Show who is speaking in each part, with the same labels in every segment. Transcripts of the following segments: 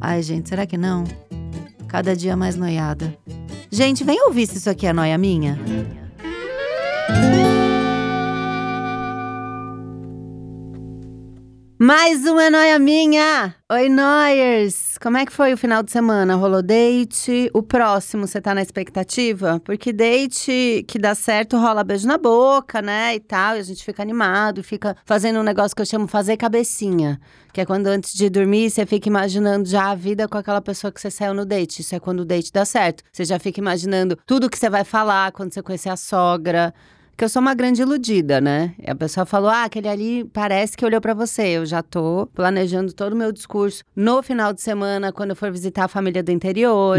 Speaker 1: Ai, gente, será que não? Cada dia mais noiada. Gente, vem ouvir se isso aqui é noia minha. Mais uma noia minha! Oi, noiers! Como é que foi o final de semana? Rolou date? O próximo, você tá na expectativa? Porque date que dá certo rola beijo na boca, né? E tal, e a gente fica animado, fica fazendo um negócio que eu chamo fazer cabecinha. Que é quando antes de dormir você fica imaginando já a vida com aquela pessoa que você saiu no date. Isso é quando o date dá certo. Você já fica imaginando tudo que você vai falar quando você conhecer a sogra. Que eu sou uma grande iludida, né? E a pessoa falou: ah, aquele ali parece que olhou pra você. Eu já tô planejando todo o meu discurso no final de semana, quando eu for visitar a família do interior.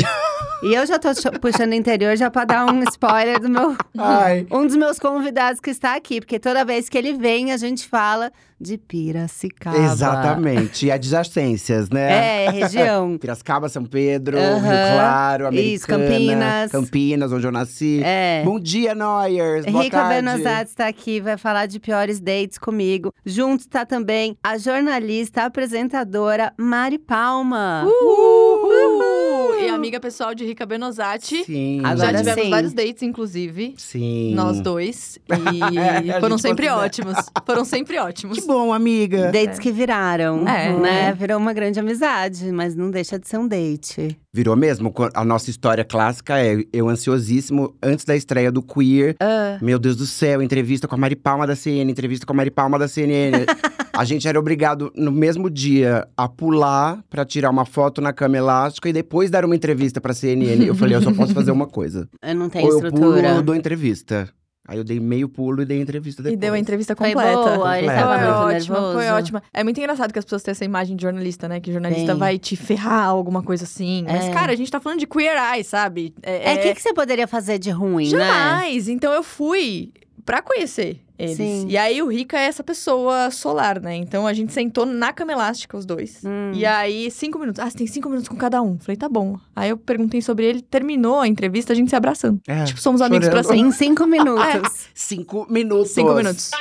Speaker 1: e eu já tô cho- puxando o interior já pra dar um spoiler do meu.
Speaker 2: Ai.
Speaker 1: Um dos meus convidados que está aqui, porque toda vez que ele vem, a gente fala de Piracicaba.
Speaker 2: Exatamente. E adjacências, né?
Speaker 1: É, região.
Speaker 2: Piracicaba, São Pedro,
Speaker 1: Aham.
Speaker 2: Rio Claro, Americana.
Speaker 1: Isso, Campinas.
Speaker 2: Campinas, onde eu nasci.
Speaker 1: É.
Speaker 2: Bom dia, Noyers! Boa
Speaker 1: Henrica
Speaker 2: tarde.
Speaker 1: Bernazatti está aqui, vai falar de piores dates comigo. Junto está também a jornalista, a apresentadora Mari Palma.
Speaker 2: Uh!
Speaker 3: Uhul! E amiga pessoal de Rica Benosati.
Speaker 2: Sim. é assim.
Speaker 1: Agora
Speaker 3: Já tivemos
Speaker 1: sim.
Speaker 3: vários dates, inclusive.
Speaker 2: Sim.
Speaker 3: Nós dois.
Speaker 2: É, a
Speaker 3: E foram
Speaker 2: gente
Speaker 3: sempre
Speaker 2: considera.
Speaker 3: ótimos. Foram sempre ótimos.
Speaker 2: Que bom, amiga.
Speaker 1: Dates que viraram,
Speaker 3: É.
Speaker 1: né? Virou uma grande amizade, mas não deixa de ser um date.
Speaker 2: Virou mesmo. Co- A nossa história clássica é eu ansiosíssimo antes da estreia do Queer.
Speaker 3: Ah.
Speaker 2: Meu Deus do céu, entrevista com a Mari Palma da CNN, entrevista com a Mari Palma da CNN. a gente era obrigado, no mesmo dia, a pular pra tirar uma foto na cama elástica e depois dar uma entrevista pra CNN. Eu falei, eu só posso fazer uma coisa.
Speaker 1: Eu não tenho
Speaker 2: ou eu pulo ou
Speaker 1: estrutura.
Speaker 2: eu dou entrevista. Aí eu dei meio pulo e dei entrevista depois. É.
Speaker 3: E deu a entrevista
Speaker 1: Foi
Speaker 3: completa.
Speaker 1: boa,
Speaker 2: ele
Speaker 3: foi
Speaker 2: tava muito
Speaker 3: ótima,
Speaker 1: nervoso.
Speaker 3: foi ótima. É muito engraçado que as pessoas têm essa imagem de jornalista, né? Que jornalista
Speaker 1: Tem.
Speaker 3: vai te ferrar alguma coisa assim. Mas,
Speaker 1: É.
Speaker 3: cara, a gente tá falando de queer eye, sabe?
Speaker 1: É, o que, que você poderia fazer de ruim, né?
Speaker 3: Jamais! Então eu fui pra conhecer eles.
Speaker 1: Sim.
Speaker 3: E aí o Rica é essa pessoa solar, né? Então a gente sentou na cama elástica os dois.
Speaker 1: Hum.
Speaker 3: E aí, cinco minutos. Ah, você tem cinco minutos com cada um. Falei, tá bom. Aí eu perguntei sobre ele, terminou a entrevista, a gente se abraçando.
Speaker 2: É,
Speaker 3: Tipo, somos amigos pra
Speaker 2: chorando.
Speaker 3: sempre.
Speaker 1: Em cinco minutos.
Speaker 2: Cinco minutos.
Speaker 3: Cinco minutos.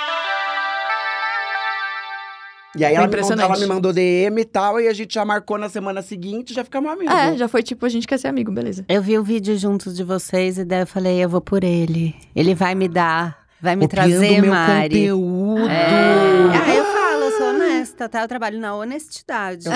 Speaker 2: E aí ela me, mandou,
Speaker 3: É Impressionante.
Speaker 2: ela me mandou DM e tal, e a gente já marcou na semana seguinte, já ficamos amigos.
Speaker 3: É, já foi tipo, a gente quer ser amigo, beleza.
Speaker 1: Eu vi o vídeo juntos de vocês e daí eu falei, eu vou por ele. Ele vai me dar, vai me
Speaker 2: Copiando
Speaker 1: trazer,
Speaker 2: meu
Speaker 1: Mari.
Speaker 2: conteúdo. É.
Speaker 1: Ah, eu falo, eu sou honesta, tá? Eu trabalho na honestidade.
Speaker 2: Eu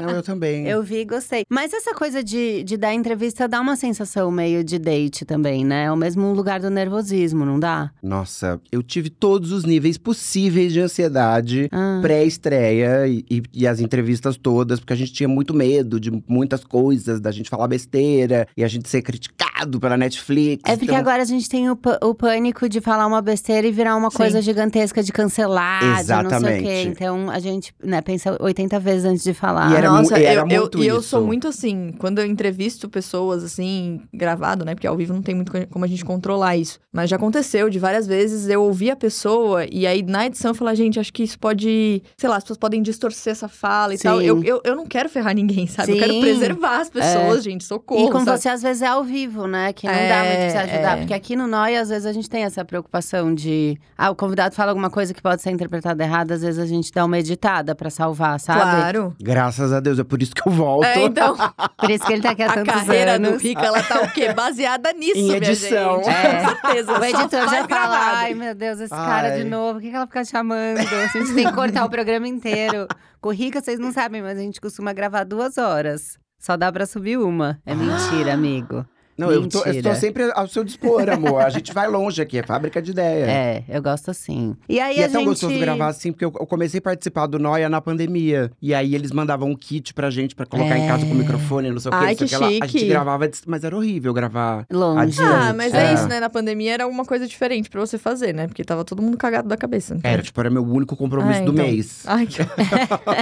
Speaker 2: Não, eu também.
Speaker 1: Eu vi e gostei. Mas essa coisa de, de dar entrevista dá uma sensação meio de date também, né? É o mesmo lugar do nervosismo, não dá?
Speaker 2: Nossa, eu tive todos os níveis possíveis de ansiedade.
Speaker 1: Ah,
Speaker 2: Pré-estreia e, e- e as entrevistas todas, porque a gente tinha muito medo de muitas coisas, da gente falar besteira e a gente ser criticado pela Netflix.
Speaker 1: É porque
Speaker 2: então-
Speaker 1: agora a gente tem o, pa- o pânico de falar uma besteira e virar uma
Speaker 3: Sim.
Speaker 1: coisa gigantesca de cancelar, de não sei o quê.
Speaker 2: Exatamente.
Speaker 1: Então a gente né, pensa 80 vezes antes de falar.
Speaker 2: E era mu-
Speaker 3: Nossa,
Speaker 2: e era
Speaker 3: eu, eu-
Speaker 2: muito
Speaker 3: e eu
Speaker 2: isso.
Speaker 3: sou muito assim, quando eu entrevisto pessoas assim, gravado, né? Porque ao vivo não tem muito co- como a gente controlar isso. Mas já aconteceu de várias vezes eu ouvir a pessoa e aí na edição eu falar, gente, acho que isso pode, sei lá, as pessoas podem distorcer essa fala e
Speaker 1: Sim.
Speaker 3: tal. Eu, eu, eu não quero ferrar ninguém, sabe? Eu
Speaker 1: Sim.
Speaker 3: quero preservar as
Speaker 2: É.
Speaker 3: pessoas, gente, socorro.
Speaker 1: E com
Speaker 3: sabe?
Speaker 1: você, às vezes, é ao vivo, né? Que não dá
Speaker 3: É,
Speaker 1: muito pra se ajudar.
Speaker 3: é.
Speaker 1: Porque aqui no Noi, às vezes, a gente tem essa preocupação de… Ah, o convidado fala alguma coisa que pode ser interpretada errada. Às vezes, a gente dá uma editada pra salvar, sabe?
Speaker 3: Claro.
Speaker 2: Graças a Deus, é por isso que eu volto.
Speaker 3: É, então,
Speaker 1: Por isso que ele tá aqui há
Speaker 3: a
Speaker 1: tantos
Speaker 3: carreira do
Speaker 1: anos.
Speaker 3: Rica, ela tá o quê? Baseada nisso,
Speaker 2: Em
Speaker 3: minha
Speaker 2: edição.
Speaker 3: gente.
Speaker 1: É.
Speaker 3: Com certeza.
Speaker 1: O
Speaker 3: só
Speaker 1: editor
Speaker 3: faz
Speaker 1: já tá fala,
Speaker 3: gravado.
Speaker 1: ai meu Deus, esse cara de
Speaker 2: Ai.
Speaker 1: novo, o que, que ela fica chamando? A gente tem que cortar o programa inteiro. Com o Rica, vocês não sabem, mas a gente costuma gravar duas horas. Só dá pra subir uma. É mentira, amigo.
Speaker 2: Não, eu tô, eu
Speaker 1: Mentira.
Speaker 2: tô sempre ao seu dispor, amor. A gente vai longe aqui, é fábrica de ideia.
Speaker 1: É, eu gosto assim. E aí
Speaker 2: E
Speaker 1: a
Speaker 2: é tão
Speaker 1: gente...
Speaker 2: gostoso gravar assim, porque eu eu comecei a participar do Noia na pandemia. E aí eles mandavam um kit pra gente pra colocar em casa com o microfone, não sei o que,
Speaker 3: Ai,
Speaker 2: não sei o
Speaker 3: que
Speaker 2: que lá. A
Speaker 3: chique.
Speaker 2: gente gravava, dis- mas era horrível gravar.
Speaker 1: longe.
Speaker 2: A distância.
Speaker 3: Ah, mas
Speaker 2: É.
Speaker 3: é isso, né? Na pandemia era uma coisa diferente pra você fazer, né? Porque tava todo mundo cagado da cabeça. então.
Speaker 2: Era, tipo, era meu único compromisso
Speaker 3: Ah,
Speaker 2: do
Speaker 3: então.
Speaker 2: mês.
Speaker 3: Ai, que...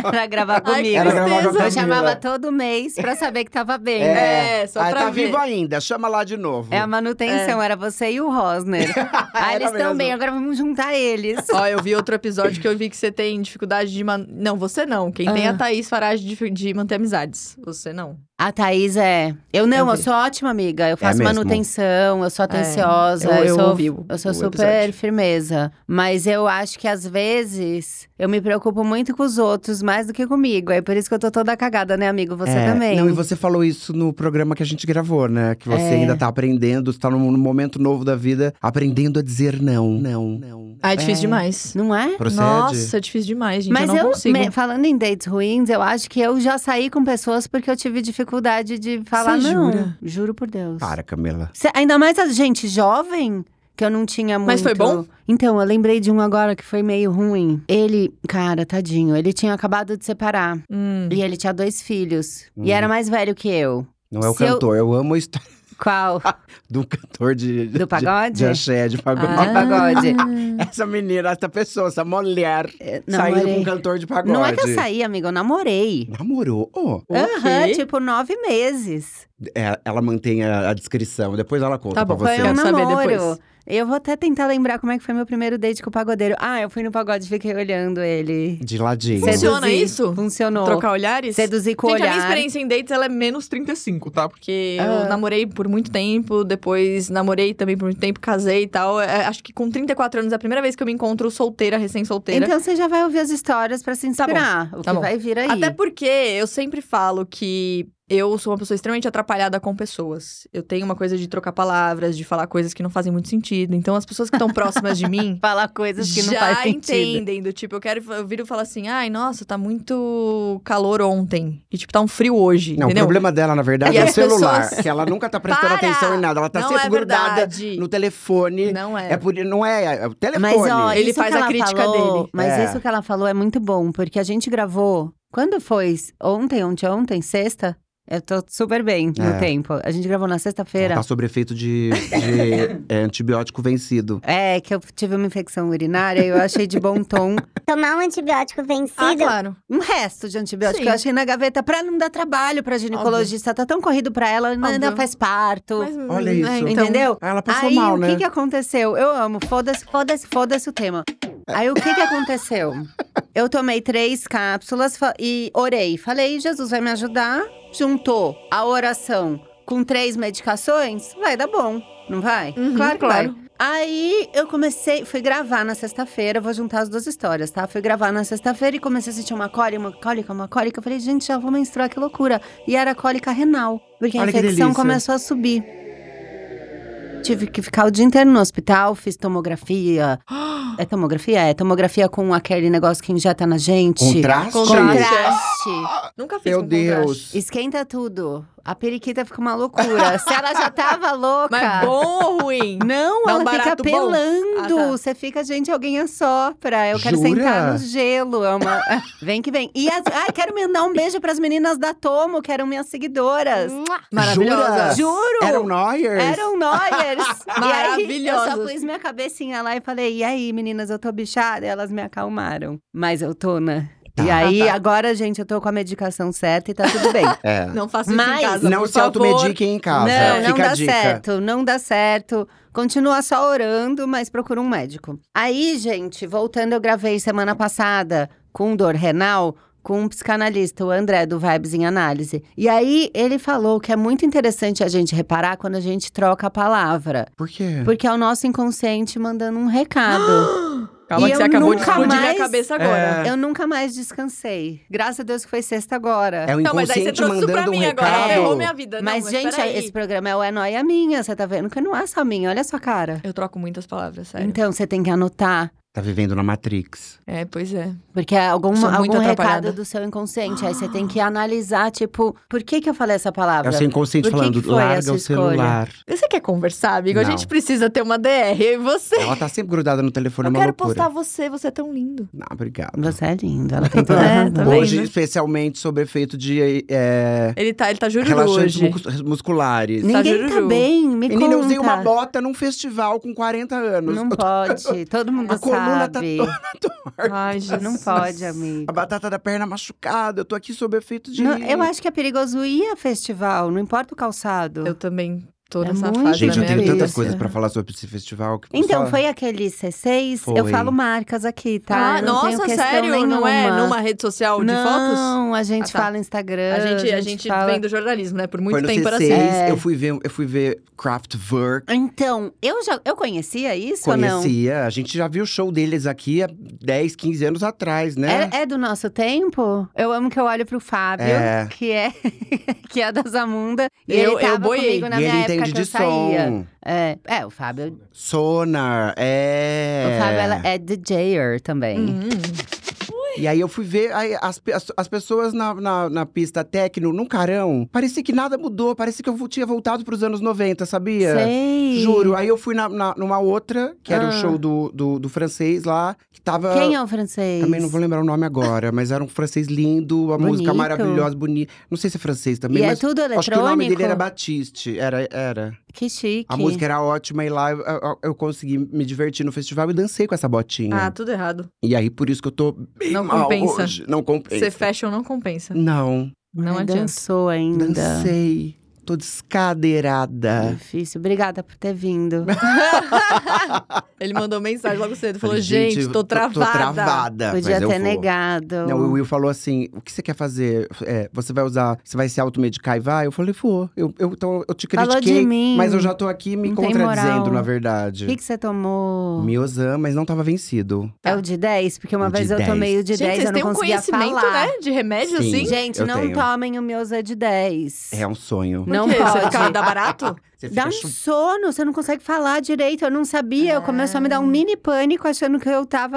Speaker 1: Era gravar
Speaker 3: Ai, que
Speaker 1: comigo.
Speaker 2: Era gravar com a
Speaker 1: eu
Speaker 2: Camila.
Speaker 1: chamava todo mês pra saber que tava bem.
Speaker 2: É.
Speaker 1: né?
Speaker 3: É, só
Speaker 2: ah,
Speaker 3: pra
Speaker 2: tá
Speaker 3: ver.
Speaker 2: vivo ainda, chama lá de novo.
Speaker 1: É a manutenção, era você e o Rosner. ah, eles
Speaker 2: Era
Speaker 1: estão
Speaker 2: mesmo.
Speaker 1: bem, agora vamos juntar eles.
Speaker 3: Ó, eu vi outro episódio que eu vi que você tem dificuldade de... Man... Não, você não. Quem tem é a
Speaker 1: Ah.
Speaker 3: Thaís Farage de, de manter amizades. Você não.
Speaker 1: A Thaís é. Eu não,
Speaker 3: Eu
Speaker 1: eu,
Speaker 3: vi.
Speaker 1: sou ótima amiga. Eu faço
Speaker 2: É mesmo?
Speaker 1: manutenção, eu sou atenciosa.
Speaker 3: eu-
Speaker 1: eu,
Speaker 3: eu
Speaker 1: sou,
Speaker 3: ouvi o-
Speaker 1: eu sou
Speaker 3: o
Speaker 1: super
Speaker 3: episódio.
Speaker 1: firmeza. Mas eu acho que às vezes eu me preocupo muito com os outros mais do que comigo. É por isso que eu tô toda cagada, né, amigo? Você
Speaker 2: É,
Speaker 1: também.
Speaker 2: Não, e você falou isso no programa que a gente gravou, né? Que você
Speaker 1: É.
Speaker 2: ainda tá aprendendo, você tá num num momento novo da vida, aprendendo a dizer não. Não, não.
Speaker 3: Ah, é difícil
Speaker 1: É.
Speaker 3: demais.
Speaker 1: Não é?
Speaker 2: Procede?
Speaker 3: Nossa, é difícil demais, gente.
Speaker 1: Mas
Speaker 3: eu não consigo.
Speaker 1: me- falando em dates ruins, eu acho que eu já saí com pessoas porque eu tive dificuldade de falar
Speaker 3: Você
Speaker 1: não.
Speaker 3: jura?
Speaker 1: Juro por Deus.
Speaker 2: Para, Camila.
Speaker 1: Cê- ainda mais a gente jovem, que eu não tinha muito.
Speaker 3: Mas foi bom?
Speaker 1: Então, eu lembrei de um agora que foi meio ruim. Ele, cara, tadinho, ele tinha acabado de separar.
Speaker 3: Hum.
Speaker 1: E ele tinha dois filhos.
Speaker 2: Hum.
Speaker 1: E era mais velho que eu.
Speaker 2: Não é o
Speaker 1: Se eu-
Speaker 2: cantor. Eu amo a história
Speaker 1: Qual?
Speaker 2: Ah, do cantor de.
Speaker 1: Do
Speaker 2: de-
Speaker 1: pagode?
Speaker 2: De, axé, de pagode.
Speaker 1: Ah. pagode.
Speaker 2: Essa menina, essa pessoa, essa mulher saindo com um
Speaker 1: Namorei.
Speaker 2: cantor de pagode.
Speaker 1: Não é que eu saí, amiga, eu namorei.
Speaker 2: Namorou? Ó,
Speaker 3: O
Speaker 1: Aham,
Speaker 3: quê?
Speaker 1: tipo nove meses.
Speaker 2: é, ela mantém a, a descrição, depois ela conta
Speaker 3: Tá bom,
Speaker 2: pra você.
Speaker 1: Foi um
Speaker 3: Quero saber depois.
Speaker 1: namoro. Eu vou até tentar lembrar como é que foi meu primeiro date com o pagodeiro. Ah, eu fui no pagode e fiquei olhando ele.
Speaker 2: De ladinho.
Speaker 3: Funciona. isso?
Speaker 1: Funcionou.
Speaker 3: Trocar olhares?
Speaker 1: Seduzir com o
Speaker 3: Gente, a
Speaker 1: olhar.
Speaker 3: minha experiência em dates, ela é menos 35, tá? Porque
Speaker 1: Ah.
Speaker 3: eu namorei por muito tempo, depois namorei também por muito tempo, casei e tal. É, acho que com 34 anos é a primeira vez que eu me encontro solteira, recém-solteira.
Speaker 1: Então você já vai ouvir as histórias pra se
Speaker 3: Tá bom,
Speaker 1: inspirar. o
Speaker 3: tá
Speaker 1: que
Speaker 3: bom.
Speaker 1: vai vir aí.
Speaker 3: Até porque eu sempre falo que eu sou uma pessoa extremamente atrapalhada com pessoas. Eu tenho uma coisa de trocar palavras, de falar coisas que não fazem muito sentido. Então, as pessoas que estão próximas de mim,
Speaker 1: falar coisas que
Speaker 3: já
Speaker 1: não faz sentido.
Speaker 3: entendem, do tipo, eu quero eu viro e falo assim: "Ai, nossa, tá muito calor ontem". E tipo, tá um frio hoje,
Speaker 2: Não,
Speaker 3: entendeu?
Speaker 2: o problema dela, na verdade,
Speaker 3: E
Speaker 2: é o
Speaker 3: as
Speaker 2: celular.
Speaker 3: pessoas-
Speaker 2: Que ela nunca tá prestando
Speaker 3: Para!
Speaker 2: atenção em nada. Ela tá
Speaker 3: não
Speaker 2: sempre
Speaker 3: é
Speaker 2: grudada
Speaker 3: verdade.
Speaker 2: no telefone.
Speaker 3: Não é.
Speaker 2: É por, não é, é o telefone.
Speaker 1: Mas ó,
Speaker 3: Ele
Speaker 1: isso
Speaker 3: faz
Speaker 1: que
Speaker 3: a
Speaker 1: ela
Speaker 3: crítica
Speaker 1: falou,
Speaker 3: dele.
Speaker 1: Mas
Speaker 2: É.
Speaker 1: isso que ela falou é muito bom, porque a gente gravou. Quando foi? Ontem, ontem, ontem, sexta? Eu tô super bem
Speaker 2: É.
Speaker 1: no tempo. A gente gravou na sexta-feira.
Speaker 2: Ela tá sobre efeito de, de, é, antibiótico vencido.
Speaker 1: É, que eu tive uma infecção urinária e eu achei de bom tom.
Speaker 4: Tomar um antibiótico
Speaker 3: Ah,
Speaker 4: vencido
Speaker 3: claro.
Speaker 1: Um resto de antibiótico
Speaker 3: Sim.
Speaker 1: eu achei na gaveta pra não dar trabalho pra ginecologista. Tá tão corrido pra ela, ainda
Speaker 3: Óbvio.
Speaker 1: faz parto.
Speaker 3: Mas,
Speaker 2: Olha isso.
Speaker 3: né, então-
Speaker 1: Entendeu?
Speaker 2: Ah, Ela passou
Speaker 1: Aí
Speaker 2: mal,
Speaker 1: o que
Speaker 2: né?
Speaker 1: que aconteceu? Eu amo, foda-se, foda-se, foda-se o tema. Aí o que que aconteceu? Eu tomei três cápsulas fa- e orei. Falei, Jesus vai me ajudar. Juntou a oração com três medicações, vai dar bom, não vai?
Speaker 3: Uhum,
Speaker 1: claro que
Speaker 3: claro.
Speaker 1: vai. Aí eu comecei, fui gravar na sexta-feira, vou juntar as duas histórias, tá? Fui gravar na sexta-feira e comecei a sentir uma cólica, uma cólica, uma cólica. Eu falei, gente, já vou menstruar, que loucura. E era cólica renal, porque
Speaker 2: Olha
Speaker 1: a
Speaker 2: que
Speaker 1: infecção
Speaker 2: delícia.
Speaker 1: começou a subir. Tive que ficar o dia inteiro no hospital, fiz tomografia. É tomografia? É tomografia com aquele negócio que injeta na gente.
Speaker 2: Contraste?
Speaker 3: Contraste.
Speaker 1: Contraste.
Speaker 3: então, Nunca fiz
Speaker 2: Meu
Speaker 3: com contraste.
Speaker 2: Deus.
Speaker 1: Esquenta tudo. A periquita fica uma loucura. Se ela já tava louca.
Speaker 3: Mas bom ou ruim?
Speaker 1: Não,
Speaker 3: Dá um
Speaker 1: ela fica
Speaker 3: barato bom?
Speaker 1: apelando.
Speaker 3: Ah, tá.
Speaker 1: Você fica, gente, alguém assopra. Eu quero
Speaker 2: Jura?
Speaker 1: sentar no gelo. É uma... vem que vem. E as... Ai, quero mandar um beijo pras meninas da Tomo, que eram minhas seguidoras.
Speaker 2: Jura?
Speaker 3: Maravilhosa.
Speaker 1: Juro!
Speaker 2: Eram um Noyers?
Speaker 1: Eram Noyers. E aí, eu só
Speaker 3: Maravilhosas.
Speaker 1: pus minha cabecinha lá e falei, e aí, meninas, eu tô bichada? E elas me acalmaram. Mas eu tô, né? E
Speaker 2: Tá.
Speaker 1: aí,
Speaker 3: Ah, tá.
Speaker 1: agora, gente, eu tô com a medicação certa e tá tudo bem.
Speaker 2: É.
Speaker 3: Não faço isso
Speaker 1: Mas-
Speaker 3: em casa,
Speaker 2: Não
Speaker 3: por
Speaker 2: se
Speaker 3: favor.
Speaker 2: automediquem em casa.
Speaker 1: Não, não
Speaker 2: Tá, Fica
Speaker 1: dá
Speaker 2: a dica.
Speaker 1: certo, não dá certo. Continua só orando, mas procura um médico. Aí, gente, voltando, eu gravei semana passada com dor renal com um psicanalista, o André, do Vibes em Análise. E aí, ele falou que é muito interessante a gente reparar quando a gente troca a palavra.
Speaker 2: Por quê?
Speaker 1: Porque é o nosso inconsciente mandando um recado.
Speaker 3: Calma
Speaker 1: E
Speaker 3: que você
Speaker 1: eu
Speaker 3: acabou de
Speaker 1: nunca
Speaker 3: explodir
Speaker 1: mais-
Speaker 3: minha cabeça agora.
Speaker 2: É.
Speaker 1: eu nunca mais descansei. Graças a Deus que foi sexta agora.
Speaker 2: É o
Speaker 3: Não, mas aí você
Speaker 2: inconsciente
Speaker 3: trouxe isso pra
Speaker 2: mandando um
Speaker 3: mim agora.
Speaker 2: recado.
Speaker 3: Ferrou minha vida. Não,
Speaker 1: mas, gente,
Speaker 3: peraí.
Speaker 1: esse programa é o É Nóia Minha. Você tá vendo que não é só minha. Olha a sua cara.
Speaker 3: Eu troco muitas palavras, sério.
Speaker 1: Então, você tem que anotar.
Speaker 2: Tá vivendo na Matrix.
Speaker 3: É, pois é.
Speaker 1: Porque é algum,
Speaker 3: Sou muito
Speaker 1: algum recado
Speaker 3: atrapalhada.
Speaker 1: do seu inconsciente. Aí você tem que analisar, tipo, por que que eu falei essa palavra?
Speaker 2: É o seu inconsciente
Speaker 1: Tá Por que
Speaker 2: falando,
Speaker 1: que foi
Speaker 2: larga
Speaker 1: essa
Speaker 2: o
Speaker 1: escolha?"
Speaker 2: celular.
Speaker 3: Você quer conversar, amigo? A
Speaker 2: Não.
Speaker 3: gente precisa ter uma DR. Eu e você.
Speaker 2: Ela tá sempre grudada no telefone, é
Speaker 3: eu
Speaker 2: uma
Speaker 3: quero
Speaker 2: loucura.
Speaker 3: postar você, você é tão lindo.
Speaker 2: Não, obrigado.
Speaker 1: Você é linda, ela tem toda a
Speaker 3: É,
Speaker 1: razão.
Speaker 3: tá vendo?
Speaker 2: Hoje,
Speaker 3: né?
Speaker 2: especialmente, sobre efeito de é,
Speaker 3: Ele tá, ele tá jururu
Speaker 2: relaxantes
Speaker 3: hoje.
Speaker 2: mus- musculares.
Speaker 3: Tá
Speaker 1: Ninguém tá
Speaker 3: jururu.
Speaker 1: bem, me
Speaker 2: Menina,
Speaker 1: conta.
Speaker 2: eu usei uma bota num festival com 40 anos.
Speaker 1: Não pode, todo mundo
Speaker 2: A coluna tá
Speaker 1: sabe.
Speaker 3: Ai, Jesus.
Speaker 1: Não pode, amigo.
Speaker 2: A batata da perna machucada, eu tô aqui sob efeito de.
Speaker 1: Não, eu acho que é perigoso ir a festival, não importa o calçado.
Speaker 3: Eu também tô
Speaker 1: É
Speaker 3: nessa
Speaker 1: muito
Speaker 3: fase
Speaker 2: Gente,
Speaker 3: da
Speaker 2: eu
Speaker 1: Também
Speaker 3: minha
Speaker 2: tenho
Speaker 1: é
Speaker 2: tantas
Speaker 1: isso.
Speaker 2: coisas pra falar sobre esse festival. Que
Speaker 1: Então,
Speaker 2: só-
Speaker 1: foi aquele C6? Eu
Speaker 2: Foi.
Speaker 1: falar marcas aqui, tá?
Speaker 3: Ah,
Speaker 1: Eu não tenho
Speaker 3: nossa,
Speaker 1: questão
Speaker 3: sério? Não é
Speaker 1: nenhuma.
Speaker 3: numa rede social de fotos?
Speaker 1: Não, a gente
Speaker 3: Ah, tá.
Speaker 1: fala Instagram.
Speaker 3: A gente, a gente
Speaker 1: fala...
Speaker 3: vem do jornalismo, né? Por muito
Speaker 2: Foi no
Speaker 3: tempo era
Speaker 2: C6,
Speaker 3: assim.
Speaker 1: É.
Speaker 2: eu fui ver, eu fui ver Kraftwerk.
Speaker 1: Então, eu já eu conhecia isso ou não?
Speaker 2: Conhecia, a gente já viu o show deles aqui há 10, 15 anos atrás, né?
Speaker 1: É, é do nosso tempo? Eu amo que eu olho pro Fábio,
Speaker 2: É.
Speaker 1: que é que é da Zamunda. E
Speaker 3: Eu-
Speaker 1: ele tava
Speaker 3: eu boiei.
Speaker 1: comigo é, na
Speaker 2: e
Speaker 1: minha
Speaker 2: ele
Speaker 1: época
Speaker 2: entende
Speaker 1: que eu
Speaker 2: de som.
Speaker 1: saía. É, é, o Fábio.
Speaker 2: Sonar, é.
Speaker 1: O Fábio ela é DJer também.
Speaker 3: Hum.
Speaker 2: E aí eu fui ver, aí as, pe- as, as pessoas na, na, na pista tecno, num carão, parecia que nada mudou, parecia que eu vo- tinha voltado pros anos 90, sabia?
Speaker 1: Sei.
Speaker 2: Juro. Aí eu fui na, na- numa outra, que era
Speaker 1: Ah.
Speaker 2: o show do, do, do francês lá, que tava.
Speaker 1: Quem é o francês?
Speaker 2: Também não vou lembrar o nome agora, mas era um francês lindo, a música
Speaker 1: Bonito.
Speaker 2: maravilhosa, bonita. Não sei se é francês também,
Speaker 1: E é
Speaker 2: mas
Speaker 1: tudo eletrônico?
Speaker 2: acho que o nome dele era Batiste. Era, era.
Speaker 1: Que chique.
Speaker 2: A música era ótima e lá eu, eu- eu consegui me divertir no festival e dancei com essa botinha.
Speaker 3: Ah, tudo errado.
Speaker 2: E aí, por isso que eu tô bem
Speaker 3: Não
Speaker 2: mal
Speaker 3: compensa.
Speaker 2: hoje. Não compensa.
Speaker 3: Ser fashion não compensa.
Speaker 2: Não,
Speaker 3: Não
Speaker 1: Ai,
Speaker 3: adianta.
Speaker 1: Dançou ainda.
Speaker 2: dancei. Tô descadeirada.
Speaker 1: Difícil. Obrigada por ter vindo.
Speaker 2: Ah,
Speaker 3: Ele mandou mensagem logo cedo. Falou,
Speaker 2: Falei,
Speaker 3: gente, tô travada.
Speaker 2: Tô travada.
Speaker 1: Podia
Speaker 2: mas eu
Speaker 1: ter
Speaker 2: vou.
Speaker 1: negado.
Speaker 2: Não, o Will falou assim: o que você quer fazer? É, você vai usar, você vai se automedicar e vai? Eu falei, vou. Eu, eu, então, eu te critiquei,
Speaker 1: Falou de mim.
Speaker 2: mas eu já tô aqui me
Speaker 1: Não tem
Speaker 2: contradizendo,
Speaker 1: moral.
Speaker 2: na
Speaker 1: O
Speaker 2: verdade.
Speaker 1: que que você tomou?
Speaker 2: Miosan, mas não tava vencido.
Speaker 1: É o de 10? Porque uma
Speaker 2: O de
Speaker 1: vez eu
Speaker 2: 10.
Speaker 1: tomei o de
Speaker 3: Gente,
Speaker 1: 10
Speaker 3: vocês
Speaker 1: eu não
Speaker 3: têm um
Speaker 1: conseguia
Speaker 3: conhecimento,
Speaker 1: falar.
Speaker 3: né? De remédio,
Speaker 2: Sim.
Speaker 3: assim?
Speaker 1: Gente,
Speaker 2: Eu
Speaker 1: não
Speaker 2: tenho.
Speaker 1: tomem o Miosa de 10.
Speaker 2: É um sonho.
Speaker 3: Por
Speaker 1: Não
Speaker 3: quê? Você
Speaker 1: pode.
Speaker 3: fica, dá barato?
Speaker 2: Você
Speaker 1: Dá
Speaker 2: fica
Speaker 1: um
Speaker 2: chu-
Speaker 1: sono, você não consegue falar direito. Eu não sabia, eu começou a me dar
Speaker 3: É.
Speaker 1: um mini pânico achando que eu tava.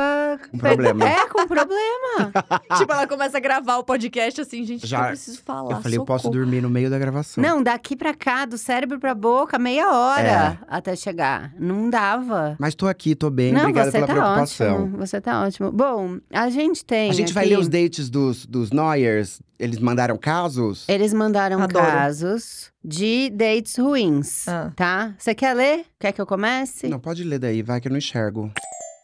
Speaker 2: Um problema.
Speaker 1: É, com problema.
Speaker 3: tipo, ela começa a gravar o podcast assim, gente,
Speaker 2: Já-
Speaker 3: eu preciso falar.
Speaker 2: Eu falei, eu posso
Speaker 3: socorro.
Speaker 2: dormir no meio da gravação.
Speaker 1: não, daqui pra cá, do cérebro pra boca, meia hora até chegar. Não dava.
Speaker 2: Mas tô aqui, tô É. bem.
Speaker 1: não,
Speaker 2: Obrigada
Speaker 1: você
Speaker 2: pela
Speaker 1: tá
Speaker 2: preocupação.
Speaker 1: ótimo. Você tá ótimo. Bom, a gente tem.
Speaker 2: A gente vai
Speaker 1: aqui-
Speaker 2: ler os dates dos, dos Noyers. Eles mandaram casos?
Speaker 1: Eles mandaram
Speaker 3: Adoro.
Speaker 1: casos de dates ruins,
Speaker 3: Ah.
Speaker 1: tá? Você quer ler? Quer que eu comece?
Speaker 2: Não, pode ler daí, vai que eu não enxergo.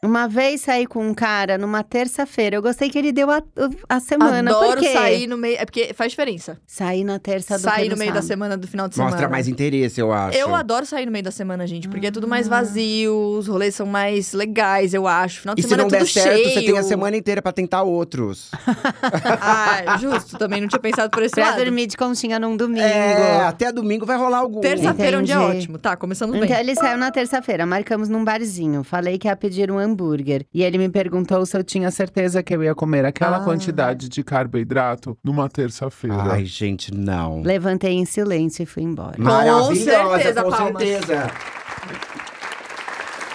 Speaker 1: Uma vez saí com um cara numa terça-feira. Eu gostei que ele deu a, a semana.
Speaker 3: Adoro
Speaker 1: Por quê?
Speaker 3: sair no meio. É porque faz diferença.
Speaker 1: Sair na terça do que
Speaker 3: Sair
Speaker 1: no
Speaker 3: no meio da
Speaker 1: sábado.
Speaker 3: semana, do final de
Speaker 2: Mostra
Speaker 3: semana.
Speaker 2: mais interesse, eu acho. Ah.
Speaker 3: Eu adoro sair no meio da semana, gente, porque é tudo mais vazio, os rolês são mais legais, eu acho. Final de
Speaker 2: E se
Speaker 3: semana
Speaker 2: não
Speaker 3: é
Speaker 2: der
Speaker 3: tudo
Speaker 2: certo,
Speaker 3: cheio.
Speaker 2: você tem a semana inteira pra tentar outros.
Speaker 3: Ah, justo, também não tinha pensado por esse
Speaker 1: Pra
Speaker 3: lado.
Speaker 1: dormir de conchinha num domingo.
Speaker 2: É, até domingo vai rolar algum.
Speaker 3: Terça-feira é um dia
Speaker 1: Entendi.
Speaker 3: ótimo. Tá, começamos bem.
Speaker 1: Então ele saiu na terça-feira, marcamos num barzinho. Falei que ia pedir um hambúrguer. E ele me perguntou se eu tinha certeza
Speaker 4: que eu ia comer aquela
Speaker 3: Ah.
Speaker 4: quantidade de carboidrato numa terça-feira.
Speaker 2: Ai, gente, não.
Speaker 1: Levantei em silêncio e fui embora.
Speaker 2: Maravilhosa,
Speaker 3: certeza,
Speaker 2: com
Speaker 3: palmas.
Speaker 2: certeza.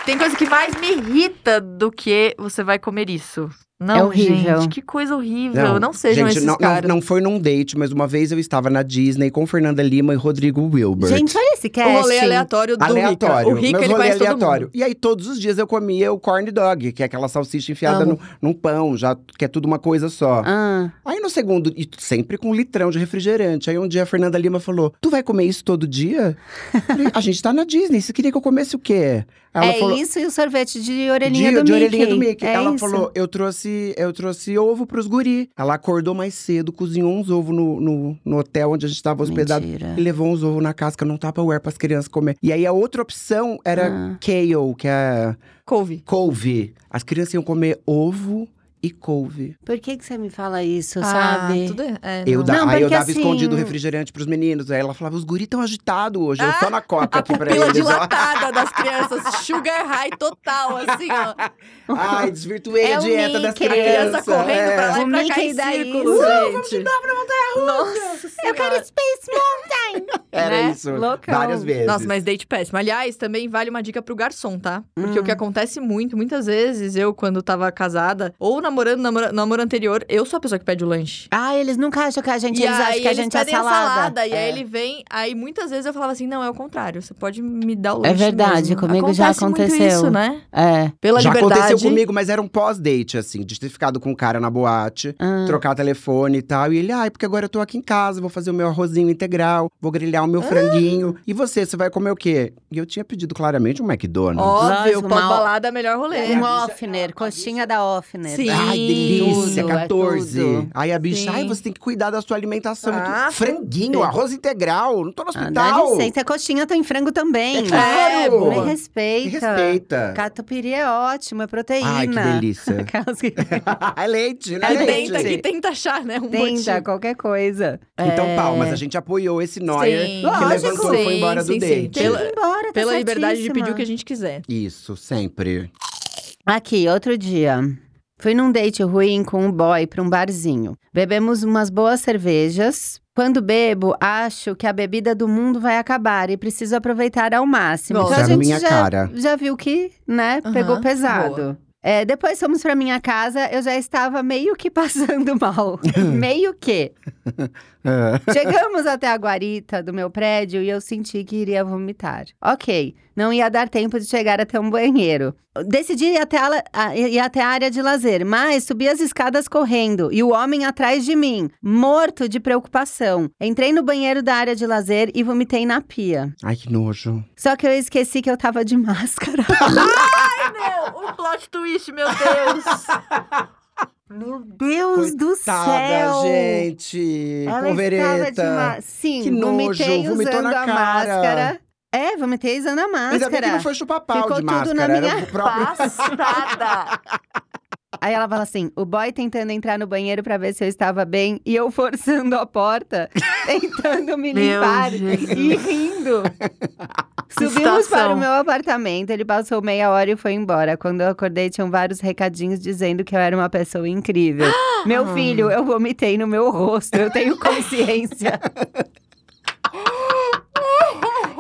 Speaker 3: Tem coisa que mais me irrita do que você vai comer isso. Não,
Speaker 1: É horrível.
Speaker 3: gente, que coisa horrível. Não, sejam
Speaker 2: gente,
Speaker 3: esses
Speaker 2: não, não,
Speaker 3: caras.
Speaker 2: não foi num date, mas uma vez eu estava na Disney com Fernanda Lima e Rodrigo Wilbert.
Speaker 1: Gente, olha esse casting.
Speaker 3: O rolê aleatório do
Speaker 2: aleatório.
Speaker 3: Rica. O Rica,
Speaker 2: meus
Speaker 3: ele
Speaker 2: rolê
Speaker 3: conhece
Speaker 2: aleatório.
Speaker 3: todo
Speaker 2: E
Speaker 3: mundo.
Speaker 2: aí, todos os dias eu comia o corn dog, que é aquela salsicha enfiada
Speaker 3: Amo.
Speaker 2: no, num pão, já que é tudo uma coisa só.
Speaker 1: Ah,
Speaker 2: Aí no segundo, e sempre com um litrão de refrigerante. Aí um dia a Fernanda Lima falou: Tu vai comer isso todo dia? Eu Falei, a gente tá na Disney, você queria que eu comesse o quê? Aí
Speaker 1: é isso e o sorvete de orelhinha,
Speaker 2: de,
Speaker 1: do,
Speaker 2: de
Speaker 1: Mickey.
Speaker 2: orelhinha do Mickey.
Speaker 1: É
Speaker 2: ela
Speaker 1: isso.
Speaker 2: falou: eu trouxe, eu trouxe ovo pros guri. Ela acordou mais cedo, cozinhou uns ovos no, no, no hotel onde a gente tava hospedado.
Speaker 1: Mentira.
Speaker 2: E levou uns ovos na casca, num Tupperware pras crianças comer. E aí a outra opção era
Speaker 1: Ah.
Speaker 2: kale, que é
Speaker 3: Couve.
Speaker 2: couve. As crianças iam comer ovo e couve.
Speaker 1: Por que que você me fala isso,
Speaker 3: Ah,
Speaker 1: sabe?
Speaker 3: tudo é. é,
Speaker 2: Eu
Speaker 3: não.
Speaker 2: da-
Speaker 1: Não,
Speaker 2: aí eu
Speaker 1: porque
Speaker 2: dava
Speaker 1: assim-
Speaker 2: escondido o refrigerante pros meninos. Aí ela falava, os guris tão agitados hoje, eu só na coca
Speaker 3: Ah, A
Speaker 2: aqui pra
Speaker 3: pupila
Speaker 2: eles. ó.
Speaker 3: dilatada das crianças. Sugar high total, assim, ó.
Speaker 2: Ai, desvirtuei
Speaker 1: É
Speaker 2: a
Speaker 1: o
Speaker 2: dieta das
Speaker 1: Mickey. A
Speaker 2: crianças.
Speaker 3: criança correndo
Speaker 2: é.
Speaker 3: pra
Speaker 1: O
Speaker 3: lá e pra cá
Speaker 1: Mickey
Speaker 3: em
Speaker 1: dá
Speaker 3: círculo,
Speaker 1: isso.
Speaker 3: gente. Nossa, Senhora.
Speaker 1: Eu quero Space Mountain!
Speaker 2: Era
Speaker 3: Né?
Speaker 2: isso.
Speaker 1: Loucão.
Speaker 2: Várias vezes.
Speaker 3: Nossa, mas date péssimo. Aliás, também vale uma dica pro garçom, tá? Porque
Speaker 1: Hum.
Speaker 3: o que acontece muito, muitas vezes, eu, quando tava casada, ou namorando, namora, namoro anterior, eu sou a pessoa que pede o lanche.
Speaker 1: Ah, eles nunca acham que a gente,
Speaker 3: e
Speaker 1: eles acham
Speaker 3: aí
Speaker 1: que a
Speaker 3: eles
Speaker 1: gente é
Speaker 3: pedem a
Speaker 1: salada. É.
Speaker 3: E aí ele vem, aí muitas vezes eu falava assim, não, é o contrário, você pode me dar o lanche
Speaker 1: É verdade,
Speaker 3: mesmo.
Speaker 1: comigo já
Speaker 3: Acontece muito
Speaker 1: aconteceu.
Speaker 3: isso, né?
Speaker 1: É.
Speaker 3: Pela
Speaker 2: Já
Speaker 3: liberdade.
Speaker 2: aconteceu comigo, mas era um pós-date, assim, de ter ficado com um cara na boate,
Speaker 1: Ah.
Speaker 2: trocar telefone e tal. E ele, ai, porque agora eu tô aqui em casa, vou fazer o meu arrozinho integral, vou grelhar
Speaker 3: Ah.
Speaker 2: o meu franguinho. E você, você vai comer o quê? E eu tinha pedido claramente um McDonald's.
Speaker 3: Óbvio,
Speaker 1: Lógico,
Speaker 3: pós
Speaker 1: uma-
Speaker 3: balada é melhor rolê.
Speaker 1: Um offner, coxinha da offner.
Speaker 3: Sim.
Speaker 2: Ai, delícia,
Speaker 1: tudo, é
Speaker 2: 14.
Speaker 1: tudo.
Speaker 2: Aí a bicha,
Speaker 3: Sim.
Speaker 2: ai, você tem que cuidar da sua alimentação. é
Speaker 3: Ah,
Speaker 2: franguinho, arroz integral, não tô no
Speaker 1: Ah, dá
Speaker 2: hospital.
Speaker 1: licença, coxinha tá em frango também.
Speaker 2: É claro!
Speaker 1: Me
Speaker 2: Boa. Me
Speaker 1: respeita.
Speaker 2: respeita.
Speaker 1: Catupiry é ótimo, é proteína.
Speaker 2: Ai, que delícia.
Speaker 1: Aquelas que
Speaker 2: é leite, né?
Speaker 3: Aí
Speaker 1: É,
Speaker 2: leite.
Speaker 3: tenta, que tenta achar, né? Um
Speaker 1: tenta
Speaker 3: motivo.
Speaker 1: qualquer coisa.
Speaker 2: Então,
Speaker 1: É.
Speaker 2: palmas, a gente apoiou esse Neuer
Speaker 3: Sim.
Speaker 2: que
Speaker 1: Lógico.
Speaker 2: levantou e foi embora
Speaker 3: Sim,
Speaker 2: do
Speaker 3: sim, sim.
Speaker 2: date.
Speaker 1: Tem que
Speaker 3: Pela-
Speaker 1: ir embora, tá
Speaker 3: Pela liberdade de
Speaker 1: certíssima.
Speaker 3: pedir o que a gente quiser.
Speaker 2: Isso, sempre.
Speaker 1: Então, Aqui, outro dia. Fui num date ruim com um boy pra um barzinho. Bebemos umas boas cervejas. Quando bebo, acho que a bebida do mundo vai acabar e preciso aproveitar ao máximo.
Speaker 3: Gosto.
Speaker 1: Então a
Speaker 2: Isso é a
Speaker 1: gente
Speaker 2: minha
Speaker 1: já,
Speaker 2: cara.
Speaker 1: já viu que, né,
Speaker 3: Aham,
Speaker 1: pegou pesado.
Speaker 3: boa.
Speaker 1: É, depois fomos pra minha casa, eu já estava meio que passando mal. meio que.
Speaker 2: Ah.
Speaker 3: É.
Speaker 1: Chegamos até a guarita do meu prédio e eu senti que iria vomitar. Ok, não ia dar tempo de chegar até um banheiro. Decidi ir até a, la- a- ir até a área de lazer, mas subi as escadas correndo e o homem atrás de mim, morto de preocupação. Entrei no banheiro da área de lazer e vomitei na pia.
Speaker 2: Ai, que nojo.
Speaker 1: Só que eu esqueci que eu tava de máscara.
Speaker 3: Ah, Não, o plot twist, meu Deus!
Speaker 1: Meu Deus do
Speaker 2: Tada,
Speaker 1: céu!
Speaker 2: gente.
Speaker 1: Ela estava de
Speaker 2: Povereta.
Speaker 1: ma... Sim,
Speaker 2: Que nojo,
Speaker 1: vomitei
Speaker 2: vomitou
Speaker 1: usando
Speaker 2: na
Speaker 1: a
Speaker 2: cara.
Speaker 1: máscara. É, vomitei usando a máscara.
Speaker 2: Ainda bem que não foi chupapau
Speaker 1: Ficou
Speaker 2: de
Speaker 1: tudo na
Speaker 2: máscara. Era
Speaker 1: minha
Speaker 2: o próprio...
Speaker 3: Passada!
Speaker 1: Aí ela fala assim: o boy tentando entrar no banheiro pra ver se eu estava bem e eu forçando a porta, tentando me
Speaker 3: Meu
Speaker 1: limpar
Speaker 3: Jesus.
Speaker 1: e rindo.
Speaker 3: Que
Speaker 1: Subimos
Speaker 3: situação.
Speaker 1: para o meu apartamento, ele passou meia hora e foi embora. Quando eu acordei, tinham vários recadinhos dizendo que eu era uma pessoa incrível. meu
Speaker 2: Ah.
Speaker 1: filho, eu vomitei no meu rosto, eu tenho consciência.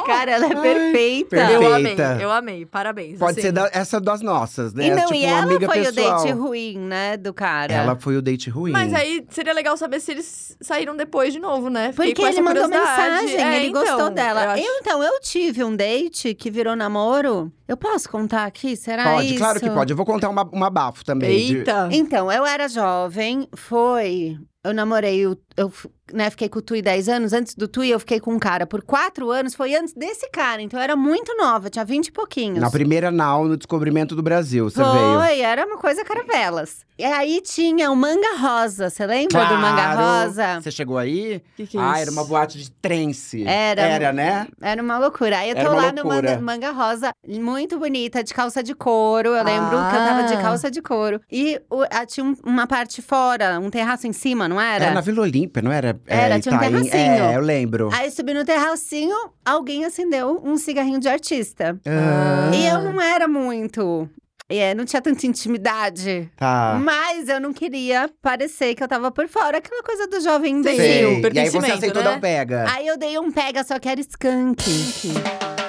Speaker 1: Cara, ela é perfeita.
Speaker 2: perfeita.
Speaker 3: Eu amei,
Speaker 2: Perfeita.
Speaker 3: eu amei. Parabéns.
Speaker 2: Pode
Speaker 3: assim.
Speaker 2: ser da- essa das nossas, né?
Speaker 1: E não,
Speaker 2: tipo,
Speaker 1: e
Speaker 2: uma
Speaker 1: ela
Speaker 2: amiga
Speaker 1: foi
Speaker 2: pessoal.
Speaker 1: o date ruim, né, do cara.
Speaker 2: Ela foi o date ruim.
Speaker 3: Mas aí seria legal saber se eles saíram depois de novo, né? Fiquei
Speaker 1: Porque
Speaker 3: com
Speaker 1: ele
Speaker 3: essa
Speaker 1: mandou
Speaker 3: curiosidade.
Speaker 1: mensagem,
Speaker 3: É,
Speaker 1: ele
Speaker 3: então,
Speaker 1: gostou
Speaker 3: eu
Speaker 1: dela.
Speaker 3: acho-
Speaker 1: Eu, então, eu tive um date que virou namoro. Eu posso contar aqui? Será
Speaker 2: Pode,
Speaker 1: isso?
Speaker 2: claro que pode. Eu vou contar uma, uma bafo
Speaker 3: é
Speaker 2: também. de-
Speaker 3: Eita!
Speaker 1: Então, eu era jovem, foi. Eu namorei, o- eu f- né, fiquei com o Tui 10 anos. Antes do Tui, eu fiquei com um cara por 4 anos. Foi antes desse cara, então eu era muito nova, tinha 20 e pouquinhos.
Speaker 2: Na primeira nau, no descobrimento do Brasil, você veio.
Speaker 1: Foi, era uma coisa caravelas. E aí tinha o Manga Rosa, você lembra do Manga
Speaker 2: Claro.
Speaker 1: Rosa?
Speaker 2: Você chegou aí?
Speaker 3: Que que é
Speaker 2: ah,
Speaker 3: isso?
Speaker 2: era uma boate de trance.
Speaker 1: Era.
Speaker 2: Era, né?
Speaker 1: Era uma loucura. Aí eu
Speaker 2: Era
Speaker 1: tô
Speaker 2: uma
Speaker 1: lá no
Speaker 2: loucura.
Speaker 1: manga, manga rosa, muito bonita, de calça de couro. Eu lembro que eu tava de
Speaker 3: Ah.
Speaker 1: calça de couro. E o- ah, tinha um- uma parte fora, um terraço em cima, não era?
Speaker 2: Era na Vila Olímpia, não era? É,
Speaker 1: Era, tinha um
Speaker 2: Itaim.
Speaker 1: terracinho.
Speaker 2: É, eu lembro.
Speaker 1: Aí subi no terracinho, alguém acendeu um cigarrinho de artista.
Speaker 2: Ah,
Speaker 1: E eu não era muito. É, não tinha tanta intimidade.
Speaker 2: tá.
Speaker 1: Mas eu não queria parecer que eu tava por fora. Aquela coisa do jovem imbecil.
Speaker 2: Sei. E aí você
Speaker 3: um pertencimento,
Speaker 2: aceitou
Speaker 3: né?
Speaker 2: dar o pega.
Speaker 1: Aí eu dei um pega, só que era skunk. Ah.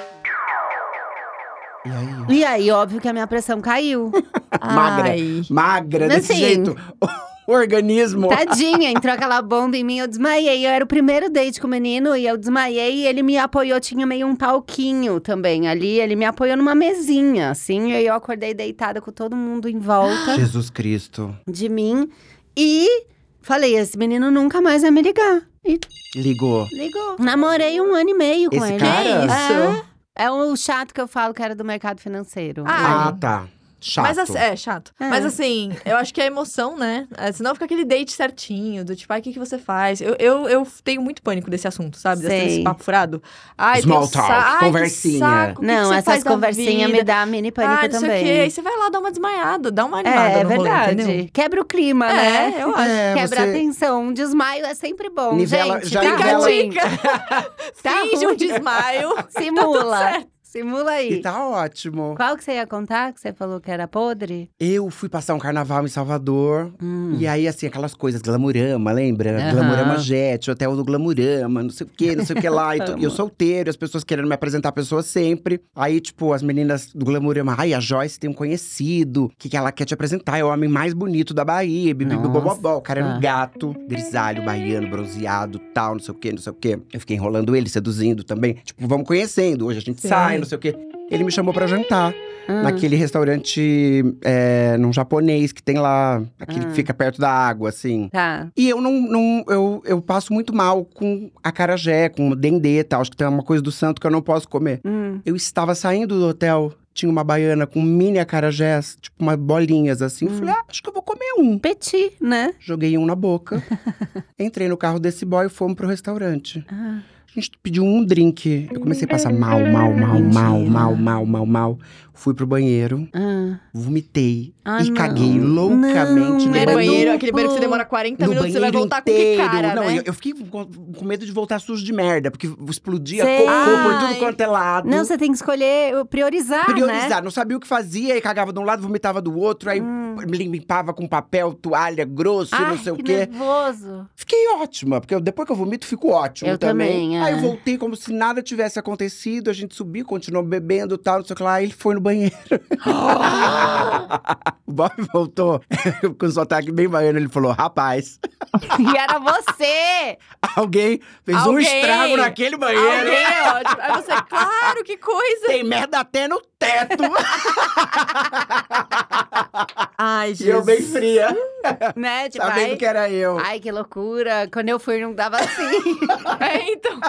Speaker 2: E aí?
Speaker 1: E aí, óbvio que a minha pressão caiu.
Speaker 2: Magra.
Speaker 3: Ah, Ai.
Speaker 2: Magra,
Speaker 1: Mas Tá
Speaker 2: desse
Speaker 1: assim,
Speaker 2: jeito. O organismo.
Speaker 1: Tadinha, entrou aquela bomba em mim, eu desmaiei. Eu era o primeiro date com o menino e eu desmaiei e ele me apoiou. Tinha meio um palquinho também ali. Ele me apoiou numa mesinha, assim. E aí eu acordei deitada com todo mundo em volta
Speaker 2: Jesus Cristo.
Speaker 1: de mim. E falei: esse menino nunca mais vai me ligar. E
Speaker 2: Ligou.
Speaker 1: ligou. Namorei um ano e meio com
Speaker 2: Esse
Speaker 1: ele.
Speaker 2: cara?
Speaker 3: Que isso?
Speaker 1: É, é o chato que eu falo que era do mercado financeiro.
Speaker 3: Ah,
Speaker 2: Ah, tá. Chato.
Speaker 3: Mas assim, é chato.
Speaker 1: É.
Speaker 3: Mas assim, eu acho que é a emoção, né? É, senão fica aquele date certinho, do tipo, ai, o que, que você faz? Eu, eu, eu tenho muito pânico desse assunto, sabe? Desse,
Speaker 1: Sei.
Speaker 3: desse papo furado. Ai,
Speaker 2: Small
Speaker 3: tem um
Speaker 2: talk,
Speaker 3: sa- ai, que
Speaker 2: conversinha.
Speaker 3: saco, o que que
Speaker 1: Não,
Speaker 3: você
Speaker 1: essas
Speaker 3: faz da
Speaker 1: conversinhas me
Speaker 3: vida?
Speaker 1: dá mini pânico
Speaker 3: ah, não
Speaker 1: também.
Speaker 3: Sei o quê. Aí você vai lá dar uma desmaiada, dá uma animada.
Speaker 1: É, é
Speaker 3: no rolê,
Speaker 1: verdade.
Speaker 3: entendeu?
Speaker 1: Quebra o clima,
Speaker 3: É,
Speaker 1: né?
Speaker 3: eu
Speaker 2: acho. É,
Speaker 1: Quebra
Speaker 2: você-
Speaker 1: a tensão. Um desmaio é sempre bom,
Speaker 2: Nivela-
Speaker 1: gente.
Speaker 2: já
Speaker 1: tá
Speaker 2: nivela-
Speaker 1: ruim.
Speaker 3: Fica a dica.
Speaker 1: Tá
Speaker 3: Finge um
Speaker 1: ruim.
Speaker 3: desmaio.
Speaker 1: Simula. Simula aí.
Speaker 2: E tá ótimo.
Speaker 1: Qual que você ia contar que você falou que era podre?
Speaker 2: Eu fui passar um carnaval em Salvador.
Speaker 1: Hum.
Speaker 2: E aí, assim, aquelas coisas, Glamurama, lembra?
Speaker 1: Aham.
Speaker 2: Glamurama Jet, hotel do Glamurama, não sei o que, não sei o que lá. E, tu- e eu solteiro, as pessoas querendo me apresentar a pessoa sempre. Aí, tipo, as meninas do Glamurama, ai, a Joyce tem um conhecido, que, que ela quer te apresentar, é o homem mais bonito da Bahia, bibibobobó. O cara era um
Speaker 1: Nossa.
Speaker 2: gato, grisalho, baiano, bronzeado, tal, não sei o que, não sei o que. Eu fiquei enrolando ele, seduzindo também. Tipo, vamos conhecendo, hoje a gente
Speaker 3: Sim.
Speaker 2: sai, não sei o que. Ele me chamou pra jantar
Speaker 1: Ah,
Speaker 2: naquele restaurante é, num japonês que tem lá, aquele
Speaker 1: Ah.
Speaker 2: que fica perto da água, assim.
Speaker 1: Tá.
Speaker 2: E eu não, não eu, eu passo muito mal com acarajé, com dendê e tal. Acho que tem uma coisa do santo que eu não posso comer.
Speaker 1: Hum.
Speaker 2: Eu estava saindo do hotel, tinha uma baiana com mini acarajés, tipo umas bolinhas assim.
Speaker 1: Hum.
Speaker 2: Falei, ah, acho que eu vou comer um.
Speaker 1: Petit, né?
Speaker 2: Joguei um na boca. Entrei no carro desse boy e fomos pro restaurante.
Speaker 1: Ah,
Speaker 2: A gente pediu um drink. Eu comecei a passar mal, mal, mal, mal,
Speaker 1: Mentira.
Speaker 2: mal, mal, mal, mal. Fui pro banheiro
Speaker 1: ah.
Speaker 2: vomitei
Speaker 1: Ah,
Speaker 2: e
Speaker 1: não.
Speaker 2: caguei loucamente
Speaker 1: Não,
Speaker 2: né? no
Speaker 3: Aquele
Speaker 1: era
Speaker 3: banheiro,
Speaker 1: duplo.
Speaker 3: aquele banheiro que você demora 40
Speaker 2: No
Speaker 3: minutos, você vai
Speaker 2: banheiro
Speaker 3: voltar
Speaker 2: inteiro.
Speaker 3: com que cara,
Speaker 2: não,
Speaker 3: né?
Speaker 2: eu, eu fiquei com, com medo de voltar sujo de merda, porque explodia
Speaker 1: Sei.
Speaker 2: cocô por
Speaker 3: Ai.
Speaker 2: tudo quanto é lado.
Speaker 1: Não, você tem que escolher, priorizar, né?
Speaker 2: Priorizar, não sabia o que fazia, aí cagava de um lado, vomitava do outro, aí
Speaker 1: Hum.
Speaker 2: limpava com papel, toalha, grosso,
Speaker 1: Ai,
Speaker 2: não sei o
Speaker 1: que
Speaker 2: quê.
Speaker 1: nervoso.
Speaker 2: Fiquei ótima, porque eu- depois que eu vomito, fico ótimo
Speaker 1: Eu também, é.
Speaker 2: Aí eu voltei como se nada tivesse acontecido, a gente subiu, continuou bebendo e tal, não sei o que lá. Aí ele foi no banheiro. o Bob voltou com um sotaque bem baiano. Ele falou: rapaz,
Speaker 1: e era você!
Speaker 2: alguém fez um
Speaker 3: Alguém!
Speaker 2: estrago naquele banheiro.
Speaker 3: Alguém é ótimo. Aí você, claro, que coisa!
Speaker 2: Tem merda até no teto.
Speaker 3: Ai,
Speaker 2: e eu bem fria,
Speaker 1: né? Tipo,
Speaker 2: sabendo
Speaker 1: ai,
Speaker 2: que é era eu.
Speaker 1: ai, que loucura. Quando eu fui, não dava assim.
Speaker 3: É, então.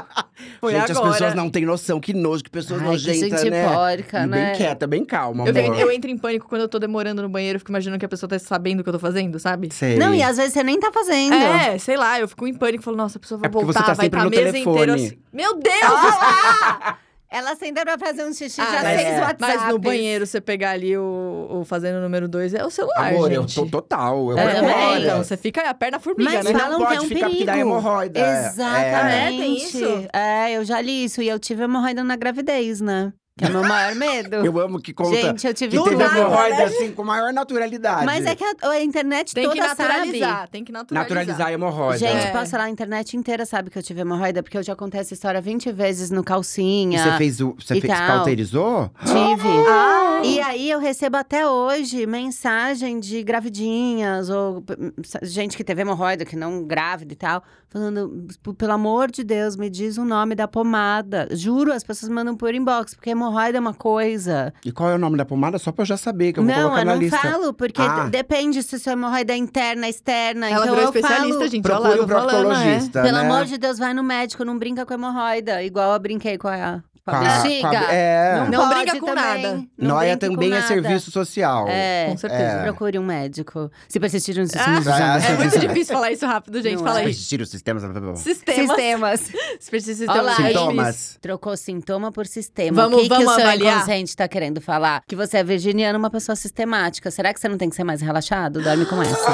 Speaker 3: Foi
Speaker 2: gente,
Speaker 3: agora.
Speaker 2: as pessoas não têm noção. Que nojo, que pessoas
Speaker 1: ai, que
Speaker 2: nojentas,
Speaker 1: gente
Speaker 2: né?
Speaker 1: porca,
Speaker 2: E
Speaker 1: né?
Speaker 2: Bem quieta, bem calma,
Speaker 3: Eu,
Speaker 2: amor.
Speaker 3: tenho- eu entro em pânico quando eu tô demorando no banheiro, eu fico imaginando que a pessoa tá sabendo o que eu tô fazendo, sabe?
Speaker 2: Sei.
Speaker 1: Não, e às vezes você nem tá fazendo.
Speaker 3: É, sei lá, eu fico em pânico, falo, nossa, a pessoa vai
Speaker 2: É porque você
Speaker 3: voltar,
Speaker 2: tá
Speaker 3: vai
Speaker 2: sempre
Speaker 3: estar
Speaker 2: no
Speaker 3: a mesa
Speaker 2: telefone. Ah,
Speaker 3: inteira assim. Meu Deus!
Speaker 1: Ela senta pra fazer um xixi,
Speaker 3: Ah,
Speaker 1: já
Speaker 2: mas- é.
Speaker 1: fez o WhatsApp.
Speaker 3: Mas no banheiro, você pegar ali o, o fazendo o número 2 é o celular,
Speaker 2: Amor, eu
Speaker 3: gente.
Speaker 2: tô total. Eu
Speaker 3: É,
Speaker 2: vou
Speaker 3: também,
Speaker 2: embora.
Speaker 3: então, você fica a perna formiga,
Speaker 1: Mas
Speaker 3: né?
Speaker 2: E
Speaker 1: falam
Speaker 2: não
Speaker 1: que
Speaker 2: pode
Speaker 1: é um
Speaker 2: ficar porque dá
Speaker 1: perigo.
Speaker 2: hemorroida. é.
Speaker 1: Exatamente.
Speaker 3: É, tem isso?
Speaker 1: É, eu já li isso. E eu tive hemorroida na gravidez, né? Que é o meu maior medo.
Speaker 2: É. Eu amo que conta
Speaker 1: Gente, eu tive
Speaker 2: que teve
Speaker 1: nada,
Speaker 2: hemorroida,
Speaker 1: né?
Speaker 2: assim, com maior naturalidade.
Speaker 1: Mas é que a, a internet
Speaker 3: Tem que
Speaker 1: toda
Speaker 3: naturalizar,
Speaker 1: sabe.
Speaker 3: tem que
Speaker 2: Naturalizar
Speaker 3: naturalizar.
Speaker 2: a hemorroida.
Speaker 1: Gente,
Speaker 3: É.
Speaker 1: posso falar, a internet inteira sabe que eu tive hemorroida, porque eu já contei essa história 20 vezes no
Speaker 2: E
Speaker 1: calcinha.
Speaker 2: você fez o. Você
Speaker 1: e
Speaker 2: fez,
Speaker 1: tal.
Speaker 2: cauterizou?
Speaker 1: Tive.
Speaker 3: Ah!
Speaker 1: E aí eu recebo até hoje mensagem de gravidinhas ou hum, gente que teve hemorroida, que não grávida e tal, falando, "P- pelo amor de Deus, me diz o nome da pomada. Juro, as pessoas mandam por inbox, porque hemorroida é uma coisa.
Speaker 2: E qual é o nome da pomada? Só pra eu já saber, que eu vou
Speaker 1: não,
Speaker 2: colocar
Speaker 1: eu
Speaker 2: na
Speaker 1: não
Speaker 2: lista.
Speaker 1: falo, porque
Speaker 2: Ah.
Speaker 1: d- depende se sua hemorroida é interna, externa.
Speaker 3: Ela
Speaker 1: então
Speaker 3: virou
Speaker 1: eu
Speaker 3: especialista,
Speaker 1: falo,
Speaker 3: gente.
Speaker 2: Procure
Speaker 3: olha
Speaker 2: o
Speaker 3: lá, eu tô falando,
Speaker 2: um proctologista.
Speaker 1: Pelo
Speaker 2: né?
Speaker 1: amor de Deus, vai no médico, não brinca com hemorroida, igual eu brinquei com a, com a
Speaker 2: Com a-
Speaker 1: bexiga.
Speaker 2: com a- é.
Speaker 1: Não,
Speaker 3: Não
Speaker 1: pode
Speaker 3: brinca com
Speaker 1: também,
Speaker 3: nada.
Speaker 1: não
Speaker 2: Noia
Speaker 1: brinque com
Speaker 2: também é
Speaker 1: nada.
Speaker 2: serviço social.
Speaker 1: É.
Speaker 3: é. Com certeza.
Speaker 1: Procure um médico. Se persistir nos
Speaker 3: Ah,
Speaker 1: sintomas, já-
Speaker 3: É muito difícil falar isso rápido, gente.
Speaker 1: Não
Speaker 3: Fala
Speaker 1: é.
Speaker 3: aí.
Speaker 2: Persistir os sistemas. blá, blá, blá.
Speaker 3: Sistemas.
Speaker 1: Sistemas.
Speaker 3: Sistemas.
Speaker 1: Olha lá,
Speaker 3: é difícil.
Speaker 2: Sintomas.
Speaker 1: Trocou sintoma por sistema.
Speaker 3: Vamos-
Speaker 1: o que, que
Speaker 3: vamos
Speaker 1: o seu
Speaker 3: avaliar?
Speaker 1: inconsciente tá querendo falar? Que você é virginiano, uma pessoa sistemática. Será que você não tem que ser mais relaxado? Dorme com essa.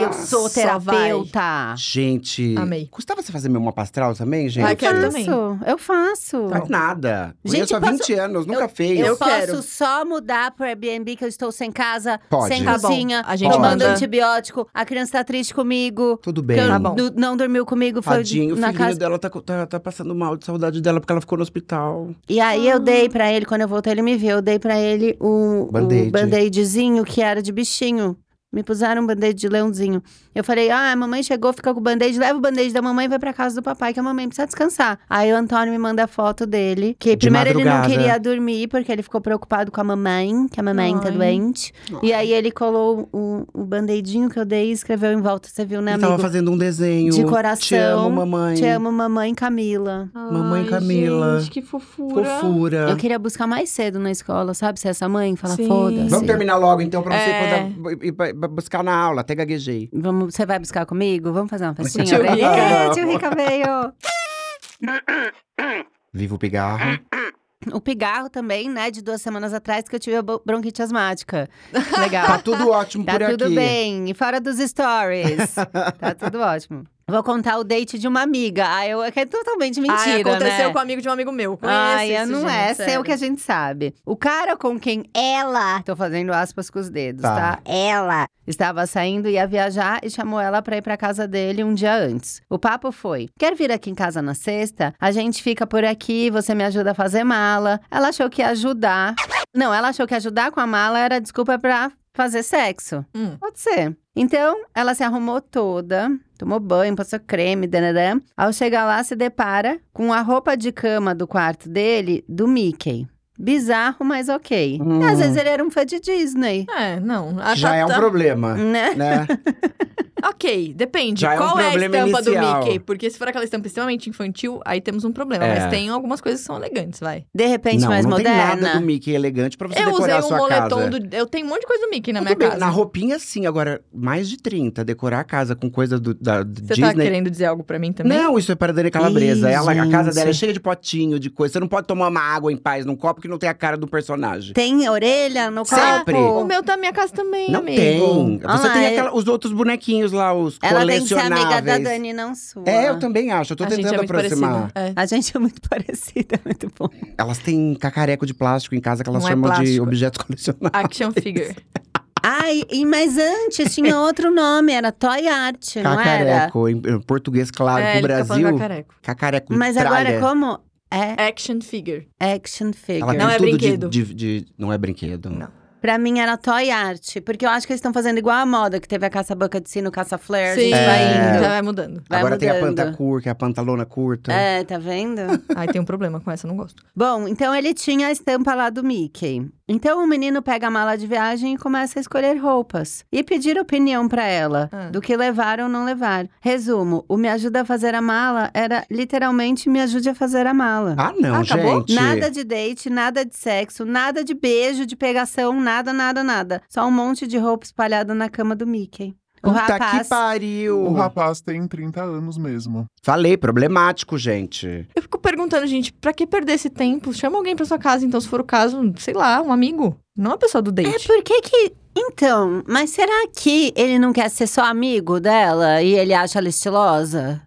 Speaker 1: Eu sou
Speaker 3: Só vai.
Speaker 1: terapeuta.
Speaker 2: Gente.
Speaker 3: Amei.
Speaker 2: Custava você fazer meu mapa astral também, gente?
Speaker 3: Ai, quero
Speaker 1: eu
Speaker 3: também.
Speaker 1: faço, eu faço.
Speaker 2: Faz nada.
Speaker 1: Ah, Gente,
Speaker 2: Conheço há
Speaker 1: posso-
Speaker 2: 20 anos, nunca fez.
Speaker 1: Eu,
Speaker 3: Eu
Speaker 1: posso
Speaker 3: quero.
Speaker 1: só mudar pro Airbnb que eu estou sem casa,
Speaker 2: Pode.
Speaker 1: sem
Speaker 2: Tá
Speaker 3: bom.
Speaker 1: cozinha,
Speaker 3: A gente
Speaker 1: tomando
Speaker 3: manda.
Speaker 1: antibiótico, a criança tá triste comigo.
Speaker 2: Tudo
Speaker 1: que
Speaker 2: bem.
Speaker 1: eu
Speaker 3: Tá bom.
Speaker 1: du- não dormiu comigo, foi
Speaker 2: Tadinho, o
Speaker 1: na
Speaker 2: filhinho
Speaker 1: casa.
Speaker 2: dela tá, co- tá, tá passando mal de saudade dela porque ela ficou no hospital.
Speaker 1: E aí eu
Speaker 3: Ah.
Speaker 1: dei pra ele, quando eu voltei, ele me viu. Eu dei pra ele o o
Speaker 2: Band-aid.
Speaker 1: band-aidzinho que era de bichinho. Me puseram um band-aid de leãozinho. Eu falei, ah, a mamãe chegou, fica com o band-aid, leva o band-aid da mamãe e vai pra casa do papai, que a mamãe precisa descansar. Aí o Antônio me manda a foto dele, que
Speaker 2: De
Speaker 1: primeiro ele
Speaker 2: madrugada.
Speaker 1: não queria dormir, porque ele ficou preocupado com a mamãe, que a mamãe tá
Speaker 3: Ai.
Speaker 1: doente. E aí ele colou o, o band-aidinho que eu dei e escreveu em volta, você viu, né,
Speaker 2: Ele tava
Speaker 1: amigo?
Speaker 2: fazendo um desenho.
Speaker 1: De coração.
Speaker 2: Te amo, mamãe.
Speaker 1: Te amo, mamãe Camila.
Speaker 2: Mamãe Camila.
Speaker 3: Gente, que fofura.
Speaker 2: Fofura.
Speaker 1: Eu queria buscar mais cedo na escola, sabe? Ser essa mãe, falar,
Speaker 3: Sim.
Speaker 1: foda-se.
Speaker 2: Vamos terminar logo, então, pra você
Speaker 3: É.
Speaker 2: poder ir pra- pra buscar na aula. Até gaguejei.
Speaker 1: Vamos, você vai buscar comigo? Vamos fazer uma festinha?
Speaker 3: Tio
Speaker 1: pra ele?
Speaker 3: Rica.
Speaker 1: É, tio Rica veio!
Speaker 2: Viva o pigarro.
Speaker 1: Ah. O pigarro também, né, de duas semanas atrás, que eu tive a bo- bronquite asmática. Legal.
Speaker 2: Tá tudo ótimo
Speaker 1: Tá
Speaker 2: por
Speaker 1: tudo
Speaker 2: aqui.
Speaker 1: bem. E fora dos stories. tá tudo ótimo. Vou contar o date de uma amiga. Ah, eu, que é totalmente mentira,
Speaker 3: Ai, aconteceu
Speaker 1: né?
Speaker 3: com um amigo de um amigo meu. Conheço
Speaker 1: Ai,
Speaker 3: isso,
Speaker 1: não
Speaker 3: gente,
Speaker 1: é, essa é o
Speaker 3: sério.
Speaker 1: que a gente sabe. O cara com quem ela, tô fazendo aspas com os dedos, tá?
Speaker 2: Tá.
Speaker 1: Ela estava saindo, ia viajar e chamou ela pra ir pra casa dele um dia antes. O papo foi: quer vir aqui em casa na sexta? A gente fica por aqui, você me ajuda a fazer mala. Ela achou que ia ajudar. Não, ela achou que ajudar com a mala era desculpa pra fazer sexo.
Speaker 3: Hum.
Speaker 1: Pode ser. Então, ela se arrumou toda, tomou banho, passou creme, danadã. Ao chegar lá, se depara com a roupa de cama do quarto dele, do Mickey. Bizarro, mas ok.
Speaker 2: Hum.
Speaker 1: Às vezes ele era um fã de Disney,
Speaker 3: É, não. a
Speaker 2: Já é um
Speaker 3: Tatá-
Speaker 2: problema,
Speaker 1: né?
Speaker 2: né?
Speaker 3: Ok, depende.
Speaker 2: Já é um
Speaker 3: Qual é, a
Speaker 2: problema
Speaker 3: estampa
Speaker 2: inicial.
Speaker 3: do Mickey? Porque se for aquela estampa extremamente infantil, aí temos um problema.
Speaker 2: É.
Speaker 3: Mas tem algumas coisas que são elegantes, vai.
Speaker 1: De repente,
Speaker 2: não,
Speaker 1: mais
Speaker 2: não
Speaker 1: moderna.
Speaker 2: tem nada do Mickey elegante pra você
Speaker 3: eu usei
Speaker 2: decorar a
Speaker 3: um
Speaker 2: sua
Speaker 3: moletom
Speaker 2: casa.
Speaker 3: do. Eu tenho um monte de coisa do Mickey na
Speaker 2: Tudo
Speaker 3: minha
Speaker 2: bem,
Speaker 3: casa.
Speaker 2: Na roupinha, sim. Agora, mais de 30, decorar a casa com coisa do, da do
Speaker 3: Você tá
Speaker 2: Disney.
Speaker 3: querendo dizer algo pra mim também?
Speaker 2: não, isso é para Dani Calabresa.
Speaker 1: Ih,
Speaker 2: Ela, a casa
Speaker 1: gente.
Speaker 2: dela é cheia de potinho, de coisa. Você não pode tomar uma água em paz num copo que não tem a cara do personagem.
Speaker 1: Tem orelha no
Speaker 2: Sempre.
Speaker 1: copo.
Speaker 3: O meu tá na minha casa também,
Speaker 2: não
Speaker 3: amigo.
Speaker 2: tem. Você
Speaker 1: Ah lá,
Speaker 2: tem
Speaker 1: é-
Speaker 2: aquela- os outros bonequinhos lá, os
Speaker 1: Ela tem que ser
Speaker 2: colecionáveis.
Speaker 1: amiga da Dani, não sua.
Speaker 2: É, eu também acho. Eu tô
Speaker 3: a gente
Speaker 2: tentando
Speaker 3: é muito
Speaker 2: aproximar.
Speaker 3: parecido. É.
Speaker 1: A gente é muito parecida, é muito bom.
Speaker 2: Elas têm cacareco de plástico em casa que elas
Speaker 3: Não é
Speaker 2: chamam de
Speaker 3: plástico.
Speaker 2: objetos colecionáveis.
Speaker 3: Action figure.
Speaker 1: Ai, e- mas antes tinha outro nome, era Toy Art, não era?
Speaker 2: Cacareco, em em português, claro,
Speaker 3: é,
Speaker 2: pro
Speaker 3: ele fica falando
Speaker 2: Ah, Brasil.
Speaker 3: cacareco.
Speaker 2: Cacareco.
Speaker 1: Mas agora
Speaker 2: tralha.
Speaker 1: é como? É
Speaker 3: Action figure.
Speaker 1: action figure.
Speaker 2: Ela tem
Speaker 3: Não é
Speaker 2: tudo de-
Speaker 3: brinquedo.
Speaker 2: De, de- não é brinquedo.
Speaker 3: Não.
Speaker 1: Pra mim era toy art, porque eu acho que eles estão fazendo igual a moda, que teve a caça-boca de sino, caça-flare, a gente vai
Speaker 3: já
Speaker 1: indo.
Speaker 3: vai mudando.
Speaker 1: Vai
Speaker 2: Agora tem a
Speaker 1: mudando.
Speaker 2: pantacur, que é a pantalona curta.
Speaker 1: É, tá vendo?
Speaker 3: Aí tem um problema com essa, eu não gosto.
Speaker 1: Bom, então ele tinha a estampa lá do Mickey. Então o menino pega a mala de viagem e começa a escolher roupas. E pedir opinião pra ela,
Speaker 3: Ah.
Speaker 1: do que levar ou não levar. Resumo, o me ajuda a fazer a mala era literalmente me ajude a fazer a mala.
Speaker 2: Ah, não,
Speaker 3: Acabou?
Speaker 2: gente.
Speaker 1: Nada de date, nada de sexo, nada de beijo, de pegação, nada, nada, nada. Só um monte de roupa espalhada na cama do Mickey. O
Speaker 2: Puta
Speaker 1: rapaz.
Speaker 2: que pariu.
Speaker 4: O rapaz tem 30 anos mesmo.
Speaker 2: Falei, problemático, gente.
Speaker 3: Eu fico perguntando, gente, pra que perder esse tempo? Chama alguém pra sua casa, então, se for o caso, sei lá, um amigo. Não a pessoa do date.
Speaker 1: É por que que. Então, mas será que ele não quer ser só amigo dela e ele acha ela estilosa?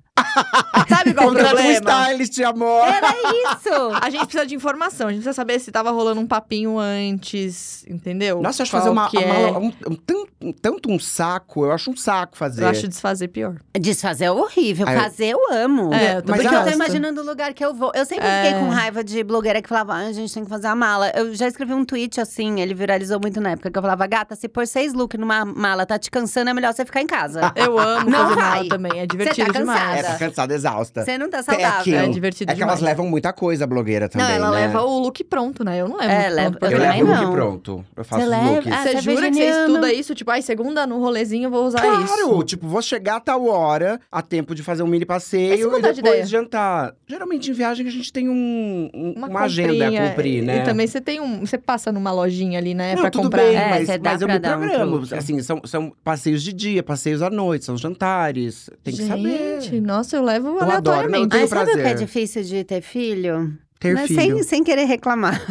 Speaker 3: Sabe qual é o
Speaker 2: Contrata um
Speaker 3: problema? É.
Speaker 2: stylist, amor.
Speaker 1: Isso!
Speaker 3: A gente precisa de informação, a gente precisa saber se tava rolando um papinho antes, entendeu?
Speaker 2: Nossa, eu acho
Speaker 3: Qual
Speaker 2: fazer uma,
Speaker 3: que
Speaker 2: a
Speaker 3: é.
Speaker 2: mala- um, um tan- um- tanto um saco, eu acho um saco fazer.
Speaker 3: Eu acho desfazer pior.
Speaker 1: Desfazer é horrível,
Speaker 2: Ah, eu-
Speaker 1: fazer eu amo.
Speaker 3: É, eu
Speaker 2: também
Speaker 1: Porque eu tô
Speaker 2: gosto.
Speaker 1: imaginando o lugar que eu vou. Eu sempre
Speaker 3: É.
Speaker 1: fiquei com raiva de blogueira que falava, ah, a gente tem que fazer a mala. Eu já escrevi um tweet assim, ele viralizou muito na época, que eu falava, gata, se pôr seis look numa mala tá te cansando, é melhor você ficar em casa.
Speaker 3: Eu amo
Speaker 1: Não
Speaker 3: fazer
Speaker 1: vai.
Speaker 3: mala também, é divertido
Speaker 1: tá
Speaker 3: demais.
Speaker 2: É,
Speaker 1: cansada.
Speaker 2: tá cansada, exausta.
Speaker 1: Você não tá
Speaker 3: É
Speaker 1: saudável.
Speaker 2: aquilo.
Speaker 3: divertido
Speaker 2: É que elas
Speaker 3: demais.
Speaker 2: levam muita coisa, a blogueira também,
Speaker 3: Não, ela
Speaker 2: né?
Speaker 3: leva o look pronto, né? Eu não levo.
Speaker 1: É,
Speaker 3: o look
Speaker 1: leva-
Speaker 3: pronto pra
Speaker 2: Eu
Speaker 1: Eu
Speaker 3: viajar.
Speaker 2: levo o
Speaker 1: também
Speaker 2: look
Speaker 1: não.
Speaker 2: pronto. Eu faço
Speaker 1: Você
Speaker 2: os looks.
Speaker 1: leva- Ah,
Speaker 3: Você
Speaker 1: você é
Speaker 3: jura que você
Speaker 1: virginiano.
Speaker 3: estuda isso? Tipo, ai, segunda no rolezinho eu vou usar
Speaker 2: Claro,
Speaker 3: isso.
Speaker 2: tipo, vou chegar a tal hora, a tempo de fazer um mini
Speaker 3: Mas você
Speaker 2: passeio
Speaker 3: mudar
Speaker 2: e
Speaker 3: de
Speaker 2: depois
Speaker 3: é ideia.
Speaker 2: jantar. Geralmente em viagem a gente tem um, um- uma, agenda
Speaker 3: comprinha,
Speaker 2: a cumprir, né?
Speaker 3: E também você tem um. Você passa numa lojinha ali, né?
Speaker 2: Não,
Speaker 3: pra
Speaker 2: tudo
Speaker 3: comprar.
Speaker 2: bem,
Speaker 1: É,
Speaker 2: mas,
Speaker 1: você dá
Speaker 2: mas eu
Speaker 1: pra
Speaker 2: me
Speaker 1: dar um
Speaker 2: programo.
Speaker 1: truque.
Speaker 2: assim, são, são passeios de dia, passeios à noite, são jantares. Tem que
Speaker 3: Gente,
Speaker 2: saber.
Speaker 3: nossa, eu levo
Speaker 2: adoro, não
Speaker 3: aleatoriamente.
Speaker 2: tenho
Speaker 1: Ai, sabe o que é
Speaker 2: prazer.
Speaker 1: difícil de ter filho?
Speaker 2: Ter
Speaker 1: Mas
Speaker 2: filho.
Speaker 1: Sem, sem querer reclamar.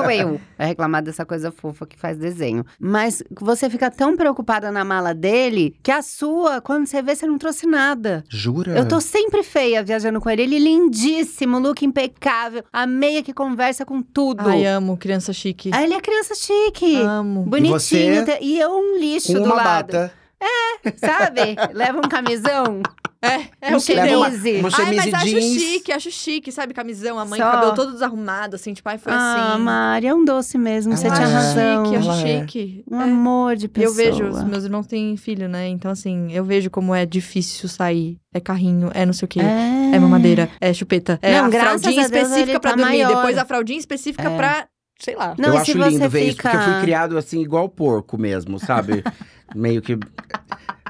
Speaker 1: Quem sou eu? Vai reclamar dessa coisa fofa que faz desenho. Mas você fica tão preocupada na mala dele que a sua, quando você vê, você não trouxe nada.
Speaker 2: Jura?
Speaker 1: Eu tô sempre feia viajando com ele. Ele lindíssimo, look impecável, a meia que conversa com tudo.
Speaker 3: Ai, Ah. amo criança chique.
Speaker 1: Aí ele é criança chique.
Speaker 3: Amo.
Speaker 1: Bonitinho,
Speaker 2: você?
Speaker 1: te- e eu um lixo
Speaker 2: com
Speaker 1: do
Speaker 2: uma
Speaker 1: lado,
Speaker 2: bata.
Speaker 1: sabe? Leva um camisão,
Speaker 3: É,
Speaker 1: um
Speaker 3: o que
Speaker 2: leva
Speaker 3: deu.
Speaker 2: uma-
Speaker 1: chemise.
Speaker 2: uma
Speaker 3: Ai, mas
Speaker 2: chemise
Speaker 3: acho
Speaker 2: jeans.
Speaker 3: chique, acho chique, sabe? Camisão, a mãe,
Speaker 1: Só.
Speaker 3: cabelo todo desarrumado, assim, tipo, ai, foi
Speaker 1: Ah,
Speaker 3: assim.
Speaker 1: Mari, é um doce mesmo, você
Speaker 2: Ela
Speaker 1: tinha
Speaker 2: é.
Speaker 1: razão.
Speaker 3: Chique, acho
Speaker 2: Ela é.
Speaker 3: chique.
Speaker 1: Um
Speaker 3: É.
Speaker 1: amor de
Speaker 3: E
Speaker 1: pessoa.
Speaker 3: eu vejo, os meus irmãos têm filho, né? Então, assim, eu vejo como é difícil sair. É carrinho, é não sei o quê.
Speaker 1: É,
Speaker 3: É mamadeira, é chupeta. É
Speaker 1: Não,
Speaker 3: a
Speaker 1: graças
Speaker 3: fraldinha
Speaker 1: a Deus ele
Speaker 3: específica pra
Speaker 1: tá
Speaker 3: dormir.
Speaker 1: maior.
Speaker 3: Depois a fraldinha específica
Speaker 1: É.
Speaker 3: pra. Sei lá.
Speaker 1: Não,
Speaker 2: eu
Speaker 1: e se
Speaker 2: acho lindo
Speaker 1: você
Speaker 2: ver isso, porque eu
Speaker 1: fica-
Speaker 2: fui criado assim, igual porco mesmo, sabe? Meio que.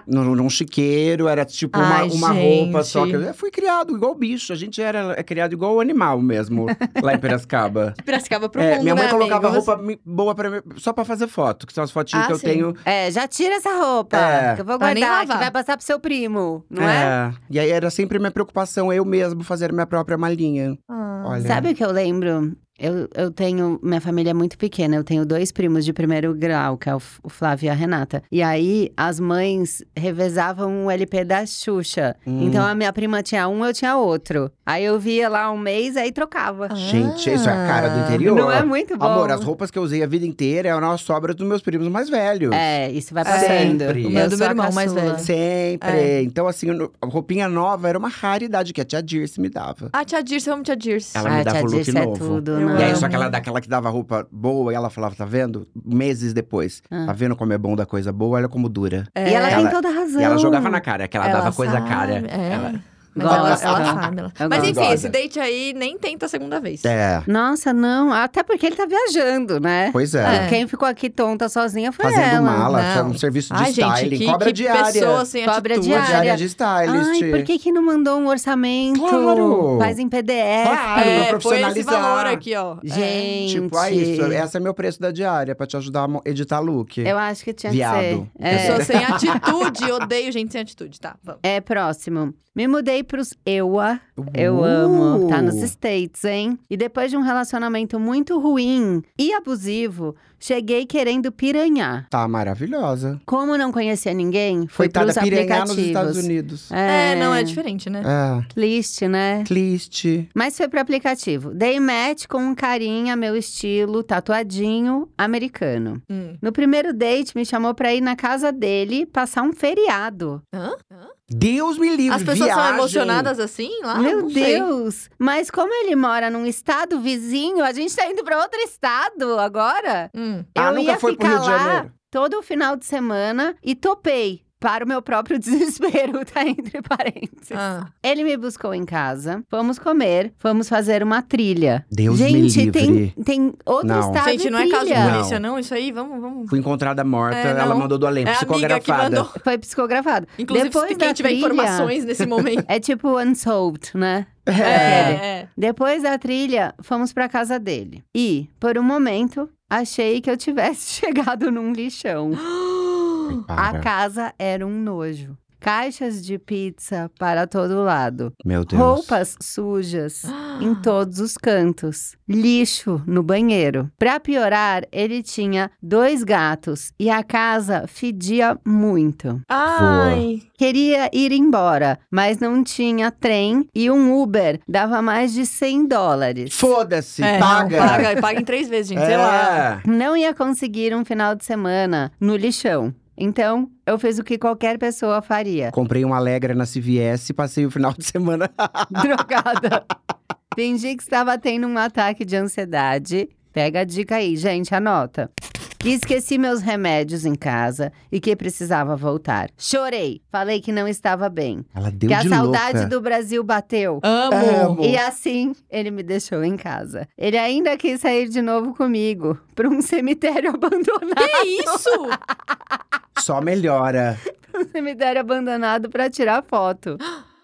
Speaker 2: Num, num chiqueiro, era tipo uma,
Speaker 3: Ai,
Speaker 2: uma roupa
Speaker 3: gente.
Speaker 2: só. Que eu eu fui criado igual bicho. A gente era é criado igual animal mesmo, lá em Piracicaba.
Speaker 3: Piracicaba pro
Speaker 2: É,
Speaker 3: mundo,
Speaker 2: minha mãe
Speaker 3: né,
Speaker 2: colocava
Speaker 3: amigo?
Speaker 2: roupa mi- boa pra mim, só pra fazer foto, que são as fotinhas
Speaker 3: Ah,
Speaker 2: que eu
Speaker 3: sim.
Speaker 2: tenho.
Speaker 1: É, já tira essa roupa,
Speaker 2: É.
Speaker 1: que eu vou
Speaker 3: Vai nem
Speaker 1: guardar, que
Speaker 3: lavar.
Speaker 1: vai passar pro seu primo, não é?
Speaker 2: E aí era sempre minha preocupação, eu mesmo fazer minha própria malinha.
Speaker 3: Ah.
Speaker 2: Olha.
Speaker 1: Sabe o que eu lembro? Eu, eu tenho. Minha família é muito pequena. Eu tenho dois primos de primeiro grau, que é o, F- o Flávio e a Renata. E aí, as mães revezavam o LP da Xuxa.
Speaker 2: Hum.
Speaker 1: Então, a minha prima tinha um, eu tinha outro. Aí, eu via lá um mês, aí trocava.
Speaker 3: Ah.
Speaker 2: Gente, isso é a cara do interior.
Speaker 1: Não é muito bom.
Speaker 2: Amor, as roupas que eu usei a vida inteira eram as sobras dos meus primos mais velhos.
Speaker 1: É, isso vai
Speaker 3: É.
Speaker 1: passando.
Speaker 2: Sempre.
Speaker 3: O meu
Speaker 1: Eu
Speaker 3: do
Speaker 1: sou
Speaker 3: meu
Speaker 1: a
Speaker 3: irmão mais
Speaker 1: caçula.
Speaker 3: velho.
Speaker 2: Sempre. Então, assim, no- a roupinha nova era uma raridade que a tia Dirce me dava.
Speaker 3: Ah, tia Dirce, eu amo tia Dirce.
Speaker 2: Ela
Speaker 1: Ah,
Speaker 2: me dava
Speaker 1: tia
Speaker 2: o look
Speaker 1: Dirce é
Speaker 2: novo.
Speaker 1: tudo,
Speaker 3: Eu
Speaker 1: né?
Speaker 2: E aí,
Speaker 3: amo.
Speaker 2: só que ela daquela que dava roupa boa e ela falava, tá vendo? Meses depois.
Speaker 1: Ah.
Speaker 2: Tá vendo como é bom da coisa boa? Olha como dura.
Speaker 1: E ela
Speaker 3: É.
Speaker 1: tem
Speaker 2: Ela-
Speaker 1: toda a razão.
Speaker 2: E ela jogava na cara, é que ela,
Speaker 3: Ela
Speaker 2: dava coisa
Speaker 3: sabe,
Speaker 2: cara.
Speaker 3: é.
Speaker 2: Ela-
Speaker 3: Mas ela,
Speaker 1: Gosta.
Speaker 3: ela sabe. Ela...
Speaker 1: Eu
Speaker 3: Mas
Speaker 1: gosto.
Speaker 3: enfim,
Speaker 2: Gosta.
Speaker 3: esse date aí nem tenta a segunda vez.
Speaker 2: É,
Speaker 1: Nossa, não. Até porque ele tá viajando, né?
Speaker 2: pois é.
Speaker 3: É.
Speaker 1: Quem ficou aqui tonta sozinha foi
Speaker 2: Fazendo
Speaker 1: ela.
Speaker 2: mala,
Speaker 3: não.
Speaker 2: foi um serviço de
Speaker 3: Ai,
Speaker 2: styling.
Speaker 3: gente, que,
Speaker 2: cobra
Speaker 3: que
Speaker 2: diária.
Speaker 3: pessoa assim, sem
Speaker 1: Cobra
Speaker 3: atitude.
Speaker 2: Cobra
Speaker 1: diária.
Speaker 2: diária de stylist.
Speaker 1: Ai, por que que não mandou um orçamento?
Speaker 2: Claro!
Speaker 1: Faz em PDF.
Speaker 2: Claro, pra
Speaker 3: É, foi esse
Speaker 2: profissionalizar.
Speaker 3: valor aqui, ó. É.
Speaker 1: Gente.
Speaker 2: Tipo, ah, isso. Essa é meu preço da diária, pra te ajudar a mo- editar look.
Speaker 1: Eu acho que tinha
Speaker 2: Viado.
Speaker 1: que ser. É.
Speaker 3: Pessoa sem atitude. Odeio gente sem atitude, tá? Vamos.
Speaker 1: É, próximo. Me mudei pros EUA. Eu
Speaker 2: Uh!
Speaker 1: amo. Tá nos States, hein? E depois de um relacionamento muito ruim e abusivo, cheguei querendo piranhar.
Speaker 2: Tá maravilhosa.
Speaker 1: Como não conhecia ninguém, fui
Speaker 2: Coitada,
Speaker 1: pros
Speaker 2: piranhar
Speaker 1: aplicativos.
Speaker 2: nos Estados Unidos.
Speaker 3: É, não, é diferente, né?
Speaker 2: Ah,
Speaker 1: List, né?
Speaker 2: triste.
Speaker 1: Mas foi pro aplicativo. Dei match com um carinha, meu estilo, tatuadinho, americano.
Speaker 3: Hum.
Speaker 1: No primeiro date, me chamou pra ir na casa dele passar um feriado.
Speaker 3: Hã? Hã?
Speaker 2: Deus me livre,
Speaker 3: As pessoas
Speaker 2: viagem.
Speaker 3: são emocionadas assim lá?
Speaker 1: Meu
Speaker 3: Não sei.
Speaker 1: Deus! Mas como ele mora num estado vizinho, a gente tá indo pra outro estado agora.
Speaker 3: Hum.
Speaker 2: Ah,
Speaker 1: Eu
Speaker 2: nunca
Speaker 1: ia
Speaker 2: foi pro
Speaker 1: ficar
Speaker 2: Rio de
Speaker 1: lá
Speaker 2: Janeiro?
Speaker 1: todo o final de semana e topei. Para o meu próprio desespero, tá entre parênteses.
Speaker 3: Ah.
Speaker 1: Ele me buscou em casa, fomos comer, fomos fazer uma trilha.
Speaker 2: Deus
Speaker 1: Gente,
Speaker 2: me livre.
Speaker 1: Tem, tem outro
Speaker 2: Não.
Speaker 1: estado
Speaker 3: Gente,
Speaker 1: e
Speaker 3: não é caso de
Speaker 1: trilha.
Speaker 2: Não.
Speaker 3: polícia, não. Isso aí, vamos, vamos.
Speaker 2: Fui encontrada morta,
Speaker 3: É,
Speaker 2: ela
Speaker 3: não.
Speaker 2: mandou do além,
Speaker 3: É a amiga que
Speaker 2: psicografada.
Speaker 3: mandou.
Speaker 1: Foi psicografado.
Speaker 3: Inclusive,
Speaker 1: Depois
Speaker 3: se
Speaker 1: da
Speaker 3: quem tiver
Speaker 1: trilha-
Speaker 3: informações nesse momento.
Speaker 1: É tipo unsolved, né? Aquele.
Speaker 3: é, é.
Speaker 1: Depois da trilha, fomos pra casa dele. E, por um momento, achei que eu tivesse chegado num lixão. A
Speaker 2: Para.
Speaker 1: casa era um nojo. Caixas de pizza para todo lado.
Speaker 2: Meu Deus.
Speaker 1: Roupas sujas em
Speaker 3: Então-
Speaker 1: todos os cantos. Lixo no banheiro. Pra piorar, ele tinha dois gatos e a casa fedia muito.
Speaker 3: Ai.
Speaker 1: Queria ir embora, mas não tinha trem e um Uber dava mais de 100 dólares.
Speaker 2: Foda-se,
Speaker 3: É, não,
Speaker 2: paga.
Speaker 3: paga. Paga em três vezes, gente. Sei lá.
Speaker 2: É.
Speaker 1: Não ia conseguir um final de semana no lixão. Então, eu fiz o que qualquer pessoa faria.
Speaker 2: Comprei um Alegra na CVS e passei o final de semana.
Speaker 1: drogada. Fingi que estava tendo um ataque de ansiedade. Pega a dica aí, gente, anota. Que esqueci meus remédios em casa e que precisava voltar. Chorei, falei que não estava bem.
Speaker 2: Ela deu
Speaker 3: é
Speaker 1: que a
Speaker 2: de
Speaker 1: saudade
Speaker 2: louca.
Speaker 1: do Brasil bateu.
Speaker 3: Amo.
Speaker 2: Amo.
Speaker 1: E assim, ele me deixou em casa. Ele ainda quis sair de novo comigo, para um cemitério abandonado.
Speaker 3: Que isso?
Speaker 2: Só melhora.
Speaker 1: Um cemitério abandonado para tirar foto.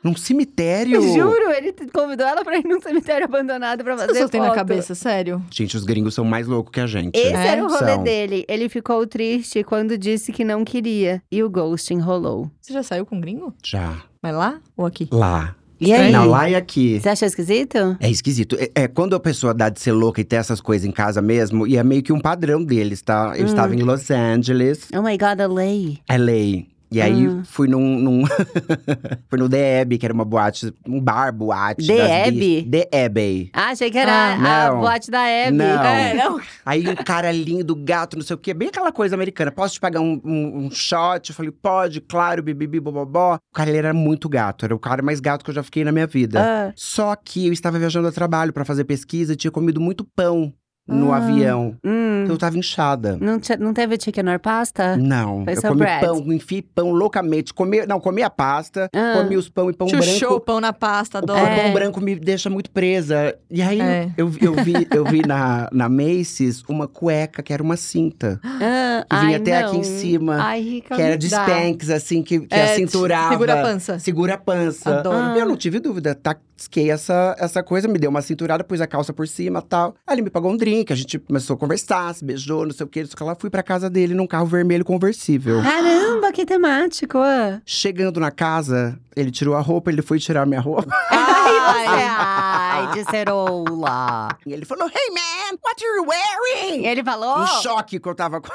Speaker 2: Num cemitério.
Speaker 1: Juro, ele t- convidou ela para ir num cemitério abandonado para
Speaker 3: As
Speaker 1: fazer
Speaker 3: pessoas
Speaker 1: foto.
Speaker 3: têm na cabeça, sério.
Speaker 2: Gente, os gringos são mais loucos que a gente.
Speaker 1: Esse
Speaker 3: É,
Speaker 1: era o rolê
Speaker 2: são.
Speaker 1: dele. Ele ficou triste quando disse que não queria. E o ghosting rolou.
Speaker 3: Você já saiu com um gringo?
Speaker 2: Já.
Speaker 3: Mas lá ou aqui?
Speaker 2: Lá.
Speaker 1: E aí?
Speaker 2: Não, lá e aqui.
Speaker 1: Você achou esquisito?
Speaker 2: É esquisito. É, é, quando a pessoa dá de ser louca e ter essas coisas em casa mesmo, e é meio que um padrão deles, tá? Eu
Speaker 1: Hum.
Speaker 2: estava em Los Angeles,
Speaker 1: Oh my God, a lei.
Speaker 2: LA. E aí
Speaker 1: Ah.
Speaker 2: fui num. num fui no DEB, que era uma boate, um bar boate. das
Speaker 1: DEB?
Speaker 2: bi- DEB.
Speaker 1: Ah, achei que era
Speaker 2: Ah,
Speaker 1: a
Speaker 2: não.
Speaker 1: boate da Abby.
Speaker 2: Não.
Speaker 3: É, não.
Speaker 2: Aí o cara lindo, gato, não sei o quê. Bem aquela coisa americana. Posso te pagar um, um, um shot? Eu falei, pode, claro, bibibi, bobobó. O cara ele era muito gato. Era o cara mais gato que eu já fiquei na minha vida.
Speaker 1: Ah,
Speaker 2: Só que eu estava viajando a trabalho pra fazer pesquisa e tinha comido muito pão no
Speaker 3: Ah.
Speaker 2: avião.
Speaker 1: hum.
Speaker 2: Então eu tava inchada.
Speaker 1: não, te- não teve chicken or pasta?
Speaker 2: Não,
Speaker 1: Foi
Speaker 2: eu
Speaker 1: seu
Speaker 2: comi
Speaker 1: bread.
Speaker 2: pão, enfiei pão loucamente. Comi, não, comi a pasta,
Speaker 1: Ah.
Speaker 2: comi os pão e pão
Speaker 3: Chuchou o
Speaker 2: Um branco.
Speaker 3: pão na
Speaker 2: O
Speaker 3: pasta, adoro.
Speaker 2: pão,
Speaker 1: É.
Speaker 2: pão branco me deixa muito presa. E aí
Speaker 3: É.
Speaker 2: eu, eu vi, eu vi na, na Macy's uma cueca que era uma cinta.
Speaker 1: Ah,
Speaker 2: Que vinha
Speaker 1: ai,
Speaker 2: até
Speaker 1: não.
Speaker 2: aqui em cima.
Speaker 1: Ai, Rica,
Speaker 2: que era de
Speaker 1: dá.
Speaker 2: Spanx, assim, que, que
Speaker 3: É,
Speaker 2: acinturava.
Speaker 3: Segura a pança.
Speaker 2: Segura a pança.
Speaker 3: Adoro.
Speaker 1: Ah.
Speaker 2: Eu não tive dúvida, tasquei essa, essa coisa, me deu uma cinturada, pus a calça por cima tal. Aí ele me pagou um drink, a gente começou a conversar, se beijou, não sei o que, não sei o que lá. Fui pra casa dele num carro vermelho conversível.
Speaker 1: Caramba, que temático. ah.
Speaker 2: Chegando na casa, ele tirou a roupa, ele foi tirar minha roupa.
Speaker 1: Ai, você é Ai, de ceroula.
Speaker 2: E ele falou, hey man, what are you wearing?
Speaker 1: E ele falou...
Speaker 2: Um choque que eu tava com.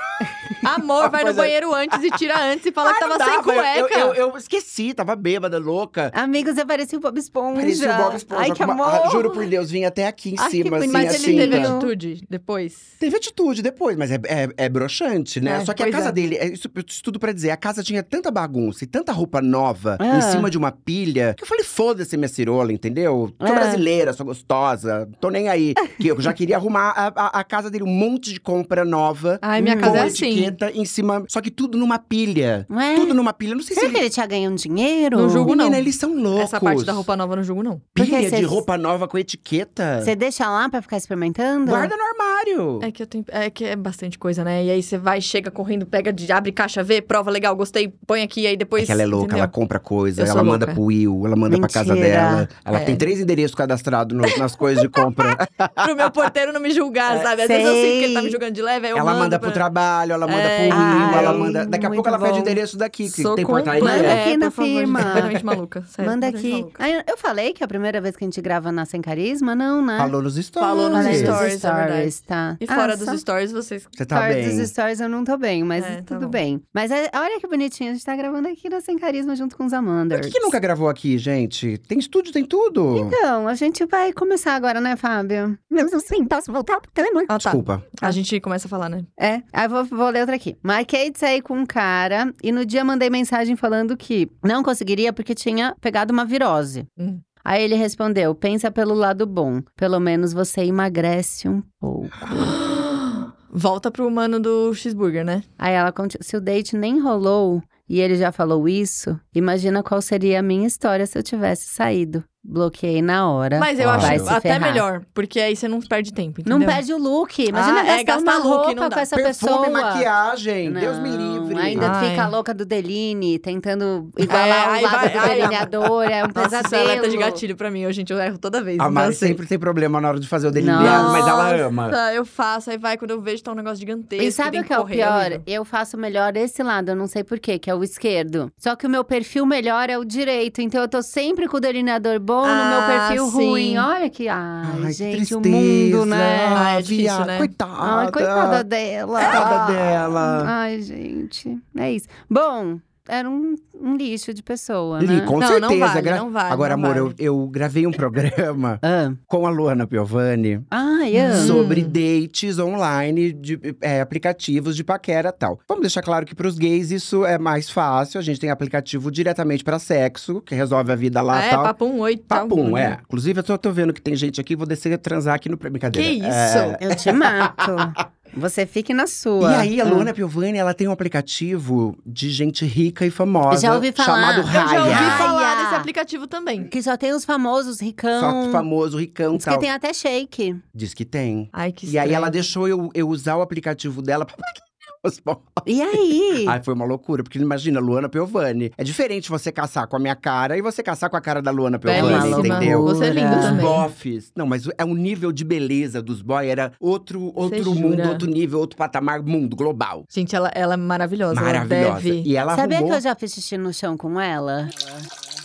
Speaker 3: Amor, vai no
Speaker 2: Pois é.
Speaker 3: banheiro antes e tira antes e fala que
Speaker 2: Ah, não
Speaker 3: tava sem
Speaker 2: dava, eu-
Speaker 3: cueca.
Speaker 2: Eu, eu, eu esqueci, tava bêbada, louca.
Speaker 1: Amigos, eu parecia o Bob Esponja.
Speaker 2: Parecia o Bob Esponja.
Speaker 1: é. Ai, que
Speaker 2: com uma-
Speaker 1: amor.
Speaker 2: Ah, Juro por Deus, vinha até aqui em
Speaker 1: Ai, que
Speaker 2: cima,
Speaker 1: bonito.
Speaker 2: assim,
Speaker 3: Mas
Speaker 2: assim.
Speaker 3: ele teve
Speaker 1: né?
Speaker 3: atitude depois.
Speaker 2: Teve atitude depois, mas é, é, é broxante, né?
Speaker 3: É,
Speaker 2: Só que a
Speaker 3: pois
Speaker 2: casa
Speaker 3: é.
Speaker 2: dele, é isso, isso tudo pra dizer, a casa tinha tanta bagunça e tanta roupa nova
Speaker 1: Ah.
Speaker 2: em cima de uma pilha que eu falei, foda-se minha cirola, entendeu? Sou
Speaker 3: É.
Speaker 1: Ah.
Speaker 2: brasileira, sou gostosa, tô nem aí. que eu já queria arrumar a, a- a casa dele, um monte de compra nova.
Speaker 3: Ai, minha
Speaker 2: com
Speaker 3: casa é assim.
Speaker 2: etiqueta em cima, só que tudo numa pilha.
Speaker 1: Não é?
Speaker 2: Tudo numa pilha, não sei se
Speaker 1: Será que
Speaker 2: ele...
Speaker 1: ele tinha ganho um dinheiro?
Speaker 3: Não julgo,
Speaker 2: Menina,
Speaker 3: não.
Speaker 2: eles são é loucos.
Speaker 3: Essa parte da roupa nova eu não julgo, não.
Speaker 1: Porque
Speaker 2: Pilha de
Speaker 1: cês-
Speaker 2: roupa nova com etiqueta.
Speaker 1: Você deixa lá pra ficar experimentando?
Speaker 2: Guarda no armário.
Speaker 3: É que, eu tenho, é que é bastante coisa, né? E aí você vai, chega correndo, pega, de- abre caixa, vê, prova legal, gostei, põe aqui, aí depois.
Speaker 2: É que ela é louca,
Speaker 3: entendeu?
Speaker 2: ela compra coisa,
Speaker 3: Eu sou
Speaker 2: ela manda
Speaker 3: louca.
Speaker 2: pro Will, ela manda pra casa
Speaker 1: Mentira.
Speaker 2: dela. Ela
Speaker 3: É.
Speaker 2: tem três endereços cadastrados no- nas coisas de compra.
Speaker 3: Pro meu porteiro não me julgar, sabe? Às vezes eu
Speaker 1: Sei.
Speaker 3: sinto que ele tá me julgando de leve, aí eu
Speaker 2: É, ela
Speaker 3: mando
Speaker 2: manda
Speaker 3: pra...
Speaker 2: pro trabalho, ela manda
Speaker 3: É.
Speaker 2: pro Will, ela
Speaker 1: Ai,
Speaker 2: manda. Daqui a
Speaker 1: muito
Speaker 2: pouco ela pede
Speaker 1: bom.
Speaker 2: o endereço daqui, que
Speaker 3: Sou
Speaker 2: tem
Speaker 3: completa.
Speaker 2: portaria.
Speaker 1: Manda
Speaker 3: É,
Speaker 1: aqui
Speaker 3: por
Speaker 1: na
Speaker 3: favor, gente,
Speaker 1: firma.
Speaker 3: Completamente maluca, sério.
Speaker 1: Manda
Speaker 3: completamente
Speaker 1: aqui.
Speaker 3: maluca.
Speaker 1: Ah, eu- eu falei que é a primeira vez que a gente grava na Sem Carisma? Não, né?
Speaker 2: Falou nos stories.
Speaker 3: Falou nos
Speaker 1: Falei
Speaker 3: stories. é
Speaker 1: tá.
Speaker 3: E fora
Speaker 1: Ah,
Speaker 3: dos
Speaker 1: só
Speaker 3: stories, vocês.
Speaker 2: Você tá
Speaker 1: fora
Speaker 2: bem.
Speaker 1: dos stories eu não tô bem, mas
Speaker 3: É, tá
Speaker 1: tudo
Speaker 3: bom.
Speaker 1: bem. Mas é- olha que bonitinho, a gente tá gravando aqui na Sem Carisma junto com os
Speaker 2: Por
Speaker 1: Amanders.
Speaker 2: que, que nunca gravou aqui, gente? Tem estúdio, tem tudo.
Speaker 1: Então, a gente vai começar agora, né, Fábio? Mas assim, posso voltar pro telemônio?
Speaker 3: Ah, tá.
Speaker 2: Desculpa.
Speaker 3: A gente começa a falar, né?
Speaker 1: É, aí eu vou, vou ler outra aqui. Marquei de sair com um cara e no dia mandei mensagem falando que não conseguiria porque tinha pegado uma virose.
Speaker 3: Hum.
Speaker 1: Aí ele respondeu: pensa pelo lado bom, pelo menos você emagrece um pouco.
Speaker 3: Volta pro humano do cheeseburger, né?
Speaker 1: Aí ela continua: se o date nem rolou e ele já falou isso, imagina qual seria a minha história se eu tivesse saído. Bloqueei na hora.
Speaker 3: Mas eu
Speaker 2: Vai
Speaker 3: acho
Speaker 1: É. se
Speaker 3: até
Speaker 1: ferrar.
Speaker 3: melhor, porque aí você não perde tempo, entendeu?
Speaker 1: Não perde o look. Imagina
Speaker 3: Ah,
Speaker 1: gastar,
Speaker 3: é, gastar
Speaker 1: uma
Speaker 3: look,
Speaker 1: roupa
Speaker 3: não dá.
Speaker 1: com essa
Speaker 2: Perfume,
Speaker 1: pessoa.
Speaker 2: maquiagem, Deus me
Speaker 1: Não,
Speaker 2: livre. Ah,
Speaker 1: Ainda
Speaker 3: Ai.
Speaker 1: fica a louca do Deline, tentando igualar
Speaker 3: É,
Speaker 1: o
Speaker 3: aí
Speaker 1: lado
Speaker 3: vai-
Speaker 1: do
Speaker 3: ai,
Speaker 1: delineador. É um
Speaker 3: Nossa, isso é
Speaker 1: pesadelo.
Speaker 3: alerta de gatilho pra mim. Eu, gente, eu erro toda vez.
Speaker 2: A
Speaker 3: então,
Speaker 2: Mari
Speaker 3: assim,
Speaker 2: Ah, sempre tem problema na hora de fazer o delineado, mas ela ama.
Speaker 3: Nossa, eu faço, aí vai, quando eu vejo, tá um negócio gigantesco.
Speaker 1: E sabe
Speaker 3: tem
Speaker 1: o que é o
Speaker 3: correr,
Speaker 1: pior?
Speaker 3: horrível.
Speaker 1: eu faço melhor esse lado, eu não sei porquê, que é o esquerdo. Só que o meu perfil melhor é o direito. Então eu tô sempre com o delineador bom no meu
Speaker 3: Ah,
Speaker 1: perfil
Speaker 3: sim.
Speaker 1: ruim. Olha que.
Speaker 2: Ai,
Speaker 1: Ai,
Speaker 2: que
Speaker 1: gente, o
Speaker 2: tristeza.
Speaker 1: mundo, né?
Speaker 3: Ai, é difícil,
Speaker 2: viado,
Speaker 3: né?
Speaker 2: Coitada.
Speaker 1: Ai, coitada dela.
Speaker 3: Ah.
Speaker 2: Coitada dela.
Speaker 1: Ai, gente. É isso. Bom, era um, um lixo de pessoa.
Speaker 2: Li,
Speaker 1: né?
Speaker 2: com
Speaker 3: Ah, Não, não
Speaker 2: certeza.
Speaker 3: vale,
Speaker 2: gra-
Speaker 3: não vale,
Speaker 2: Agora,
Speaker 3: não
Speaker 2: amor,
Speaker 3: vale.
Speaker 2: eu, eu gravei um programa
Speaker 1: Ah.
Speaker 2: com a Luana Piovani
Speaker 1: Ai, ah.
Speaker 3: Hum.
Speaker 2: sobre dates online de é, aplicativos de paquera e tal. Vamos deixar claro que pros gays isso é mais fácil. A gente tem aplicativo diretamente pra sexo, que resolve a vida lá
Speaker 3: Ah,
Speaker 2: e
Speaker 3: é,
Speaker 2: tal.
Speaker 3: papum, oito. né? tal.
Speaker 2: Papum, é. Inclusive, eu só tô vendo que tem gente aqui, vou descer e transar aqui no. Brincadeira.
Speaker 3: Que isso?
Speaker 2: É,
Speaker 1: Eu te mato. Você fique na sua.
Speaker 2: E aí,
Speaker 3: Ah.
Speaker 2: a Luana Piovani, ela tem um aplicativo de gente rica e famosa.
Speaker 1: Já ouvi falar.
Speaker 2: Chamado
Speaker 1: Eu
Speaker 3: Eu
Speaker 2: Raya.
Speaker 3: já ouvi
Speaker 1: Raia.
Speaker 3: falar desse aplicativo também.
Speaker 1: Que só tem os famosos, ricão.
Speaker 2: Só famoso, ricão e
Speaker 1: Então, Diz que
Speaker 2: tal.
Speaker 1: tem até shake.
Speaker 2: Diz que tem.
Speaker 3: Ai, que
Speaker 2: E aí
Speaker 3: estranho.
Speaker 2: ela deixou eu, eu usar o aplicativo dela pra os bo-
Speaker 1: E aí?
Speaker 2: Ai, foi uma loucura, porque imagina, Luana Piovani. É diferente você caçar com a minha cara e você caçar com a cara da Luana Piovani,
Speaker 1: Belíssima.
Speaker 2: entendeu?
Speaker 3: Você é linda
Speaker 1: Os
Speaker 2: Os
Speaker 3: também.
Speaker 2: bofs. Não, mas é um nível de beleza dos boy, era outro, outro
Speaker 3: jura?
Speaker 2: mundo, outro nível, outro patamar, mundo global.
Speaker 3: Gente, ela, ela é maravilhosa. Ela
Speaker 2: Maravilhosa.
Speaker 3: deve.
Speaker 2: E ela
Speaker 1: Sabia
Speaker 2: arrumou...
Speaker 1: que eu já fiz xixi no chão com ela?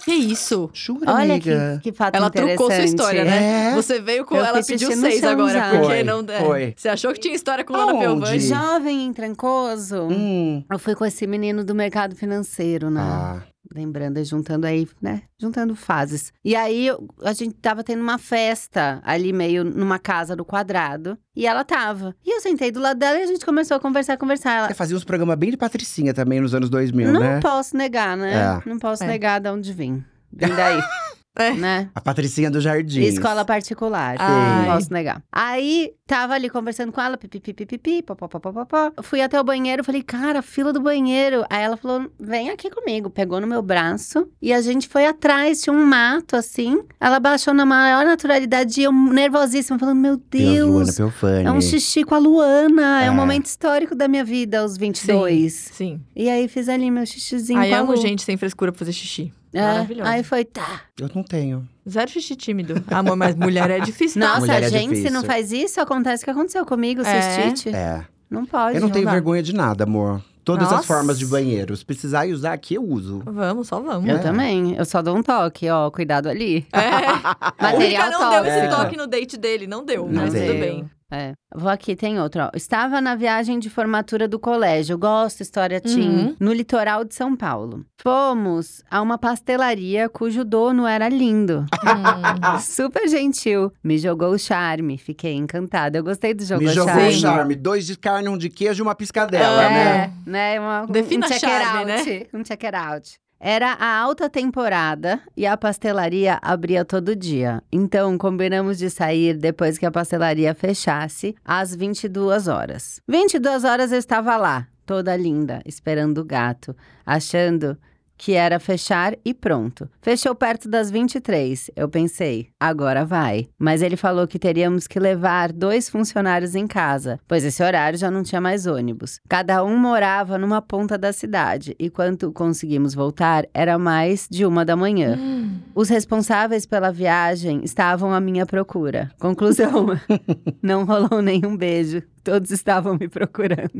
Speaker 3: Que isso?
Speaker 2: Jura,
Speaker 1: Olha que,
Speaker 2: amiga?
Speaker 1: que fato
Speaker 3: Ela
Speaker 1: interessante.
Speaker 3: trucou sua história, né?
Speaker 2: É.
Speaker 3: Você veio com.
Speaker 1: Eu
Speaker 3: ela
Speaker 1: fiz
Speaker 3: pediu
Speaker 1: xixi no
Speaker 3: seis
Speaker 1: chão
Speaker 3: agora.
Speaker 1: já.
Speaker 3: Porque
Speaker 2: Foi,
Speaker 3: não der.
Speaker 2: foi.
Speaker 3: Você achou que tinha história com Lana
Speaker 2: Aonde?
Speaker 3: Piovani?
Speaker 1: Jovem em Trancoso,
Speaker 2: É Hum.
Speaker 1: eu fui com esse menino do mercado financeiro, né?
Speaker 2: Ah,
Speaker 1: Lembrando, juntando aí, né? Juntando fases. E aí, eu- a gente tava tendo uma festa ali, meio numa casa do quadrado. E ela tava. E eu sentei do lado dela e a gente começou a conversar, conversar. Ela,
Speaker 2: ela fazia uns programas bem de patricinha também, nos anos 2000,
Speaker 1: Ah. não
Speaker 2: né?
Speaker 1: posso negar, né? Não posso
Speaker 3: É.
Speaker 1: negar de onde vim. Vim daí.
Speaker 3: É.
Speaker 1: Né?
Speaker 2: A patricinha do Jardim.
Speaker 1: Escola particular,
Speaker 3: Ai.
Speaker 1: não posso negar. Aí, tava ali conversando com ela, pipi, pipi, pipi, pó, pó, pó, pó, pó, pó. Fui até o banheiro, falei, cara, fila do banheiro. Aí ela falou, vem aqui comigo. Pegou no meu braço e a gente foi atrás, tinha um mato, assim. Ela baixou na maior naturalidade e eu nervosíssima, falando, meu
Speaker 2: Deus, Luana
Speaker 1: Deus,
Speaker 2: Piovani.
Speaker 1: é um xixi com a Luana. É. um
Speaker 2: É.
Speaker 1: momento histórico da minha vida, aos 22.
Speaker 3: Sim.
Speaker 1: E aí, fiz ali meu xixizinho
Speaker 3: Aí
Speaker 1: com a
Speaker 3: amo
Speaker 1: Lu.
Speaker 3: gente sem frescura pra fazer xixi.
Speaker 1: É,
Speaker 3: Maravilhoso.
Speaker 1: Aí foi, tá.
Speaker 2: Eu não tenho.
Speaker 3: Zero xixi tímido. Amor, mas mulher é difícil, tá?
Speaker 1: Nossa,
Speaker 2: Mulher é
Speaker 1: gente, se
Speaker 2: difícil.
Speaker 1: não faz isso, acontece o que aconteceu comigo,
Speaker 3: É.
Speaker 1: cistite.
Speaker 2: É.
Speaker 1: Não pode.
Speaker 2: eu não
Speaker 1: não
Speaker 2: tenho
Speaker 1: dá.
Speaker 2: vergonha de nada, amor. Todas as
Speaker 3: Nossa.
Speaker 2: formas de banheiro. Se precisar e usar aqui, eu uso.
Speaker 3: Vamos, só vamos.
Speaker 1: Eu
Speaker 2: É.
Speaker 1: também. Eu só dou um toque, ó. Cuidado ali.
Speaker 3: É. O Rica
Speaker 1: Material
Speaker 3: não
Speaker 1: tóxico.
Speaker 3: deu esse
Speaker 2: É.
Speaker 3: toque no date dele, não deu,
Speaker 2: Não
Speaker 3: mas
Speaker 2: deu.
Speaker 3: tudo bem.
Speaker 1: É. Vou aqui, tem outro. Ó. Estava na viagem de formatura do colégio, gosto história Tim,
Speaker 3: Uhum.
Speaker 1: no litoral de São Paulo. Fomos a uma pastelaria cujo dono era lindo,
Speaker 3: Hum.
Speaker 2: Ah.
Speaker 1: super gentil. Me jogou o charme, fiquei encantada. Eu gostei do jogo
Speaker 2: Me
Speaker 1: ao
Speaker 2: jogou
Speaker 1: charme.
Speaker 2: o charme. Dois de carne, um de queijo e uma piscadela,
Speaker 3: É.
Speaker 2: né?
Speaker 1: É, né? Uma,
Speaker 3: Defina
Speaker 1: um check
Speaker 3: charme,
Speaker 1: it out, Um check it out. Era a alta temporada e a pastelaria abria todo dia. Então, combinamos de sair depois que a pastelaria fechasse, às 22 horas. 22 horas eu estava lá, toda linda, esperando o gato, achando que era fechar e pronto. Fechou perto das 23. Eu pensei, agora vai. Mas ele falou que teríamos que levar dois funcionários em casa, pois esse horário já não tinha mais ônibus. Cada um morava numa ponta da cidade, e quando conseguimos voltar, era mais de uma da manhã. Os responsáveis pela viagem estavam à minha procura. Conclusão: não rolou nenhum beijo. Todos estavam me procurando.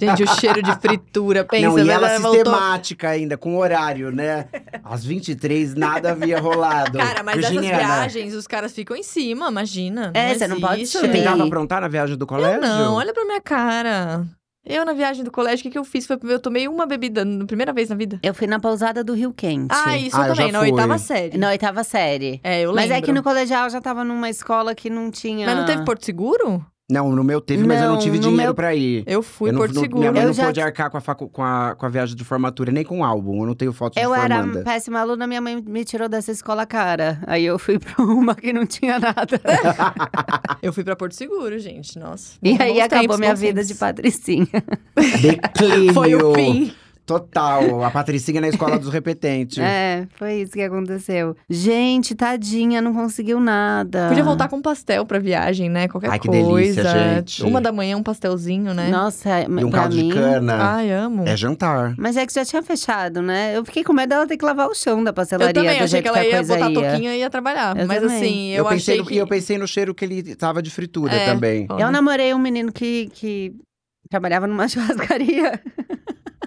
Speaker 3: Gente, o cheiro de fritura, pensa, né,
Speaker 2: não, e
Speaker 3: mas
Speaker 2: ela
Speaker 3: ela voltou.
Speaker 2: sistemática ainda, com horário, né? Às 23, nada havia rolado. né?
Speaker 3: Cara, mas
Speaker 2: Virginiana,
Speaker 3: essas viagens, os caras ficam em cima, imagina.
Speaker 1: É,
Speaker 3: não
Speaker 1: você não pode
Speaker 3: existe.
Speaker 2: Você tentava
Speaker 1: Ei.
Speaker 2: aprontar na viagem do
Speaker 3: Eu
Speaker 2: colégio?
Speaker 3: não, olha pra minha cara. Eu, na viagem do colégio, o que, que eu fiz? Foi, eu tomei uma bebida, na primeira vez na vida.
Speaker 1: Eu fui na pousada do Rio Quente.
Speaker 3: Ah, isso
Speaker 2: Ah, eu
Speaker 3: eu também,
Speaker 2: já
Speaker 3: na
Speaker 2: fui.
Speaker 3: oitava série.
Speaker 1: Na oitava série.
Speaker 3: É, eu lembro.
Speaker 1: Mas é que no colegial eu já tava numa escola que não tinha.
Speaker 3: Mas não teve Porto Seguro?
Speaker 2: Não, no meu teve, mas eu não
Speaker 1: Não,
Speaker 2: tive
Speaker 1: no
Speaker 2: dinheiro
Speaker 1: meu-
Speaker 2: pra ir.
Speaker 3: Eu fui
Speaker 2: eu não,
Speaker 3: Porto
Speaker 2: não,
Speaker 3: Seguro.
Speaker 2: Minha mãe
Speaker 1: Eu
Speaker 2: não
Speaker 1: já-
Speaker 2: pôde arcar com a, facu- com, a, com a viagem de formatura, nem com o álbum. Eu não tenho foto de
Speaker 1: Eu era
Speaker 2: formanda.
Speaker 1: péssima aluna, minha mãe me tirou dessa escola cara. Aí eu fui pra uma que não tinha nada.
Speaker 3: Eu fui pra Porto Seguro, gente, nossa.
Speaker 1: E
Speaker 3: Bons
Speaker 1: aí
Speaker 3: tempos,
Speaker 1: acabou minha
Speaker 3: bons
Speaker 1: vida
Speaker 3: tempos.
Speaker 1: de patricinha.
Speaker 2: Declínio.
Speaker 3: Foi o fim.
Speaker 2: Total. A Patricinha na escola dos repetentes.
Speaker 1: É, foi isso que aconteceu. Gente, tadinha, não conseguiu nada.
Speaker 3: Podia voltar com pastel pra viagem, né? Qualquer
Speaker 2: Ai, que
Speaker 3: coisa.
Speaker 2: delícia, gente.
Speaker 3: Uma da manhã, um pastelzinho, né?
Speaker 1: Nossa, é,
Speaker 2: E um
Speaker 1: pra
Speaker 2: caldo
Speaker 1: mim.
Speaker 2: de cana.
Speaker 3: Ai, amo.
Speaker 2: É jantar.
Speaker 1: Mas é que já tinha fechado, né? Eu fiquei com medo dela ter que lavar o chão da pastelaria
Speaker 3: eu também
Speaker 1: do
Speaker 3: achei
Speaker 1: jeito
Speaker 3: que ela
Speaker 1: a
Speaker 3: ia
Speaker 1: coisa
Speaker 3: botar a
Speaker 1: ia.
Speaker 3: touquinha e ia trabalhar.
Speaker 1: Eu
Speaker 3: mas
Speaker 1: também.
Speaker 3: assim, eu,
Speaker 2: pensei
Speaker 3: achei
Speaker 2: no,
Speaker 3: que...
Speaker 2: E eu pensei no cheiro que ele tava de fritura
Speaker 3: É.
Speaker 2: também.
Speaker 1: Eu namorei um menino que, que trabalhava numa churrascaria.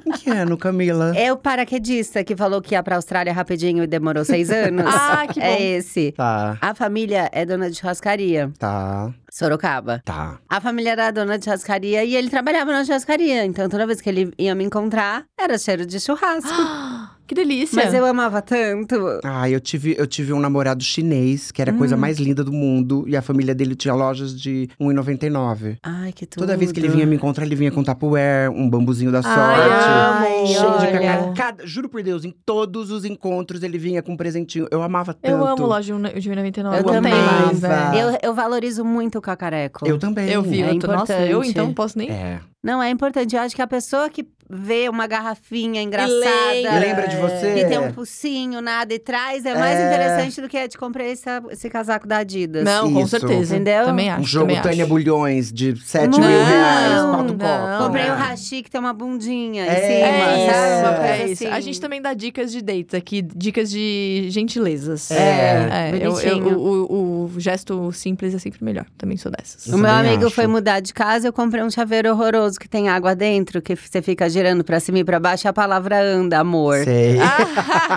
Speaker 2: Em que ano, Camila?
Speaker 1: É o paraquedista que falou que ia pra Austrália rapidinho e demorou seis anos.
Speaker 3: Ah, que bom.
Speaker 1: É esse.
Speaker 2: Tá,
Speaker 1: A família é dona de churrascaria,
Speaker 2: tá,
Speaker 1: Sorocaba.
Speaker 2: tá.
Speaker 1: A família era dona de churrascaria e ele trabalhava na churrascaria. Então toda vez que ele ia me encontrar, era cheiro de churrasco.
Speaker 3: Ah, que delícia.
Speaker 1: Mas eu amava tanto.
Speaker 2: Ah, eu tive, eu tive um namorado chinês, que era a
Speaker 3: Hum.
Speaker 2: coisa mais linda do mundo. E a família dele tinha lojas de 1,99.
Speaker 1: Ai, que tudo.
Speaker 2: Toda vez que ele vinha me encontrar, ele vinha com tupperware, um bambuzinho da
Speaker 3: Ai,
Speaker 2: sorte.
Speaker 1: Ai,
Speaker 3: amo.
Speaker 2: Cheio de
Speaker 1: olha.
Speaker 2: cacau. Cada- juro por Deus, em todos os encontros ele vinha com um presentinho. Eu amava tanto.
Speaker 3: Eu amo loja de 99.
Speaker 1: Eu
Speaker 3: não tem
Speaker 1: também.
Speaker 3: mais, né?
Speaker 1: Eu, eu valorizo muito o cacareco.
Speaker 2: Eu também.
Speaker 3: Eu vi,
Speaker 1: É
Speaker 3: eu tô, nossa, eu
Speaker 1: importante.
Speaker 3: então não posso nem.
Speaker 2: É.
Speaker 1: Não, é importante. Eu acho que a pessoa que vê uma garrafinha engraçada.
Speaker 2: E lembra de você?
Speaker 1: E tem um pulsinho, nada, e traz. É mais
Speaker 2: É.
Speaker 1: interessante do que de comprei essa- esse casaco da Adidas.
Speaker 3: Não, com
Speaker 2: Isso.
Speaker 3: certeza.
Speaker 1: Entendeu?
Speaker 3: Também acho.
Speaker 2: Um jogo
Speaker 3: também acho.
Speaker 2: Tânia Bulhões de 7 mil
Speaker 1: Não,
Speaker 2: reais, quatro
Speaker 1: não.
Speaker 2: copos.
Speaker 1: Comprei
Speaker 2: né?
Speaker 3: um
Speaker 1: o hashi que tem uma bundinha
Speaker 2: É
Speaker 1: em cima,
Speaker 2: isso,
Speaker 1: sabe? Uma
Speaker 2: é
Speaker 1: coisa
Speaker 3: isso.
Speaker 1: assim.
Speaker 3: A gente tá- também dá dicas de dates aqui, dicas de gentilezas.
Speaker 2: É,
Speaker 3: É, eu- eu-
Speaker 1: bonitinho.
Speaker 3: o, o- o gesto simples é sempre melhor. Também sou dessas.
Speaker 1: O
Speaker 2: Eu
Speaker 1: meu
Speaker 2: também
Speaker 1: amigo
Speaker 2: acho.
Speaker 1: foi mudar de casa, eu comprei um chaveiro horroroso que tem água dentro, que você fica girando pra cima e pra baixo e a palavra anda, amor.
Speaker 2: Sei.
Speaker 3: Ah.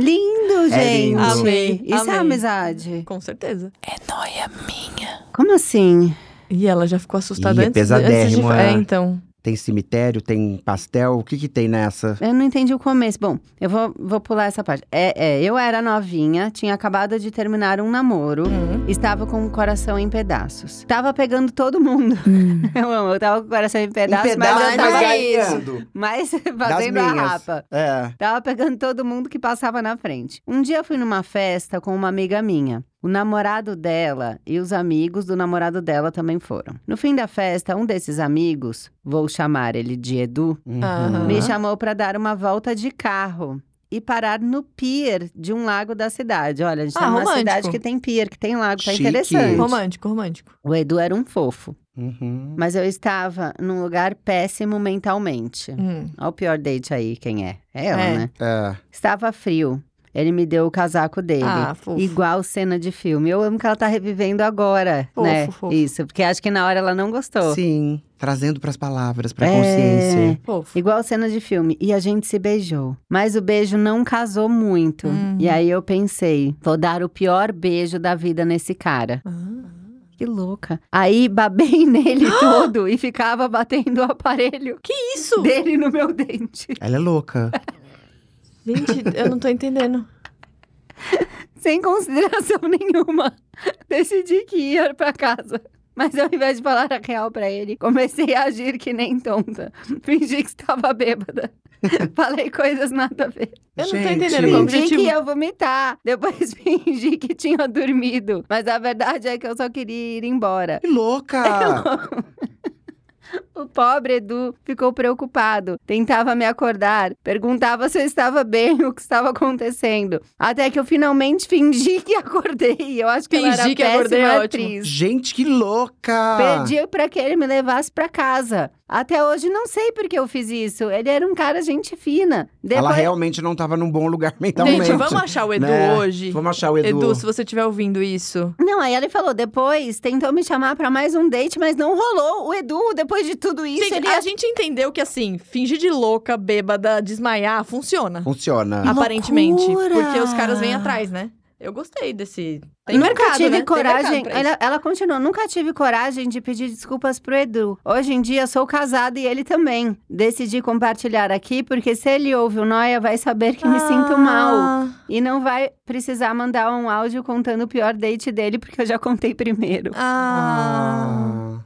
Speaker 1: Lindo, gente!
Speaker 2: É lindo.
Speaker 3: Amei,
Speaker 1: Isso é
Speaker 3: amei.
Speaker 1: amizade.
Speaker 3: Com certeza.
Speaker 1: Como assim?
Speaker 3: E ela já ficou assustada
Speaker 2: Ih, é
Speaker 3: antes, antes de.
Speaker 2: pesadérrimo,
Speaker 3: É,
Speaker 2: é.
Speaker 3: então.
Speaker 2: Tem cemitério, tem pastel. O que que tem
Speaker 3: Um
Speaker 2: nessa?
Speaker 1: Eu não entendi o começo. Bom, eu vou, vou pular essa parte. É, é, eu era novinha, tinha acabado de terminar um namoro,
Speaker 3: Hum.
Speaker 1: estava com o coração em pedaços. Tava pegando todo mundo.
Speaker 3: Hum.
Speaker 1: Eu amo, eu tava com o coração em pedaços,
Speaker 2: Em
Speaker 1: mas é
Speaker 2: pedaços,
Speaker 1: eu tava
Speaker 2: mas
Speaker 3: aí.
Speaker 2: ganhando.
Speaker 1: mas fazendo a
Speaker 2: minhas.
Speaker 1: rapa.
Speaker 2: É.
Speaker 1: Tava pegando todo mundo que passava na frente. Um dia eu fui numa festa com uma amiga minha. O namorado dela e os amigos do namorado dela também foram. No fim da festa, um desses amigos, vou chamar ele de Edu,
Speaker 2: Uhum.
Speaker 3: Aham.
Speaker 1: me chamou pra dar uma volta de carro e parar no pier de um lago da cidade. Olha, a gente
Speaker 3: Ah,
Speaker 1: tá numa
Speaker 3: romântico.
Speaker 1: cidade que tem pier, que tem lago, tá
Speaker 2: Chique.
Speaker 1: interessante.
Speaker 3: Romântico, romântico.
Speaker 1: O Edu era um fofo,
Speaker 2: Uhum.
Speaker 1: mas eu estava num lugar péssimo mentalmente.
Speaker 3: Hum.
Speaker 1: Olha o pior date aí, quem é? É ela,
Speaker 3: É.
Speaker 1: né?
Speaker 2: É.
Speaker 1: Estava frio. Ele me deu o casaco dele.
Speaker 3: Ah, fofo.
Speaker 1: Igual cena de filme. Eu amo que ela tá revivendo agora,
Speaker 3: Fofo,
Speaker 1: né?
Speaker 3: fofo.
Speaker 1: Isso, porque acho que na hora ela não gostou.
Speaker 2: Sim, trazendo pras palavras, pra
Speaker 1: É.
Speaker 2: consciência.
Speaker 3: Fofo.
Speaker 1: Igual cena de filme. E a gente se beijou. Mas o beijo não casou muito.
Speaker 3: Uhum.
Speaker 1: E aí eu pensei, vou dar o pior beijo da vida nesse cara.
Speaker 3: Ah.
Speaker 1: Que louca. Aí babei nele todo e ficava batendo o aparelho
Speaker 3: Que isso?
Speaker 1: dele no meu dente.
Speaker 2: Ela é louca.
Speaker 3: Gente, eu não tô entendendo.
Speaker 1: Sem consideração nenhuma. Decidi que ia pra casa. Mas ao invés de falar a real pra ele, comecei a agir que nem tonta. Fingi que estava bêbada. Falei coisas nada a ver.
Speaker 3: Eu não tô
Speaker 2: Gente.
Speaker 3: entendendo qual o
Speaker 1: Fingi
Speaker 3: objetivo.
Speaker 1: que ia vomitar. Depois fingi que tinha dormido. Mas a verdade é que eu só queria ir embora.
Speaker 2: Que louca!
Speaker 1: O pobre Edu ficou preocupado, tentava me acordar, perguntava se eu estava bem, o que estava acontecendo. Até que eu finalmente fingi que acordei. Eu acho que ela era
Speaker 3: Fingir que acordei é
Speaker 1: péssima
Speaker 3: ótimo.
Speaker 1: atriz.
Speaker 2: Gente, que louca!
Speaker 1: Pedi pra que ele me levasse pra casa. Até hoje não sei por que eu fiz isso. Ele era um cara gente fina.
Speaker 2: Ela
Speaker 1: Depois
Speaker 2: realmente não tava num bom lugar mentalmente.
Speaker 3: Gente, vamos achar o Edu
Speaker 2: um né?
Speaker 3: hoje.
Speaker 2: Vamos achar o
Speaker 3: Edu,
Speaker 2: Edu.
Speaker 3: se você estiver ouvindo isso.
Speaker 1: Não, aí ele falou, depois tentou me chamar pra mais um date, mas não rolou. O Edu, depois de tudo isso,
Speaker 3: Gente,
Speaker 1: ele
Speaker 3: a gente entendeu que assim, fingir de louca, bêbada, desmaiar, funciona.
Speaker 2: Funciona.
Speaker 3: aparentemente.
Speaker 1: loucura!
Speaker 3: Porque os caras vêm atrás, né? Eu gostei desse. Tem
Speaker 1: nunca
Speaker 3: mercado,
Speaker 1: tive
Speaker 3: né? Tem
Speaker 1: coragem.
Speaker 3: mercado pra isso.
Speaker 1: Ela, ela continua, nunca tive coragem de pedir desculpas pro Edu. Hoje em dia sou casada e ele também. Decidi compartilhar aqui porque se ele ouve o Noia vai saber que me
Speaker 3: Ah.
Speaker 1: sinto mal e não vai precisar mandar um áudio contando o pior date dele porque eu já contei primeiro.
Speaker 3: Ah.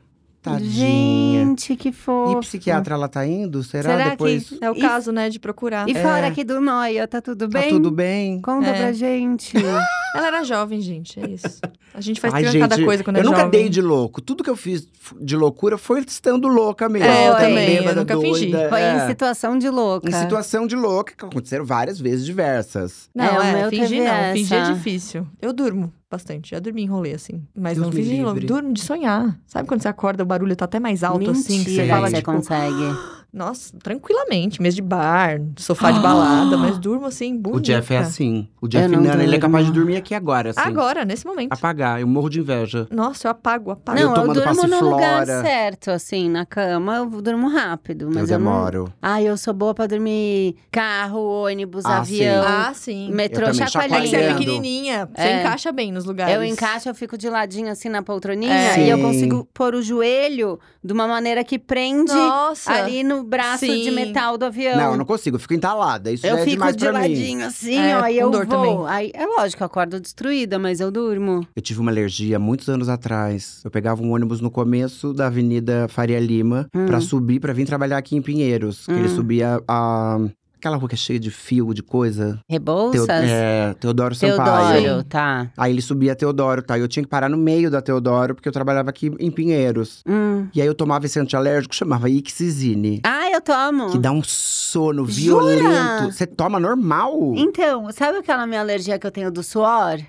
Speaker 2: Ah, tadinha.
Speaker 1: Gente, que
Speaker 2: E
Speaker 1: fofo.
Speaker 2: psiquiatra ela tá indo? Será,
Speaker 1: Será
Speaker 2: depois?
Speaker 1: que
Speaker 3: É o
Speaker 1: E-
Speaker 3: caso, né, de procurar.
Speaker 1: E fora aqui do Noia, tá tudo
Speaker 2: Tá
Speaker 1: bem?
Speaker 2: tudo bem?
Speaker 1: Conta
Speaker 3: É.
Speaker 1: pra gente.
Speaker 3: Ela era jovem, gente, é isso. A gente faz
Speaker 2: Ai,
Speaker 3: trilha cada coisa quando
Speaker 2: eu
Speaker 3: é
Speaker 2: nunca
Speaker 3: jovem.
Speaker 2: dei de louco. Tudo que eu fiz f- de loucura foi estando louca mesmo.
Speaker 1: É, eu
Speaker 2: Tá
Speaker 1: também, eu
Speaker 2: bêbada,
Speaker 3: nunca
Speaker 2: doida,
Speaker 3: fingi.
Speaker 1: Foi em
Speaker 2: é.
Speaker 1: situação de louca.
Speaker 2: Em situação de louca, que aconteceram várias vezes diversas.
Speaker 3: Não,
Speaker 1: É, o
Speaker 3: é,
Speaker 1: meu
Speaker 3: fingir
Speaker 1: teve
Speaker 3: não. Fingir é
Speaker 1: essa.
Speaker 3: difícil. Eu durmo bastante. Já dormi em rolê, assim. Mas
Speaker 2: Deus
Speaker 3: não
Speaker 2: me
Speaker 3: fingir de louco.
Speaker 2: livre.
Speaker 3: Durmo de sonhar. Sabe quando você acorda, o barulho tá até mais alto, assim? Que você
Speaker 1: Mentira,
Speaker 3: fala,
Speaker 2: é
Speaker 1: você
Speaker 3: tipo,
Speaker 1: consegue.
Speaker 3: Nossa, tranquilamente, mesa de bar, sofá de balada, mas durmo assim, bonita.
Speaker 2: O Jeff é assim. O Jeff
Speaker 1: não
Speaker 2: Nana, ele é
Speaker 1: durmo.
Speaker 2: capaz de dormir aqui agora, assim.
Speaker 3: Agora, nesse momento.
Speaker 2: Apagar, eu morro de inveja.
Speaker 3: Nossa, eu apago, apago.
Speaker 2: Ah, Eu
Speaker 1: Não, eu,
Speaker 2: tomando
Speaker 1: durmo no lugar
Speaker 2: passiflora.
Speaker 1: certo, assim, na cama, eu durmo rápido, mas
Speaker 2: eu
Speaker 1: eu, não-
Speaker 2: demoro.
Speaker 1: Ah, eu sou boa pra dormir carro, ônibus,
Speaker 2: Ah,
Speaker 1: avião,
Speaker 3: Ah, sim.
Speaker 1: metrô,
Speaker 2: Eu também,
Speaker 3: É que você é
Speaker 2: chacoalhando.
Speaker 1: chacoalhinha.
Speaker 3: pequenininha, você
Speaker 1: É.
Speaker 3: encaixa bem nos lugares.
Speaker 1: Eu encaixo, eu fico de ladinho assim na poltroninha
Speaker 3: É.
Speaker 1: e eu
Speaker 2: Sim.
Speaker 1: consigo pôr o joelho de uma maneira que prende
Speaker 3: Nossa!
Speaker 1: ali no braço de
Speaker 3: Sim.
Speaker 1: metal do avião.
Speaker 2: Não, eu não consigo, eu fico entalada. Isso
Speaker 1: Então. Eu
Speaker 2: já é
Speaker 1: fico
Speaker 2: demais
Speaker 1: de
Speaker 2: pra mim.
Speaker 1: ladinho assim,
Speaker 3: É,
Speaker 1: ó, e
Speaker 3: com
Speaker 1: eu
Speaker 3: dor
Speaker 1: vou.
Speaker 3: também.
Speaker 1: Aí, é lógico, eu acordo destruída, mas eu durmo.
Speaker 2: Eu tive uma alergia muitos anos atrás. Eu pegava um ônibus no começo da Avenida Faria Lima
Speaker 1: Hum.
Speaker 2: pra subir, pra vir trabalhar aqui em Pinheiros. Que ele
Speaker 1: Hum.
Speaker 2: subia a. Aquela rua que é cheia de fio, de coisa. Teo-
Speaker 1: Rebouças,
Speaker 2: é, Teodoro Sampaio.
Speaker 1: Teodoro, tá.
Speaker 2: Aí ele subia a Teodoro, tá? E eu tinha que parar no meio da Teodoro, porque eu trabalhava aqui em Pinheiros.
Speaker 1: Hum.
Speaker 2: E aí eu tomava esse antialérgico, chamava Ixizine.
Speaker 1: Ah, eu tomo.
Speaker 2: Que dá um sono
Speaker 1: Jura?
Speaker 2: violento. Você toma normal?
Speaker 1: Então, sabe aquela minha alergia que eu tenho do suor?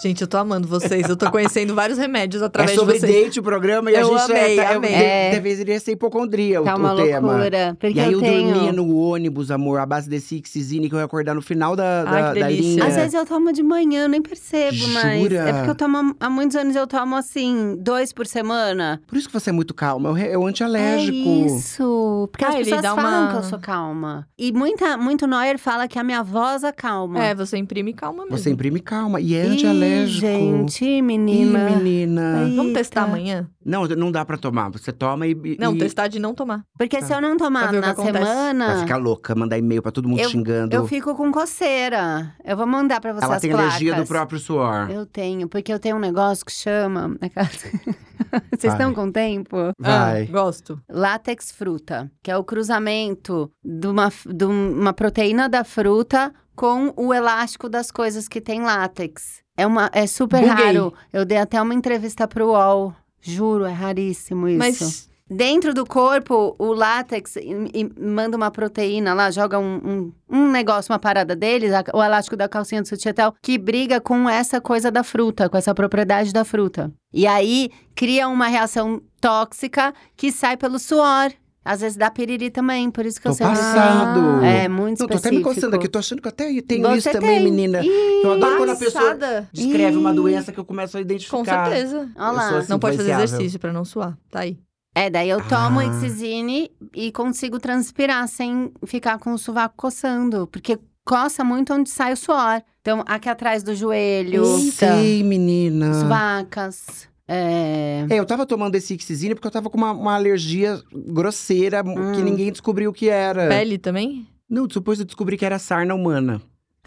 Speaker 3: Gente, eu tô amando vocês. Eu tô conhecendo vários remédios
Speaker 2: É
Speaker 3: através
Speaker 2: sobre
Speaker 3: de vocês.
Speaker 2: date o programa e
Speaker 3: Eu
Speaker 2: a gente
Speaker 3: amei,
Speaker 2: é, tá-
Speaker 3: amei.
Speaker 1: É.
Speaker 2: Eu, Talvez iria ser hipocondria É o,
Speaker 1: tá
Speaker 2: o
Speaker 1: uma
Speaker 2: tema.
Speaker 1: loucura. Porque
Speaker 2: E aí eu,
Speaker 1: tenho.
Speaker 2: dormia no ônibus, amor, à base desse Ixizine que eu ia acordar no final da,
Speaker 3: Ai,
Speaker 2: da,
Speaker 3: que
Speaker 2: da
Speaker 3: delícia.
Speaker 2: linha.
Speaker 1: Às vezes eu tomo de manhã, eu nem percebo, mas.
Speaker 2: Jura?
Speaker 1: É porque eu tomo. Há muitos anos eu tomo assim, dois por semana.
Speaker 2: Por isso que você é muito calma, eu re- eu
Speaker 1: É
Speaker 2: anti-alérgico.
Speaker 1: isso. Porque
Speaker 3: Ah,
Speaker 1: as
Speaker 3: ele
Speaker 1: pessoas
Speaker 3: dá
Speaker 1: falam
Speaker 3: uma-
Speaker 1: que eu sou calma. E muita, muito Neuer fala que a minha voz acalma.
Speaker 3: É, você imprime calma mesmo.
Speaker 2: Você imprime calma e é
Speaker 1: Ih,
Speaker 2: anti-alérgico.
Speaker 1: Gente,
Speaker 2: Ih,
Speaker 1: menina.
Speaker 2: menina.
Speaker 1: Ai.
Speaker 3: Vamos testar
Speaker 1: Eita.
Speaker 3: amanhã?
Speaker 2: Não, não dá pra tomar. Você toma e. e-
Speaker 3: Não,
Speaker 2: e
Speaker 3: testar de não tomar.
Speaker 1: Porque
Speaker 2: Tá.
Speaker 1: se eu não
Speaker 3: Pra
Speaker 1: tomar
Speaker 3: ver o que
Speaker 1: na
Speaker 3: acontece.
Speaker 2: Vai
Speaker 1: semana,
Speaker 2: ficar louca, mandar e-mail pra todo mundo
Speaker 1: Eu-
Speaker 2: xingando.
Speaker 1: eu fico com coceira. Eu vou mandar pra você
Speaker 2: Ela
Speaker 1: as
Speaker 2: tem
Speaker 1: placas.
Speaker 2: alergia do próprio suor.
Speaker 1: Eu tenho, porque eu tenho um negócio que chama. é Vocês
Speaker 2: Vai.
Speaker 1: estão com tempo?
Speaker 3: Ah,
Speaker 2: Vai.
Speaker 3: gosto.
Speaker 1: Látex fruta, que é o cruzamento de uma, f- de um, uma proteína da fruta com o elástico das coisas que tem látex. É, uma, é super
Speaker 3: Buguei.
Speaker 1: raro. Eu dei até uma entrevista pro UOL. Juro, é raríssimo isso.
Speaker 3: Mas
Speaker 1: Dentro do corpo, o látex e- e manda uma proteína lá, joga um, um, um negócio, uma parada deles, a- o elástico da calcinha do sutiã e tal, que briga com essa coisa da fruta, com essa propriedade da fruta. E aí cria uma reação tóxica que sai pelo suor. Às vezes dá piriri também, por isso que
Speaker 2: Tô
Speaker 1: eu sei. onde-
Speaker 2: passado.
Speaker 1: É, muito
Speaker 2: Não, tô
Speaker 1: específico.
Speaker 2: até me coçando aqui, tô achando que eu até tenho
Speaker 1: Você
Speaker 2: isso também,
Speaker 1: tem.
Speaker 2: menina.
Speaker 1: Ih,
Speaker 2: Eu adoro quando a pessoa
Speaker 3: Passada.
Speaker 2: descreve uma
Speaker 1: Ih.
Speaker 2: doença que eu começo a
Speaker 3: Com
Speaker 2: identificar.
Speaker 3: certeza.
Speaker 1: olha lá.
Speaker 2: Eu sou assim.
Speaker 3: Não pode fazer
Speaker 2: Influenciável.
Speaker 3: exercício pra não suar. Tá aí.
Speaker 1: É, daí eu tomo
Speaker 2: Ah.
Speaker 1: Exizine e consigo transpirar sem ficar com o sovaco coçando. Porque coça muito onde sai o suor. Então, aqui atrás do joelho,
Speaker 3: Eita.
Speaker 2: Sei, menina.
Speaker 1: as vacas. É...
Speaker 2: É, eu tava tomando esse Ixizine porque eu tava com uma, uma alergia grosseira m-
Speaker 1: Hum.
Speaker 2: que ninguém descobriu o que era.
Speaker 3: Pele também?
Speaker 2: Não, depois eu descobri que era sarna humana.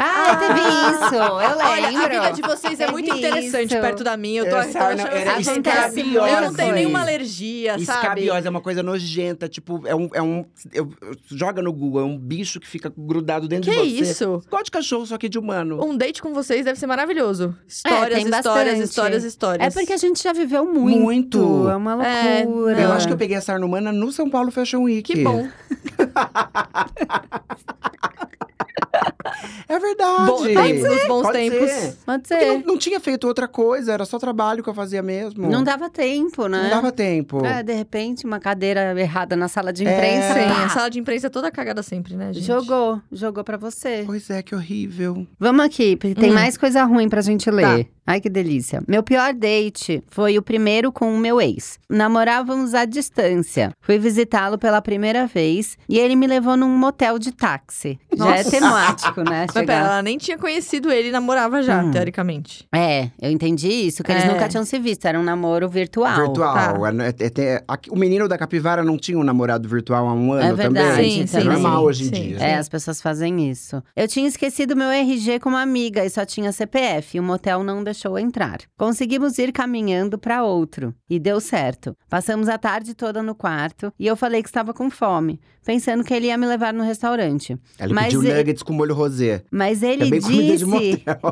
Speaker 1: Ah, teve isso! Eu
Speaker 3: Olha,
Speaker 1: lembro.
Speaker 3: a vida de vocês é
Speaker 1: Teve
Speaker 3: muito interessante
Speaker 1: isso.
Speaker 3: perto da minha. Eu tô,
Speaker 2: Era
Speaker 3: eu tô
Speaker 2: sarna-
Speaker 3: achando-
Speaker 2: É, era
Speaker 3: Acontece
Speaker 1: escabiosa.
Speaker 3: muito. Eu não tenho
Speaker 1: Foi.
Speaker 3: nenhuma alergia, sabe?
Speaker 2: Escabiosa, é uma coisa nojenta. Tipo, é um. É um eu- eu- joga no Google, é um bicho que fica grudado dentro
Speaker 3: Que
Speaker 2: de você.
Speaker 3: isso?
Speaker 2: Igual de cachorro, só que de humano.
Speaker 3: Um date com vocês deve ser maravilhoso.
Speaker 1: tem
Speaker 3: Histórias, histórias,
Speaker 1: bastante.
Speaker 3: histórias,
Speaker 1: É
Speaker 3: histórias.
Speaker 1: porque a gente já viveu muito.
Speaker 2: Muito.
Speaker 1: É uma
Speaker 3: É,
Speaker 1: loucura.
Speaker 2: Eu acho que eu peguei a sarna humana no São Paulo Fashion Week.
Speaker 3: Que bom.
Speaker 2: É verdade.
Speaker 3: Bom tempos, nos bons
Speaker 2: Pode
Speaker 3: tempos.
Speaker 2: ser.
Speaker 1: Pode
Speaker 2: Porque não,
Speaker 1: ser.
Speaker 2: não tinha feito outra coisa, era só trabalho que eu fazia mesmo.
Speaker 1: Não dava tempo, né?
Speaker 2: Não dava tempo.
Speaker 1: É, de repente, uma cadeira errada na sala de
Speaker 2: É.
Speaker 1: imprensa.
Speaker 3: Sim,
Speaker 1: pá,
Speaker 3: a sala de imprensa é toda cagada sempre, né, gente?
Speaker 1: Jogou, jogou pra você.
Speaker 2: Pois é, que horrível.
Speaker 1: Vamos aqui, porque tem
Speaker 3: Hum. Tá.
Speaker 1: mais coisa ruim pra gente ler. Ai, que delícia. Meu pior date foi o primeiro com o meu ex. Namorávamos à distância. Fui visitá-lo pela primeira vez e ele me levou num motel de táxi. Já é
Speaker 3: Nossa.
Speaker 1: temático, né?
Speaker 3: Mas
Speaker 1: chegar-
Speaker 3: pera, ela nem tinha conhecido ele, namorava já,
Speaker 1: Hum.
Speaker 3: teoricamente.
Speaker 1: É, eu entendi isso, que eles
Speaker 3: É.
Speaker 1: nunca tinham se visto, era um namoro virtual.
Speaker 2: virtual.
Speaker 3: tá.
Speaker 2: é no- é- é- é- aqui- o menino da capivara não tinha um namorado virtual há um ano
Speaker 1: verdade,
Speaker 2: também.
Speaker 1: Sim,
Speaker 2: é
Speaker 1: sim,
Speaker 2: normal
Speaker 3: sim,
Speaker 2: hoje em
Speaker 3: sim.
Speaker 2: dia.
Speaker 1: É, as pessoas fazem isso. Eu tinha esquecido meu RG com uma amiga e só tinha CPF. E o motel não deixou entrar. Conseguimos ir caminhando pra outro. E deu certo. Passamos a tarde toda no quarto e eu falei que estava com fome, pensando que ele ia me levar no restaurante.
Speaker 2: Ele
Speaker 1: Mas
Speaker 2: pediu
Speaker 1: ele-
Speaker 2: nuggets com molho rosé.
Speaker 1: Mas ele
Speaker 2: bem comida de
Speaker 1: disse.
Speaker 2: motel.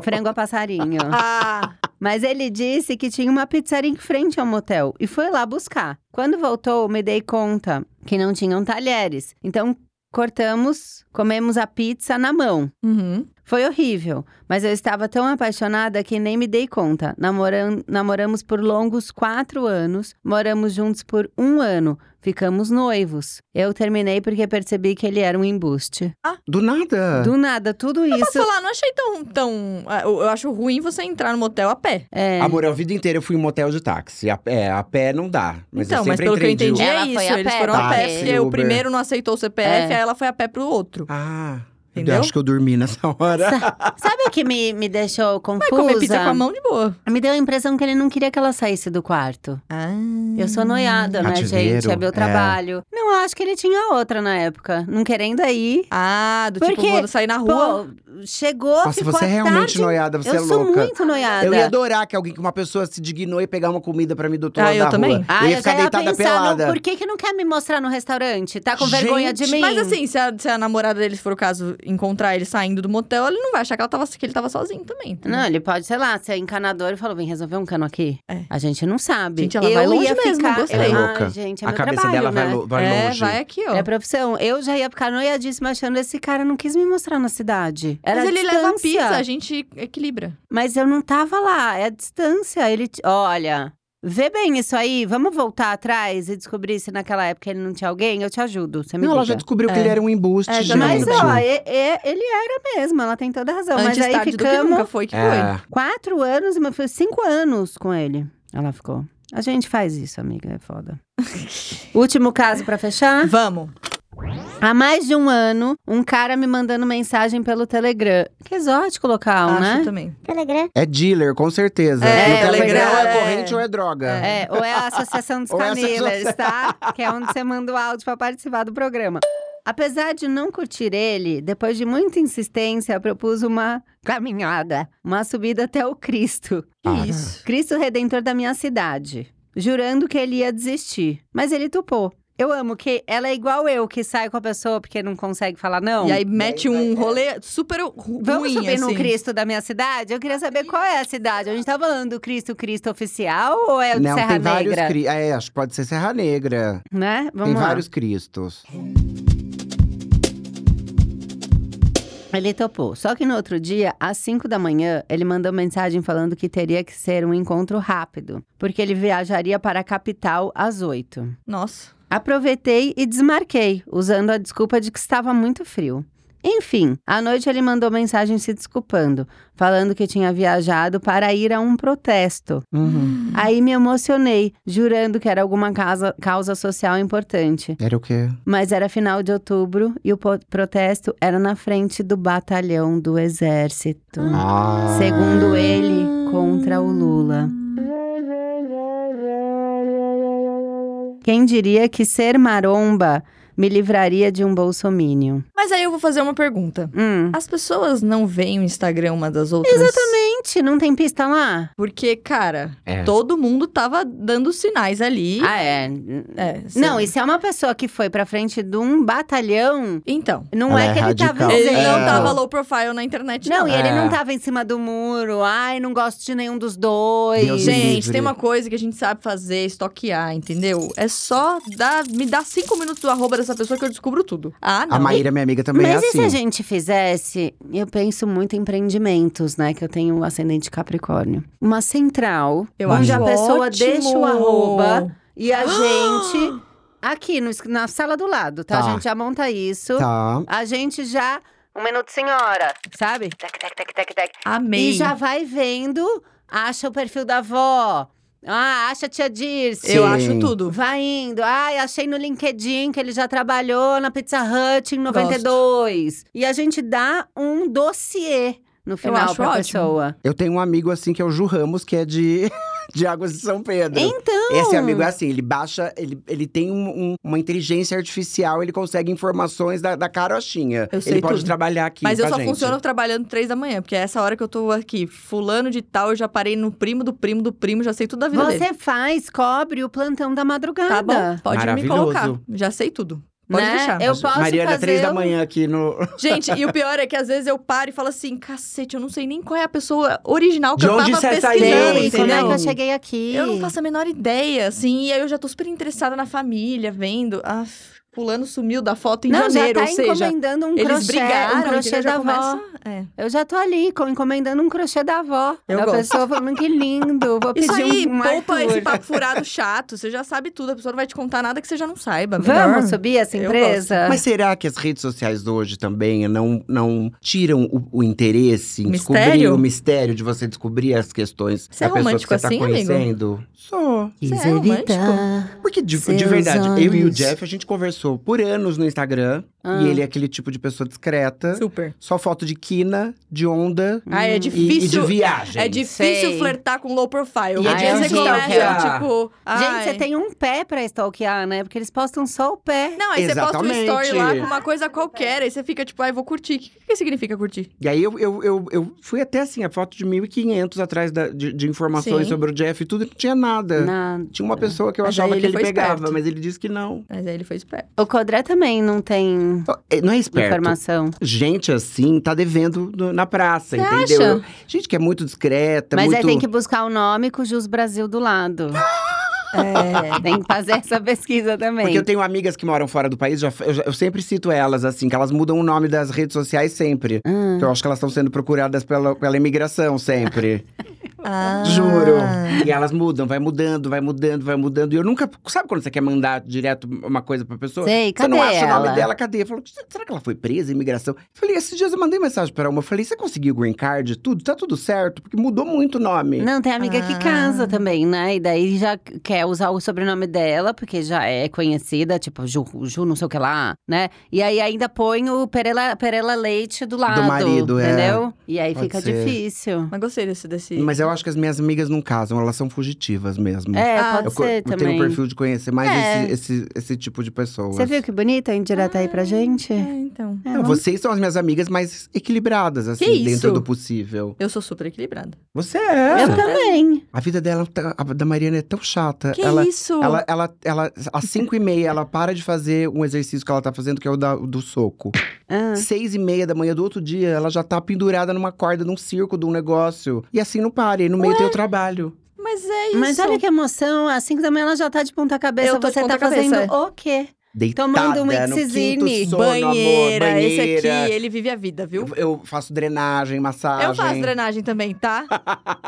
Speaker 1: Frango a passarinho.
Speaker 3: Ah,
Speaker 1: Mas ele disse que tinha uma pizzaria em frente ao motel e foi lá buscar. Quando voltou, me dei conta que não tinham talheres. Então cortamos, comemos a pizza na mão.
Speaker 3: uhum.
Speaker 1: Foi horrível, mas eu estava tão apaixonada que nem me dei conta. Namoram- namoramos por longos quatro anos, moramos juntos por um ano, ficamos noivos. Eu terminei porque percebi que ele era um embuste.
Speaker 2: Do nada.
Speaker 1: Do nada, tudo
Speaker 3: É. Posso
Speaker 1: isso.
Speaker 3: falar, não achei tão, tão... ah, Eu eu acho ruim você entrar no motel a pé.
Speaker 1: É.
Speaker 2: Amor, a vida inteira eu fui em motel de táxi. A, é, a pé não dá. Mas eu
Speaker 3: então, mas
Speaker 2: sempre
Speaker 3: pelo que eu
Speaker 2: entrei de Uber.
Speaker 3: entendi é
Speaker 1: Ela foi
Speaker 3: isso.
Speaker 1: a
Speaker 3: Eles
Speaker 1: pé,
Speaker 3: foram a
Speaker 2: tá.
Speaker 3: pé,
Speaker 2: Táxi,
Speaker 3: porque o
Speaker 2: Uber.
Speaker 3: primeiro não aceitou o CPF,
Speaker 1: É.
Speaker 3: aí ela foi a pé pro outro.
Speaker 2: Ah,
Speaker 3: é. Entendeu?
Speaker 2: eu acho que eu dormi nessa hora.
Speaker 1: Sa- Sabe o que me, me deixou
Speaker 3: Vai
Speaker 1: confusa?
Speaker 3: comer pizza com a mão de boa.
Speaker 1: Me deu a impressão que ele não queria que ela saísse do quarto. Ah. Eu sou noiada, né,
Speaker 2: Cativeiro,
Speaker 1: gente? É meu
Speaker 2: é.
Speaker 1: trabalho. Não, acho que ele tinha outra na época. Não querendo aí.
Speaker 3: Ah, do tipo,
Speaker 1: Porque,
Speaker 3: vou sair na rua.
Speaker 1: Pô, chegou,
Speaker 2: Nossa,
Speaker 1: ficou
Speaker 2: você
Speaker 1: à
Speaker 2: é realmente
Speaker 1: tarde.
Speaker 2: noiada, você
Speaker 1: eu
Speaker 2: é
Speaker 1: sou
Speaker 2: louca.
Speaker 1: muito noiada.
Speaker 2: Eu ia adorar que alguém, que uma pessoa se dignou e pegar uma comida pra mim do outro
Speaker 3: Ah,
Speaker 2: lado
Speaker 3: eu
Speaker 2: da
Speaker 3: também.
Speaker 2: rua.
Speaker 1: Ah,
Speaker 2: eu
Speaker 1: eu
Speaker 2: ia ficar
Speaker 1: já ia
Speaker 2: deitada
Speaker 1: pensar, não,
Speaker 2: pelada.
Speaker 1: por que que não quer me mostrar no restaurante? Tá com vergonha de
Speaker 2: Gente,
Speaker 1: mim?
Speaker 3: Mas assim, se a, se a namorada dele, se for o caso, encontrar ele saindo do motel, ele não vai achar que, ela tava, que ele tava sozinho também. tá? entendeu?
Speaker 1: Não, ele pode, sei lá, ser encanador e falou, vem resolver um cano aqui.
Speaker 3: É.
Speaker 1: A gente não sabe.
Speaker 3: Gente, ela
Speaker 1: eu
Speaker 3: vai longe
Speaker 1: ia
Speaker 3: mesmo,
Speaker 1: ficar...
Speaker 3: gostei.
Speaker 2: Ela é
Speaker 1: Ai,
Speaker 2: louca.
Speaker 1: gente, é
Speaker 2: a
Speaker 1: meu
Speaker 2: cabeça
Speaker 1: trabalho,
Speaker 2: dela vai
Speaker 1: né?
Speaker 2: lo- vai,
Speaker 3: é,
Speaker 2: longe.
Speaker 3: vai aqui, ó.
Speaker 1: É profissão. Eu já ia ficar noiadíssima achando esse cara não quis me mostrar na cidade. Era
Speaker 3: Mas ele leva
Speaker 1: distância.
Speaker 3: pizza, a gente equilibra.
Speaker 1: Mas eu não tava lá, é a distância. Ele, t- olha, vê bem isso aí, vamos voltar atrás e descobrir se naquela época ele não tinha alguém, eu te ajudo, você me
Speaker 2: Não, ela já
Speaker 1: liga.
Speaker 2: descobriu que
Speaker 3: É.
Speaker 2: ele era um embuste,
Speaker 3: É, já-
Speaker 1: Mas
Speaker 2: gente.
Speaker 1: ó, e- e- ele era mesmo, ela tem toda a razão.
Speaker 3: Antes
Speaker 1: Então, Mas aí
Speaker 3: tarde do que
Speaker 1: ficamos
Speaker 3: nunca foi que foi.
Speaker 2: É.
Speaker 1: quatro anos, mas foi cinco anos com ele. Ela ficou. A gente faz isso, amiga, é foda. Último caso pra fechar.
Speaker 3: Vamos.
Speaker 1: Há mais de um ano, um cara me mandando mensagem pelo Telegram. Que exótico local,
Speaker 3: Acho
Speaker 1: né?
Speaker 3: também.
Speaker 2: É dealer, com certeza.
Speaker 3: É,
Speaker 2: no Telegram
Speaker 1: legal,
Speaker 2: ou é
Speaker 3: é.
Speaker 2: corrente ou é droga.
Speaker 1: É, ou é a Associação dos
Speaker 2: Ou é a
Speaker 1: Camilers, tá? Que é onde você manda o áudio pra participar do programa. Apesar de não curtir ele, depois de muita insistência, eu propus uma caminhada, uma subida até o Cristo.
Speaker 3: Que
Speaker 2: Ah,
Speaker 3: isso.
Speaker 1: Cristo Redentor da minha cidade, jurando que ele ia desistir, mas ele topou. Eu amo que ela é igual eu, que sai com a pessoa porque não consegue falar não.
Speaker 3: E aí mete um rolê super ru-
Speaker 1: Vamos
Speaker 3: ruim,
Speaker 1: subir no
Speaker 3: assim.
Speaker 1: Cristo da minha cidade? Eu queria saber qual é a cidade. A gente tá falando do Cristo, Cristo oficial ou é o de
Speaker 2: Não,
Speaker 1: Serra
Speaker 2: tem vários
Speaker 1: Negra?
Speaker 2: cristos. É, acho que pode ser Serra Negra.
Speaker 1: Né? Vamos
Speaker 2: tem
Speaker 1: lá.
Speaker 2: vários cristos.
Speaker 1: Ele topou. Só que no outro dia, às 5 da manhã, ele mandou mensagem falando que teria que ser um encontro rápido, porque ele viajaria para a capital às 8.
Speaker 3: Nossa.
Speaker 1: Aproveitei e desmarquei, usando a desculpa de que estava muito frio. Enfim, à noite ele mandou mensagem se desculpando, falando que tinha viajado para ir a um protesto.
Speaker 2: Uhum.
Speaker 1: Aí me emocionei, jurando que era alguma casa- causa social importante.
Speaker 2: Era o quê?
Speaker 1: Mas era final de outubro e o po- protesto era na frente do batalhão do exército.
Speaker 2: Ah.
Speaker 1: Segundo ele, contra o Lula. Quem diria que ser maromba me livraria de um bolsomínio?
Speaker 3: Mas aí eu vou fazer uma pergunta.
Speaker 1: Hum.
Speaker 3: As pessoas não veem o Instagram uma das outras?
Speaker 1: Gente, não tem pista lá?
Speaker 3: Porque, cara,
Speaker 2: É.
Speaker 3: todo mundo tava dando sinais ali.
Speaker 1: Ah, é.
Speaker 3: É, sei
Speaker 1: Não,
Speaker 3: lá.
Speaker 1: e se é uma pessoa que foi pra frente de um batalhão,
Speaker 3: Então,
Speaker 1: não
Speaker 2: Ela
Speaker 1: é
Speaker 2: é
Speaker 1: que ele
Speaker 2: radical.
Speaker 1: tava
Speaker 3: ele
Speaker 1: isento.
Speaker 3: não tava low profile na internet, não.
Speaker 1: Não, e ele
Speaker 2: É.
Speaker 1: não tava em cima do muro. Ai, não gosto de nenhum dos dois.
Speaker 2: Deus me
Speaker 3: Gente,
Speaker 2: É, livre.
Speaker 3: tem uma coisa que a gente sabe fazer, estoquear, entendeu? É só dar, me dar cinco minutos do arroba dessa pessoa que eu descubro tudo. Ah, não.
Speaker 2: A Maíra, minha amiga, também
Speaker 1: Mas
Speaker 2: é
Speaker 1: e se
Speaker 2: assim.
Speaker 1: a gente fizesse? Eu penso muito em empreendimentos, né? Que eu tenho ascendente Capricórnio. Uma central,
Speaker 3: Eu
Speaker 1: onde
Speaker 3: acho
Speaker 1: a pessoa
Speaker 3: ótimo.
Speaker 1: deixa o arroba e a gente. Aqui, no es- na sala do lado, tá?
Speaker 2: Tá.
Speaker 1: A gente já monta isso.
Speaker 2: Tá.
Speaker 1: A gente já. Um minuto, senhora, sabe? Tec, tec, tec, tec, tec.
Speaker 3: Amei.
Speaker 1: E já vai vendo, acha o perfil da avó. Ah, acha a tia Dirce.
Speaker 3: Eu
Speaker 2: Sim.
Speaker 3: acho tudo.
Speaker 1: Vai indo. Ai, achei no LinkedIn que ele já trabalhou na Pizza Hut em 92. E a gente dá um dossiê no final
Speaker 3: acho
Speaker 1: pra
Speaker 3: ótimo.
Speaker 1: pessoa.
Speaker 2: Eu tenho um amigo assim que é o Ju Ramos, que é de, de Águas de São Pedro.
Speaker 1: Então.
Speaker 2: Esse amigo é assim, ele baixa, ele, ele tem um- um- uma inteligência artificial, ele consegue informações da, da carochinha.
Speaker 3: Eu sei
Speaker 2: ele pode
Speaker 3: tudo.
Speaker 2: trabalhar aqui.
Speaker 3: Mas
Speaker 2: com
Speaker 3: eu
Speaker 2: a
Speaker 3: só
Speaker 2: gente.
Speaker 3: funciono trabalhando três da manhã, porque é essa hora que eu tô aqui. Fulano de tal, eu já parei no primo do primo do primo, já sei tudo da vida dele.
Speaker 1: Você faz, cobre o plantão da
Speaker 3: Tá
Speaker 1: madrugada.
Speaker 3: bom, pode me
Speaker 2: Maravilhoso.
Speaker 3: colocar. Já sei tudo. Pode
Speaker 1: Né?
Speaker 3: deixar.
Speaker 1: Eu posso
Speaker 2: Maria
Speaker 1: fazer
Speaker 2: era três da
Speaker 1: o-
Speaker 2: manhã aqui no.
Speaker 3: Gente, e o pior é que às vezes eu paro e falo assim, cacete, eu não sei nem qual é a pessoa original que
Speaker 2: De
Speaker 3: eu
Speaker 2: onde
Speaker 3: tava
Speaker 2: você tá saiu,
Speaker 3: pesquisando,
Speaker 1: Sei, como é que
Speaker 3: entendeu?
Speaker 1: eu cheguei aqui?
Speaker 3: Eu não faço a menor ideia, assim, e aí eu já tô super interessada na família, vendo. Ah, fulano sumiu da foto em
Speaker 1: Não,
Speaker 3: janeiro,
Speaker 1: já tá
Speaker 3: ou seja,
Speaker 1: encomendando um
Speaker 3: eles
Speaker 1: crochê,
Speaker 3: brigaram,
Speaker 1: um
Speaker 3: entendeu?
Speaker 1: crochê
Speaker 3: já
Speaker 1: da avó.
Speaker 3: começa... É.
Speaker 1: Eu já tô ali, co- encomendando um crochê da avó.
Speaker 3: Eu
Speaker 1: da
Speaker 3: gosto.
Speaker 1: pessoa falando que lindo, vou pedir
Speaker 3: Isso aí,
Speaker 1: um, um
Speaker 3: poupa
Speaker 1: Arthur.
Speaker 3: esse papo furado chato, você já sabe tudo, a pessoa não vai te contar nada que você já não saiba. né? melhor.
Speaker 1: Vamos subir essa
Speaker 3: Eu
Speaker 1: empresa?
Speaker 2: Mas será que as redes sociais hoje também não, não tiram o, o interesse em descobrir
Speaker 3: Mistério?
Speaker 2: o mistério de você descobrir as questões
Speaker 3: Você é
Speaker 2: da pessoa que
Speaker 3: romântico
Speaker 2: você tá
Speaker 3: assim, amigo?
Speaker 2: conhecendo? Sou.
Speaker 3: Você é romântico?
Speaker 2: Porque de, de
Speaker 1: Seus
Speaker 2: verdade, eu e o
Speaker 1: olhos.
Speaker 2: Jeff, a gente conversou por anos no Instagram.
Speaker 1: Ah.
Speaker 2: E ele é aquele tipo de pessoa discreta.
Speaker 3: Super.
Speaker 2: Só foto de quina, de onda
Speaker 3: Ah, é
Speaker 2: e- e, de
Speaker 3: difícil.
Speaker 2: viagem.
Speaker 3: é difícil
Speaker 1: Sei.
Speaker 3: flertar com low profile.
Speaker 1: E
Speaker 3: Porque
Speaker 1: é
Speaker 3: aí você
Speaker 1: difícil.
Speaker 3: começa, tipo.
Speaker 1: Gente,
Speaker 3: ai.
Speaker 1: você tem um pé pra stalkear, né? Porque eles postam só o pé.
Speaker 3: Não, aí você posta um story lá
Speaker 2: Exatamente.
Speaker 3: com uma coisa qualquer, aí você fica tipo, ai, vou curtir. O que, que significa curtir?
Speaker 2: E aí eu, eu, eu, eu fui até assim, a foto de 1.500 atrás da- de, de informações
Speaker 3: Sim.
Speaker 2: sobre o Jeff e tudo, não tinha nada.
Speaker 1: Na-
Speaker 2: Tinha uma pessoa que eu
Speaker 3: Mas
Speaker 2: achava
Speaker 3: aí
Speaker 2: que
Speaker 3: ele
Speaker 2: ele
Speaker 3: foi
Speaker 2: pegava,
Speaker 3: esperto.
Speaker 2: mas ele disse que não.
Speaker 3: Mas aí ele foi esperto.
Speaker 1: O Codré também não tem
Speaker 2: É, Não é esperto.
Speaker 1: informação.
Speaker 2: Gente assim tá devendo no- na praça,
Speaker 1: Você
Speaker 2: entendeu? Gente que é muito discreta,
Speaker 1: Mas aí
Speaker 2: muito.
Speaker 1: tem que buscar o nome com o Jus Brasil do lado.
Speaker 3: É.
Speaker 1: tem que fazer essa pesquisa também.
Speaker 2: Porque eu tenho amigas que moram fora do país, já, eu, já- eu sempre cito elas, assim, que elas mudam o nome das redes sociais sempre.
Speaker 1: Hum.
Speaker 2: Então, eu acho que elas estão sendo procuradas pela, pela imigração sempre.
Speaker 3: Ah.
Speaker 2: Juro. E elas mudam, vai mudando, vai mudando, vai mudando. E eu nunca. Sabe quando você quer mandar direto uma coisa pra pessoa?
Speaker 1: Sei,
Speaker 2: você não
Speaker 1: cadê
Speaker 2: acha o
Speaker 1: ela?
Speaker 2: nome dela, cadê? Eu falo, será que ela foi presa, imigração? Eu falei, esses dias eu mandei mensagem pra uma. Eu falei, você conseguiu green card, tudo? Tá tudo certo? Porque mudou muito o nome.
Speaker 1: Não, tem amiga
Speaker 3: Ah.
Speaker 1: que casa também, né? E daí já quer usar o sobrenome dela, porque já é conhecida, tipo, Ju, Ju não sei o que lá, né? E aí ainda põe o Perela, Perela Leite do lado.
Speaker 2: marido, é.
Speaker 1: Entendeu? E aí
Speaker 2: Pode
Speaker 1: fica
Speaker 2: ser.
Speaker 1: difícil.
Speaker 3: Mas gostei desse. desse...
Speaker 2: Mas eu acho que as minhas amigas não casam, elas são fugitivas mesmo.
Speaker 1: É,
Speaker 3: Ah,
Speaker 1: pode
Speaker 2: Hum. eu, co-
Speaker 1: ser
Speaker 2: eu
Speaker 1: também.
Speaker 2: tenho o perfil de conhecer mais
Speaker 3: É.
Speaker 2: esse, esse, esse tipo de pessoa.
Speaker 1: Você viu que bonita a indireta aí pra gente?
Speaker 3: É, então.
Speaker 1: É,
Speaker 2: Não,
Speaker 1: vamos-
Speaker 2: vocês são as minhas amigas mais equilibradas, assim,
Speaker 3: isso?
Speaker 2: dentro do possível.
Speaker 3: Eu sou super equilibrada.
Speaker 2: Você é.
Speaker 1: Eu também.
Speaker 2: A vida dela, tá- a da Mariana é tão chata.
Speaker 3: Que
Speaker 2: ela,
Speaker 3: isso?
Speaker 2: Ela, ela, ela, às 5 e meia, ela para de fazer um exercício que ela tá fazendo, que é o da- do soco.
Speaker 1: Ah.
Speaker 2: Seis e meia da manhã do outro dia, ela já tá pendurada numa corda, num circo, de um negócio. E assim não para, e no meio tem o trabalho.
Speaker 3: Mas é isso.
Speaker 1: Mas olha que emoção, às 5 da manhã assim ela já tá de ponta cabeça.
Speaker 3: Eu tô de
Speaker 1: Você
Speaker 3: ponta
Speaker 1: tá
Speaker 3: cabeça,
Speaker 1: fazendo o quê?
Speaker 2: deitada
Speaker 1: Tomando um
Speaker 2: no
Speaker 1: Incisine.
Speaker 2: quinto sono,
Speaker 3: banheira,
Speaker 2: amor, banheira.
Speaker 3: esse aqui, ele vive a vida, viu?
Speaker 2: Eu, eu faço drenagem, massagem.
Speaker 3: Eu faço drenagem também, tá?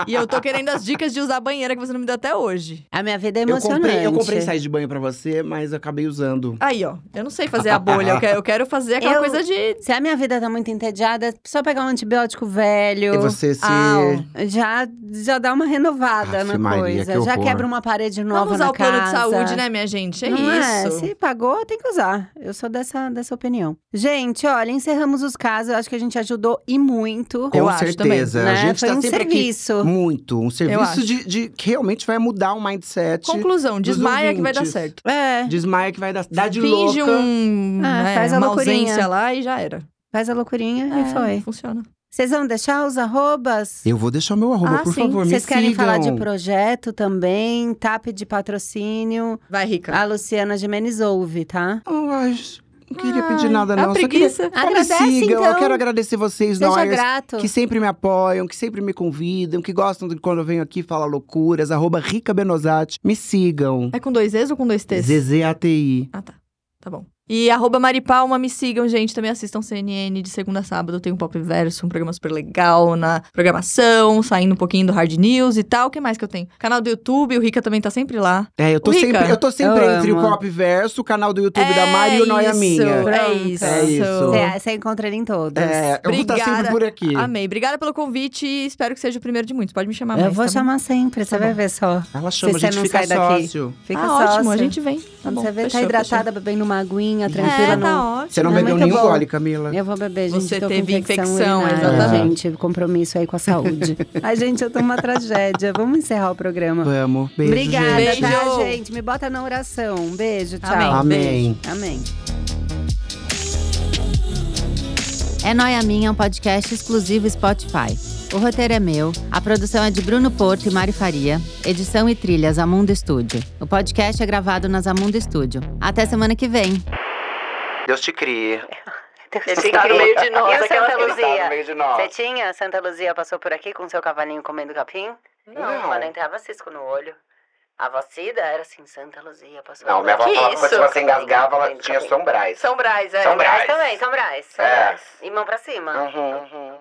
Speaker 3: E eu tô querendo as dicas de usar banheira que você não me deu até hoje.
Speaker 1: A minha vida é
Speaker 2: Eu
Speaker 1: emocionante.
Speaker 2: comprei, eu comprei sais de banho pra você, mas eu acabei usando.
Speaker 3: Aí, ó, eu não sei fazer a bolha, eu quero, eu quero fazer aquela
Speaker 1: Eu-
Speaker 3: coisa de.
Speaker 1: Se a minha vida tá muito entediada, só pegar um antibiótico velho.
Speaker 2: E você se.
Speaker 3: Ah,
Speaker 1: Já, já dá uma renovada
Speaker 2: Aff,
Speaker 1: na
Speaker 2: Maria,
Speaker 1: coisa.
Speaker 2: que
Speaker 1: já
Speaker 2: horror.
Speaker 1: quebra uma parede nova
Speaker 3: Vamos usar
Speaker 1: na
Speaker 3: o plano
Speaker 1: casa.
Speaker 3: de saúde, né, minha gente? É
Speaker 1: Não é?
Speaker 3: isso.
Speaker 1: Se pagou, tem que usar. Eu sou dessa, dessa opinião. Gente, olha, encerramos os casos. Eu acho que a gente ajudou e muito.
Speaker 2: Com
Speaker 3: Eu acho
Speaker 2: certeza.
Speaker 1: né?
Speaker 2: A gente
Speaker 1: Foi
Speaker 2: tá
Speaker 1: um
Speaker 2: sempre
Speaker 1: serviço.
Speaker 2: aqui. Muito. Um
Speaker 3: acho.
Speaker 2: serviço de, de que realmente vai mudar o mindset.
Speaker 3: Conclusão,
Speaker 2: dos
Speaker 3: desmaia que vai dar
Speaker 2: ouvintes.
Speaker 3: certo.
Speaker 1: É,
Speaker 2: Desmaia que vai dar. Dá de
Speaker 3: Finge
Speaker 2: louca.
Speaker 3: um,
Speaker 1: Ah,
Speaker 3: né,
Speaker 1: faz a
Speaker 3: uma
Speaker 1: loucurinha.
Speaker 3: ausência lá e já era.
Speaker 1: faz a loucurinha
Speaker 3: É,
Speaker 1: e foi.
Speaker 3: Funciona.
Speaker 1: Vocês vão deixar os arrobas?
Speaker 2: Eu vou deixar o meu arroba,
Speaker 3: Ah,
Speaker 2: por
Speaker 3: sim.
Speaker 2: favor,
Speaker 1: Vocês
Speaker 2: me
Speaker 1: querem
Speaker 2: sigam.
Speaker 1: falar de projeto também, TAP de patrocínio.
Speaker 3: Vai, Rica.
Speaker 1: A Luciana Jimenez ouve, tá?
Speaker 2: Ai, não queria pedir
Speaker 3: Ai,
Speaker 2: nada,
Speaker 3: a
Speaker 2: não. Só queria-
Speaker 1: Ah,
Speaker 3: É preguiça.
Speaker 2: Só me
Speaker 1: Agradece,
Speaker 2: sigam.
Speaker 1: então.
Speaker 2: Eu quero agradecer vocês,
Speaker 1: Seja
Speaker 2: Noyers,
Speaker 1: grato.
Speaker 2: que sempre me apoiam, que sempre me convidam, que gostam de quando eu venho aqui falar loucuras. Arroba Rica Benosati. Me sigam.
Speaker 3: É com dois E's ou com dois T's?
Speaker 2: ZZATI.
Speaker 3: Ah, tá. Tá bom. E arroba Maripalma, me sigam, gente. Também assistam CNN de segunda a sábado. Tem um Pop Verso, um programa super legal na programação, saindo um pouquinho do Hard News e tal. O que mais que eu tenho? Canal do YouTube, o Rica também tá sempre lá.
Speaker 2: É, eu tô
Speaker 3: Ô, Rica, É
Speaker 2: sempre, eu tô sempre
Speaker 1: eu
Speaker 2: entre
Speaker 1: amo.
Speaker 2: o Pop Verso, o canal do YouTube da Mari e
Speaker 3: isso,
Speaker 2: o Noia Minha.
Speaker 3: É
Speaker 1: Pronto.
Speaker 3: isso.
Speaker 2: É isso.
Speaker 1: Você você encontra ele em todos.
Speaker 2: É, eu vou estar
Speaker 3: Obrigada.
Speaker 2: sempre por aqui.
Speaker 3: Amei. Obrigada pelo convite e espero que seja o primeiro de muitos. Pode me chamar
Speaker 1: Eu
Speaker 3: mais.
Speaker 1: vou
Speaker 3: tá bom?
Speaker 1: chamar sempre, você
Speaker 3: Tá
Speaker 1: vai
Speaker 3: bom.
Speaker 1: ver só.
Speaker 2: Ela chama,
Speaker 1: Se
Speaker 2: a
Speaker 1: você
Speaker 2: gente
Speaker 1: não
Speaker 2: fica
Speaker 1: sai daqui.
Speaker 2: sócio.
Speaker 1: Fica
Speaker 3: ah,
Speaker 1: sócio.
Speaker 3: ótimo. A gente vem. Tá
Speaker 1: Quando
Speaker 3: bom.
Speaker 1: você vê,
Speaker 3: fechou,
Speaker 1: tá
Speaker 3: fechou.
Speaker 1: hidratada, bebendo uma aguinha, tranquila.
Speaker 3: É,
Speaker 1: no...
Speaker 3: tá ótimo.
Speaker 2: Você não
Speaker 1: É
Speaker 2: bebeu
Speaker 1: muito
Speaker 2: nenhum
Speaker 1: bom.
Speaker 2: gole, Camila.
Speaker 1: Eu vou beber, gente.
Speaker 3: Você
Speaker 1: tô com
Speaker 3: teve infecção,
Speaker 1: urinária,
Speaker 2: exatamente.
Speaker 1: gente. Compromisso aí com a saúde. Ai, gente, eu tô uma tragédia. Vamos encerrar o programa.
Speaker 2: Vamos. Beijo,
Speaker 1: Obrigada,
Speaker 2: gente.
Speaker 1: tá,
Speaker 3: Beijo.
Speaker 1: gente? Me bota na oração. Um beijo, tchau.
Speaker 2: Amém.
Speaker 1: Amém. É Noia Minha é um podcast exclusivo Spotify. O roteiro é meu, a produção é de Bruno Porto e Mari Faria, edição e trilhas Amundo Estúdio. O podcast é gravado nas Amundo Estúdio. Até semana que vem.
Speaker 2: Deus te crie.
Speaker 1: Ele tá no meio de nós, Santa Luzia?
Speaker 2: meio de nós.
Speaker 1: Você tinha? Santa Luzia passou por aqui com seu cavalinho comendo capim?
Speaker 2: Não.
Speaker 1: Quando entrava cisco no olho. A vacida era assim, Santa Luzia passou
Speaker 2: Não,
Speaker 1: por
Speaker 2: minha avó
Speaker 1: aqui.
Speaker 2: falava que se
Speaker 1: Isso?
Speaker 2: você engasgava, ela
Speaker 1: Comendo
Speaker 2: tinha
Speaker 1: capim.
Speaker 2: sombrais.
Speaker 1: São Brás, é.
Speaker 2: São Brás.
Speaker 1: também, São Brás.
Speaker 2: É.
Speaker 1: E mão pra cima.
Speaker 2: Uhum, uhum.